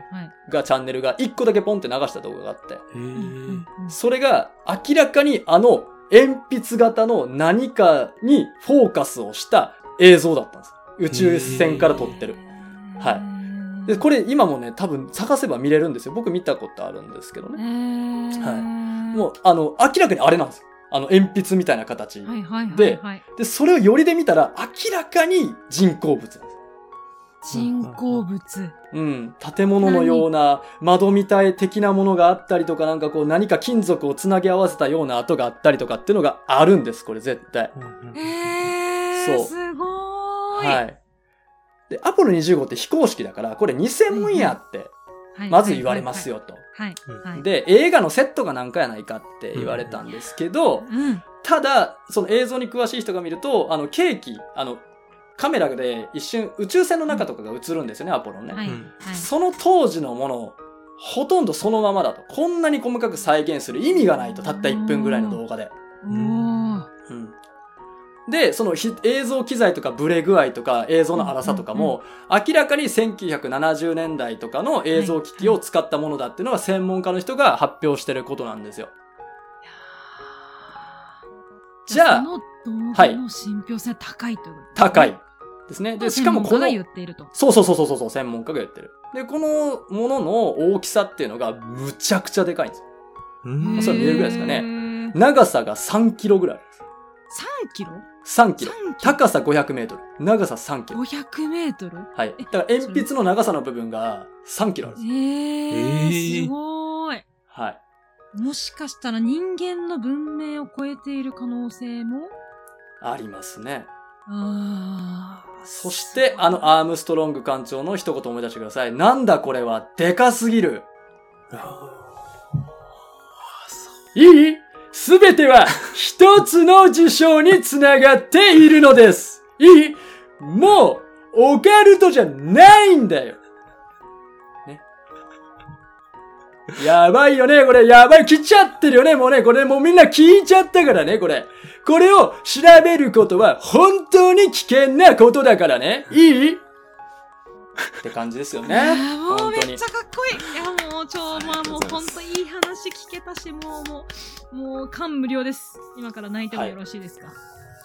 [SPEAKER 1] がチャンネルが1個だけポンって流した動画があって、
[SPEAKER 3] う。へ
[SPEAKER 2] うんうんうん
[SPEAKER 3] ー
[SPEAKER 1] それが明らかにあの鉛筆型の何かにフォーカスをした映像だったんです。宇宙船から撮ってる。
[SPEAKER 2] は
[SPEAKER 1] で、これ今もね、多分探せば見れるんですよ。僕見たことあるんですけど
[SPEAKER 2] れ
[SPEAKER 1] ね。
[SPEAKER 2] はい。
[SPEAKER 1] もう、あの、明らかにあれなんですよ。あの、鉛筆みたいな形。
[SPEAKER 2] はいはいはい、
[SPEAKER 1] で
[SPEAKER 2] はい。
[SPEAKER 1] で、それをよりで見たら明らかに人工物なんです。
[SPEAKER 2] 人工物。
[SPEAKER 1] うん。建物のような窓みたい的なものがあったりとか、なんかこう何か金属をつなぎ合わせたような跡があったりとかっていうのがあるんです、これ絶対。
[SPEAKER 2] え
[SPEAKER 1] そ
[SPEAKER 2] ー、
[SPEAKER 1] う
[SPEAKER 2] すごーい。。
[SPEAKER 1] はいい。で、アポロ20号って非公式だから、これ偽物やって、まず言われますよと。
[SPEAKER 2] はい。はい。はい、
[SPEAKER 1] で、映画のセットが何かやないかって言われたんですけど、
[SPEAKER 2] うん。
[SPEAKER 1] ただ、その映像に詳しい人が見ると、あの、ケーキ、あの、カメラで一瞬宇宙船の中とかが映るんですよね、アポロね。
[SPEAKER 2] はい。はい。
[SPEAKER 1] その当時のものを、ほとんどそのままだと。こんなに細かく再現する意味がないと、たった1分ぐらいの動画で。
[SPEAKER 2] おー。
[SPEAKER 1] うん。で、そのひ映像機材とかブレ具合とか映像の粗さとかも、明らかに1970年代とかの映像機器を使ったものだっていうのが専門家の人が発表してることなんですよ。じゃあ
[SPEAKER 2] その動
[SPEAKER 1] は
[SPEAKER 2] 画
[SPEAKER 1] い
[SPEAKER 2] の信憑性高いということですね
[SPEAKER 1] 高い。。ですね。で、し
[SPEAKER 2] し
[SPEAKER 1] か
[SPEAKER 2] か
[SPEAKER 1] も
[SPEAKER 2] も
[SPEAKER 1] こ
[SPEAKER 2] こ
[SPEAKER 1] の
[SPEAKER 2] が、言っていると。
[SPEAKER 1] そうそうそうそうそう、専門家が言ってる。で、このものの大きさっていうのがむちゃくちゃでかいんですよ。
[SPEAKER 3] うん
[SPEAKER 1] それ見えるぐらいですかね
[SPEAKER 2] ね。
[SPEAKER 1] 長さが3キロぐらいあるんです。
[SPEAKER 2] 3キロ
[SPEAKER 1] 3キロ。
[SPEAKER 2] ?3 キロ
[SPEAKER 1] 高さ500メートル。長さ3キロ。
[SPEAKER 2] 500メートル
[SPEAKER 1] はい。だから鉛筆の長さの部分が3キロあるん
[SPEAKER 2] え
[SPEAKER 1] です。
[SPEAKER 2] ー、
[SPEAKER 3] えー
[SPEAKER 2] すごーい。
[SPEAKER 1] はい。
[SPEAKER 2] もしかしたら人間の文明を超えている可能性も
[SPEAKER 1] ありますね。
[SPEAKER 2] あー
[SPEAKER 1] そして、あの、アームストロング艦長の一言思い出してください。なんだこれは、でかすぎる。いいすべては、一つの事象につながっているのです。いいもう、オカルトじゃないんだよ。ね。やばいよね、これ。やばい。来ちゃってるよね、もうね。これもうみんな聞いちゃったからね、これ。これを調べることは本当に危険なことだからね。いいって感じですよ
[SPEAKER 2] いや
[SPEAKER 1] ね。
[SPEAKER 2] ーもう
[SPEAKER 1] 本
[SPEAKER 2] めっ
[SPEAKER 1] 当に
[SPEAKER 2] ちゃ。かっこいいいやもう超まあもう
[SPEAKER 3] ありがとう
[SPEAKER 2] 本
[SPEAKER 3] ございます
[SPEAKER 2] 当いい話聞けたしもうもうもう感無量です今から泣いてもよろしいですか、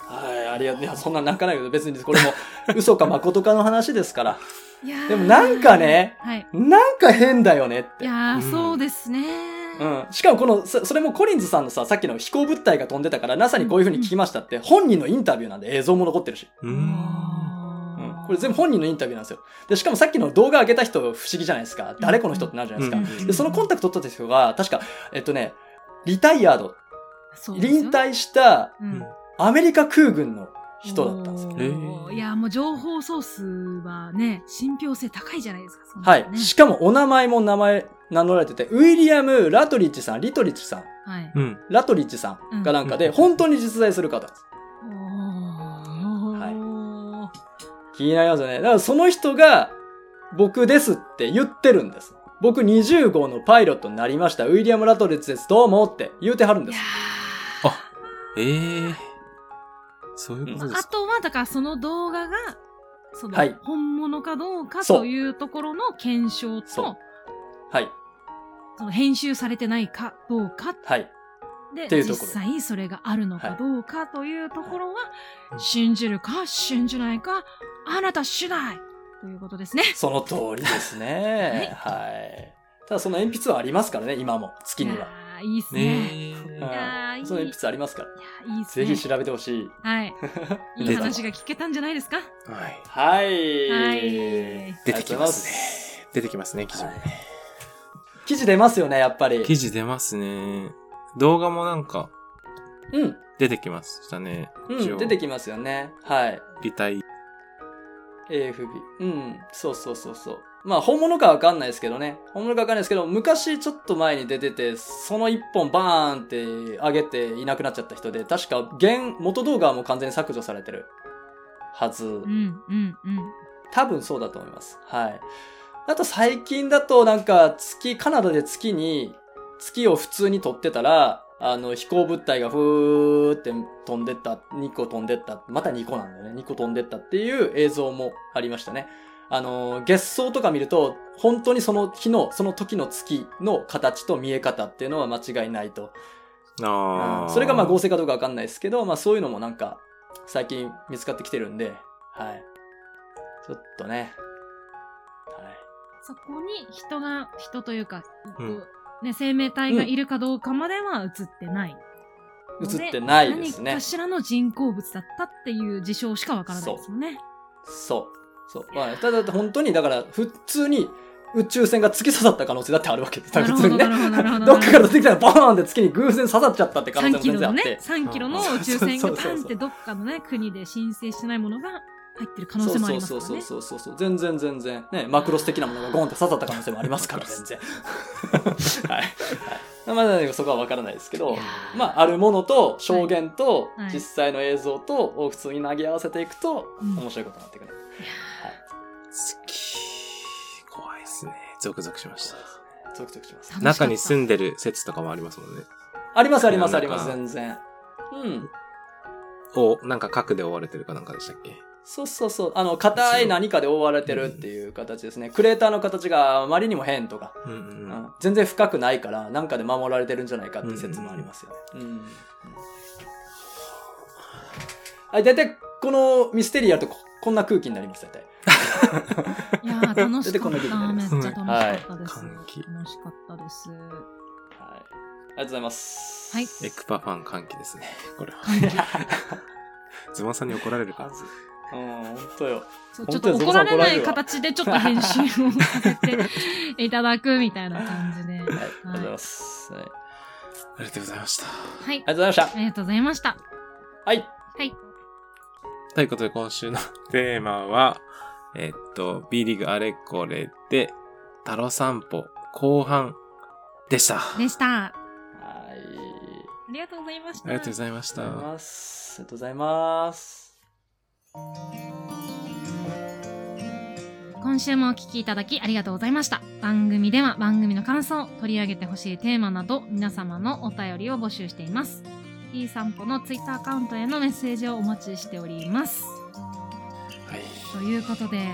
[SPEAKER 1] はい、ありがとう。いや、そんな泣かないけど、別にこれも嘘か誠かの話ですから。
[SPEAKER 2] い、やー
[SPEAKER 1] でもなんかね
[SPEAKER 2] はい
[SPEAKER 1] なんか変だよねっ
[SPEAKER 2] い
[SPEAKER 1] て。
[SPEAKER 2] やー、
[SPEAKER 3] うん
[SPEAKER 2] そうですね
[SPEAKER 1] うん。しかもこの、そそれもコリンズさんのさ、さっきの飛行物体が飛んでたから NASA にこういう風に聞きましたって、本人のインタビューなんで映像も残ってるし。
[SPEAKER 3] う。
[SPEAKER 2] うん
[SPEAKER 1] うん。これ全部本人のインタビューなんですよ。で、しかもさっきの動画上げた人不思議じゃないですか。誰この人ってなるじゃないですか。
[SPEAKER 3] うん
[SPEAKER 1] で、そのコンタクト取った人が、確か、えっとね、リタイアード、
[SPEAKER 2] そうですよ
[SPEAKER 1] 引退した
[SPEAKER 2] うん
[SPEAKER 1] アメリカ空軍の人だったんですよ。
[SPEAKER 2] おー
[SPEAKER 3] へー
[SPEAKER 2] いやもう情報ソースはね信憑性高いじゃないですかそんな
[SPEAKER 1] は
[SPEAKER 2] のね
[SPEAKER 1] い。しかもお名前も名前、名乗られてて、ウィリアム・ラトリッチさん、リトリッチさん、
[SPEAKER 2] はい
[SPEAKER 3] うん。
[SPEAKER 1] ラトリッチさんがなんかで、
[SPEAKER 3] うん
[SPEAKER 1] 本当に実在する方なんです。
[SPEAKER 2] おー
[SPEAKER 1] 気になりますよね。だからその人が僕ですって言ってるんです。僕20号のパイロットになりました。ウィリアム・ラトレッツです。どうもって言うてはるん
[SPEAKER 2] い
[SPEAKER 1] で
[SPEAKER 2] や
[SPEAKER 1] す。
[SPEAKER 3] ええそういうこと
[SPEAKER 2] ー
[SPEAKER 3] で
[SPEAKER 2] あ
[SPEAKER 3] すか、
[SPEAKER 2] とは、だからその動画が、その
[SPEAKER 1] はい、
[SPEAKER 2] 本物かどうか
[SPEAKER 1] そう
[SPEAKER 2] というところの検証と、
[SPEAKER 1] そうはい。
[SPEAKER 2] その編集されてないかどうか
[SPEAKER 1] はい。
[SPEAKER 2] で、
[SPEAKER 1] っていうと
[SPEAKER 2] 実
[SPEAKER 1] ころ
[SPEAKER 2] 際それがあるのか
[SPEAKER 1] はい
[SPEAKER 2] どうかというところは、
[SPEAKER 3] うん
[SPEAKER 2] 信じるか信じないか、あなた次第ということですね。
[SPEAKER 1] その通りですね。 はい。ただその鉛筆はありますからね、今も。月には。
[SPEAKER 2] いやーいいっすね。
[SPEAKER 3] ねえ
[SPEAKER 2] いやー
[SPEAKER 1] う
[SPEAKER 2] いい
[SPEAKER 1] んその鉛筆ありますから。
[SPEAKER 2] いやーいいっす
[SPEAKER 1] ぜ
[SPEAKER 2] ね。
[SPEAKER 1] ひ調べてほしい。
[SPEAKER 2] はい。いい
[SPEAKER 3] 出た
[SPEAKER 2] 話が聞けたんじゃないですか
[SPEAKER 3] はい。
[SPEAKER 1] はい。
[SPEAKER 2] はい
[SPEAKER 3] 出てきます
[SPEAKER 1] ありがとう
[SPEAKER 3] ね
[SPEAKER 1] ございます。
[SPEAKER 3] 出てきますね、記事も
[SPEAKER 1] はい記事出ますよね、やっぱり。
[SPEAKER 3] 記事出ますね。動画もなんか
[SPEAKER 1] うん。
[SPEAKER 3] 出てきましたね。
[SPEAKER 1] うん。出て
[SPEAKER 3] き
[SPEAKER 1] きますよね。はい。
[SPEAKER 3] りたい。
[SPEAKER 1] AFB。うん。そうそうそうそう。まあ、本物かわかんないですけどね。本物かわかんないですけど、昔ちょっと前に出てて、その一本バーンって上げていなくなっちゃった人で、確か現、元動画はもう完全に削除されてるはず
[SPEAKER 2] う。ん、うん、うん。
[SPEAKER 1] 多分そうだと思います。はい。あと最近だとなんか月、カナダで月に、月を普通に撮ってたら、あの飛行物体がふーって飛んでった、2個飛んでった、また2個なんだよね。2個飛んでったっていう映像もありましたね。あの、月相とか見ると、本当にその日の、その時の月の形と見え方っていうのは間違いないと。
[SPEAKER 3] あ
[SPEAKER 1] うん
[SPEAKER 3] あ。
[SPEAKER 1] それがまあ合成かどうかわかんないですけど、まあそういうのもなんか最近見つかってきてるんで、はい。ちょっとね。は
[SPEAKER 2] そこに人が、人というか、
[SPEAKER 3] うん
[SPEAKER 2] ね、生命体がいるかどうかまでは映ってない。
[SPEAKER 1] い。映ってないです
[SPEAKER 2] 何
[SPEAKER 1] ね
[SPEAKER 2] か。しらの人工物だったっていう事象しかわからないですもんね。
[SPEAKER 1] そう。そう。まあ、ただ本当にだから普通に宇宙船が突き刺さった可能性だってあるわけです。
[SPEAKER 2] なる
[SPEAKER 1] 普
[SPEAKER 2] ほ
[SPEAKER 1] 通
[SPEAKER 2] ど、
[SPEAKER 1] に
[SPEAKER 2] な
[SPEAKER 1] ね。
[SPEAKER 2] るほど、なるほ ど。
[SPEAKER 1] どっかから出てきたらバーンって月に偶然刺さっちゃったって可能性
[SPEAKER 2] 3
[SPEAKER 1] も
[SPEAKER 2] キ
[SPEAKER 1] 全
[SPEAKER 2] ロ
[SPEAKER 1] 然あ
[SPEAKER 2] の
[SPEAKER 1] っ
[SPEAKER 2] ね
[SPEAKER 1] て、。
[SPEAKER 2] 3キロの宇宙船がパンってどっかのね、国で申請してないものが入ってる可能性もあります
[SPEAKER 1] そ
[SPEAKER 2] か
[SPEAKER 1] う
[SPEAKER 2] ら
[SPEAKER 1] そう
[SPEAKER 2] ね。
[SPEAKER 1] そうそうそうそう全然全然ねマクロス的なものがゴンって刺さった可能性もありますから全然 はい、はい、まだ、そこは分からないですけど
[SPEAKER 2] いや ー
[SPEAKER 1] まああるものと証言と
[SPEAKER 2] はいはい
[SPEAKER 1] 実際の映像とを普通に投げ合わせていくと
[SPEAKER 2] うん
[SPEAKER 1] 面白いことになってくる、
[SPEAKER 3] 好き。怖いですね。ゾクゾクしました。
[SPEAKER 1] ゾクゾクします
[SPEAKER 2] 楽しかっ
[SPEAKER 3] 中
[SPEAKER 2] た
[SPEAKER 3] に住んでる説とかもありますもんね。
[SPEAKER 1] ありますありますあ
[SPEAKER 3] なん
[SPEAKER 1] り
[SPEAKER 3] か
[SPEAKER 1] ます全然うん
[SPEAKER 3] お、なんか核で覆われてるかなんかでしたっけ
[SPEAKER 1] そうそうそうあの硬い何かで覆われてるっていう形ですね、クレーターの形があまりにも変とか、
[SPEAKER 3] うんう
[SPEAKER 1] うん
[SPEAKER 3] うん
[SPEAKER 1] ん。、全然深くないから何かで守られてるんじゃないかって説もありますよね、うんあ大体このミステリーやるとここんな空気になります大体
[SPEAKER 2] いやー楽し
[SPEAKER 1] 出てこ
[SPEAKER 2] かっ
[SPEAKER 1] なく
[SPEAKER 2] た。
[SPEAKER 1] なり
[SPEAKER 2] め
[SPEAKER 1] ま
[SPEAKER 2] っ
[SPEAKER 1] す
[SPEAKER 2] ちゃ楽しかったです。
[SPEAKER 3] 歓喜。
[SPEAKER 2] 楽しかったです。は
[SPEAKER 1] はい、ありがとうございます。
[SPEAKER 2] はい
[SPEAKER 3] エクパファン歓喜ですね。これは。
[SPEAKER 2] い。
[SPEAKER 3] ズボンさんに怒られる
[SPEAKER 1] は
[SPEAKER 3] か。
[SPEAKER 1] ずうん、本当よ。
[SPEAKER 2] そうちょ
[SPEAKER 1] 本当
[SPEAKER 2] っと
[SPEAKER 1] に
[SPEAKER 2] 怒られな
[SPEAKER 1] ゾウさん怒られ
[SPEAKER 2] い
[SPEAKER 1] るわ
[SPEAKER 2] 形でちょっと編集をさせていただくみたいな感じで。
[SPEAKER 1] はい、ありがとうございます。はい、あ
[SPEAKER 3] ありがとうございました。
[SPEAKER 2] はい。
[SPEAKER 1] りがとうございました
[SPEAKER 2] あ。りがとうございました。
[SPEAKER 1] はい、
[SPEAKER 3] ということで今週の テーマは、えっと、B リーグあれこれで、タロ散歩後半でした。あ
[SPEAKER 2] でした。あ
[SPEAKER 1] はい、あり
[SPEAKER 2] りがとうございました。
[SPEAKER 3] りがとうございまし
[SPEAKER 1] がとうござい
[SPEAKER 3] た。
[SPEAKER 1] ます。ありがとうございます。
[SPEAKER 2] 今週もお聞きいただきありがとうございました番組では番組の感想取り上げてほしいテーマなど皆様のお便りを募集していますいい散歩のツイッターアカウントへのメッセージをお待ちしております
[SPEAKER 3] はい。
[SPEAKER 2] ということで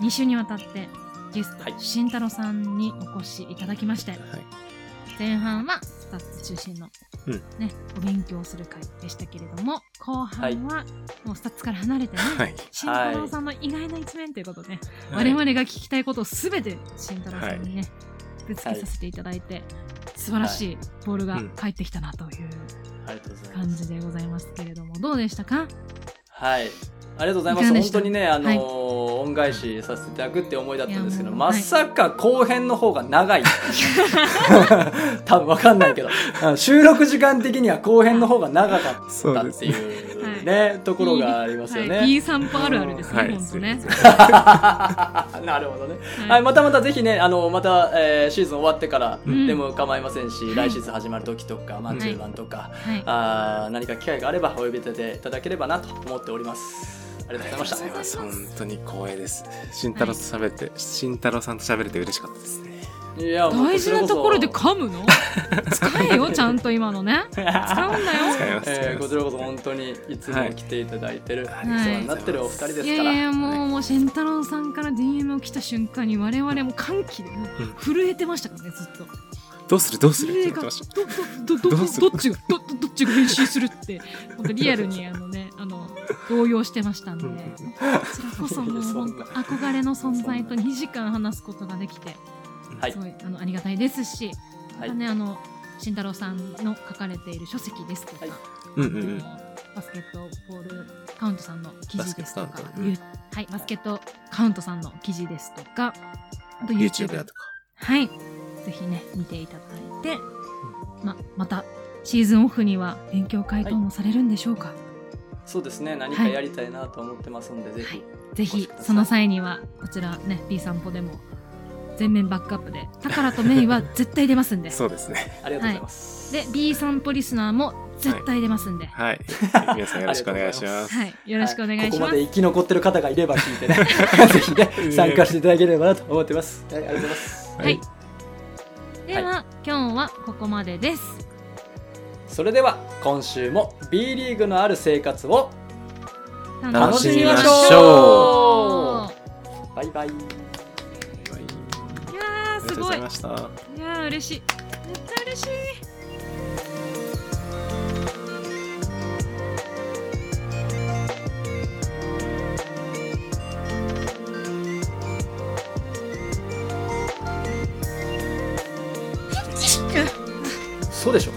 [SPEAKER 2] 2週にわたってゲスト、
[SPEAKER 1] はい
[SPEAKER 2] 慎太郎さんにお越しいただきまして
[SPEAKER 3] はい。
[SPEAKER 2] 前半はスタッフ中心の、
[SPEAKER 3] うん
[SPEAKER 2] ねお勉強する会でしたけれども後半はもうスタッフから離れてね、
[SPEAKER 3] はい。
[SPEAKER 2] 慎太郎さんの意外な一面ということで、我
[SPEAKER 3] はい
[SPEAKER 2] 々が聞きたいことをすべて慎太郎さんにね、ぶつけさせていただいて、素晴らしいボールが返ってきたなという
[SPEAKER 1] ありがとうございま
[SPEAKER 2] 感
[SPEAKER 1] す。
[SPEAKER 2] じでございますけれども、どうでしたか
[SPEAKER 1] はい、ありがとうございま
[SPEAKER 2] い
[SPEAKER 1] す。
[SPEAKER 2] かがで
[SPEAKER 1] 本
[SPEAKER 2] した
[SPEAKER 1] 当にね、あの
[SPEAKER 2] はい
[SPEAKER 1] ー恩返しさせていただくって思いだったんですけど、
[SPEAKER 2] いやもう
[SPEAKER 1] まさか後編の方が 長い。 多分わかんないけど、うん収録時間的には後編の方が長かっ
[SPEAKER 3] そ
[SPEAKER 1] た
[SPEAKER 3] う
[SPEAKER 1] って
[SPEAKER 3] です
[SPEAKER 1] い
[SPEAKER 3] ね。
[SPEAKER 1] うね、ところがありますよね。
[SPEAKER 2] はい、いい散歩あるあるですね、
[SPEAKER 3] はい
[SPEAKER 2] 本当ね。
[SPEAKER 1] なるほどね。
[SPEAKER 2] はい
[SPEAKER 1] はい、またまたぜひね、あの、また、えーシーズン終わってから
[SPEAKER 2] うん
[SPEAKER 1] でも構いませんし、
[SPEAKER 2] は
[SPEAKER 1] 来
[SPEAKER 2] い
[SPEAKER 1] シーズン始まる時とか、まあ、
[SPEAKER 2] はい
[SPEAKER 1] 中盤とか、
[SPEAKER 2] はい
[SPEAKER 1] あー何か機会があればお呼び立ていただければなと思っております。ありがとうございました。
[SPEAKER 3] 本当に光栄です。慎太郎と喋って、慎太郎さんと喋れて嬉しかったですね。
[SPEAKER 1] いやもう
[SPEAKER 2] 大事なところで
[SPEAKER 1] こ
[SPEAKER 2] 噛むの使えよちゃんと今のね
[SPEAKER 1] ち
[SPEAKER 2] 使
[SPEAKER 1] らこ
[SPEAKER 2] うんだ
[SPEAKER 3] 使い
[SPEAKER 2] よ
[SPEAKER 3] ます。使
[SPEAKER 1] え
[SPEAKER 3] い
[SPEAKER 1] ー
[SPEAKER 3] ま
[SPEAKER 1] こ
[SPEAKER 3] す
[SPEAKER 1] ちらこそ本当にいつも来ていただいてる、
[SPEAKER 3] はい
[SPEAKER 1] お世話になってるお二人です
[SPEAKER 2] い
[SPEAKER 1] か
[SPEAKER 2] や
[SPEAKER 1] ら
[SPEAKER 2] いやもうもう慎太郎さんから DM を来た瞬間に我々も歓喜でもう震えてましたからねずっと。
[SPEAKER 3] どうするどうするって
[SPEAKER 2] 震え
[SPEAKER 3] 言
[SPEAKER 2] が
[SPEAKER 3] って
[SPEAKER 2] ど
[SPEAKER 3] ました。
[SPEAKER 2] どどど
[SPEAKER 3] ど
[SPEAKER 2] ど
[SPEAKER 3] うする
[SPEAKER 2] どっちがどどどっちが編集するって本当リアルにあのねあの動揺してましたんで
[SPEAKER 3] うん
[SPEAKER 2] こちらこそもう
[SPEAKER 1] いやそ
[SPEAKER 2] 本
[SPEAKER 1] ん
[SPEAKER 2] 当
[SPEAKER 1] な
[SPEAKER 2] 憧れの存在と2時間話すことができて
[SPEAKER 1] はい
[SPEAKER 2] すごいあのありがたいですしま
[SPEAKER 1] は
[SPEAKER 2] た
[SPEAKER 1] い
[SPEAKER 2] ねあの慎太郎さんの書かれている書籍ですとか
[SPEAKER 1] はい
[SPEAKER 3] うん
[SPEAKER 2] あ
[SPEAKER 3] うんうん。
[SPEAKER 2] のバスケットボールカウントさんの記事ですと
[SPEAKER 3] バスケットカ
[SPEAKER 2] か
[SPEAKER 3] ウントうん
[SPEAKER 2] ゆはいバスケットカウントさんの記事ですとかあと
[SPEAKER 3] YouTube だとか。
[SPEAKER 2] はい。ぜひね、見ていただいて、ま、また、シーズンオフには勉強会等もされるんでしょうか、は
[SPEAKER 1] そうですね何かやりたいなと思ってますんで、
[SPEAKER 2] い
[SPEAKER 1] ぜひ、
[SPEAKER 2] ぜ
[SPEAKER 1] お越
[SPEAKER 2] ひ
[SPEAKER 1] しくだ、さい
[SPEAKER 2] その際には、こちらね、B 散歩でも、全面バックアップで、タカラとメイは絶対出ますんで。
[SPEAKER 3] そうですね。
[SPEAKER 1] ありがとうございます、
[SPEAKER 2] で、B 散歩リスナーも絶対出ますんで。は
[SPEAKER 3] はい。皆さんよろしくお願いしま
[SPEAKER 2] い。
[SPEAKER 3] す。
[SPEAKER 2] よろしくお願いしま
[SPEAKER 1] こ
[SPEAKER 2] す。
[SPEAKER 1] こまで生き残ってる方がいれば聞いてねぜひね参加していただければなと思ってます、はい、ありがとうございます
[SPEAKER 2] はい。では、今日はここまでです。
[SPEAKER 1] それでは今週も B リーグのある生活を
[SPEAKER 3] 楽しみ
[SPEAKER 1] ましょバイバイ
[SPEAKER 3] はい。
[SPEAKER 2] いや
[SPEAKER 3] あ
[SPEAKER 2] ー
[SPEAKER 3] りがと
[SPEAKER 2] す
[SPEAKER 3] うご
[SPEAKER 2] ご
[SPEAKER 3] ざ
[SPEAKER 2] い。
[SPEAKER 3] い
[SPEAKER 2] い
[SPEAKER 3] ました。
[SPEAKER 2] やー嬉しい。めっちゃ嬉しい。
[SPEAKER 1] そうでしょ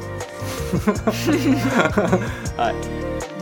[SPEAKER 1] はい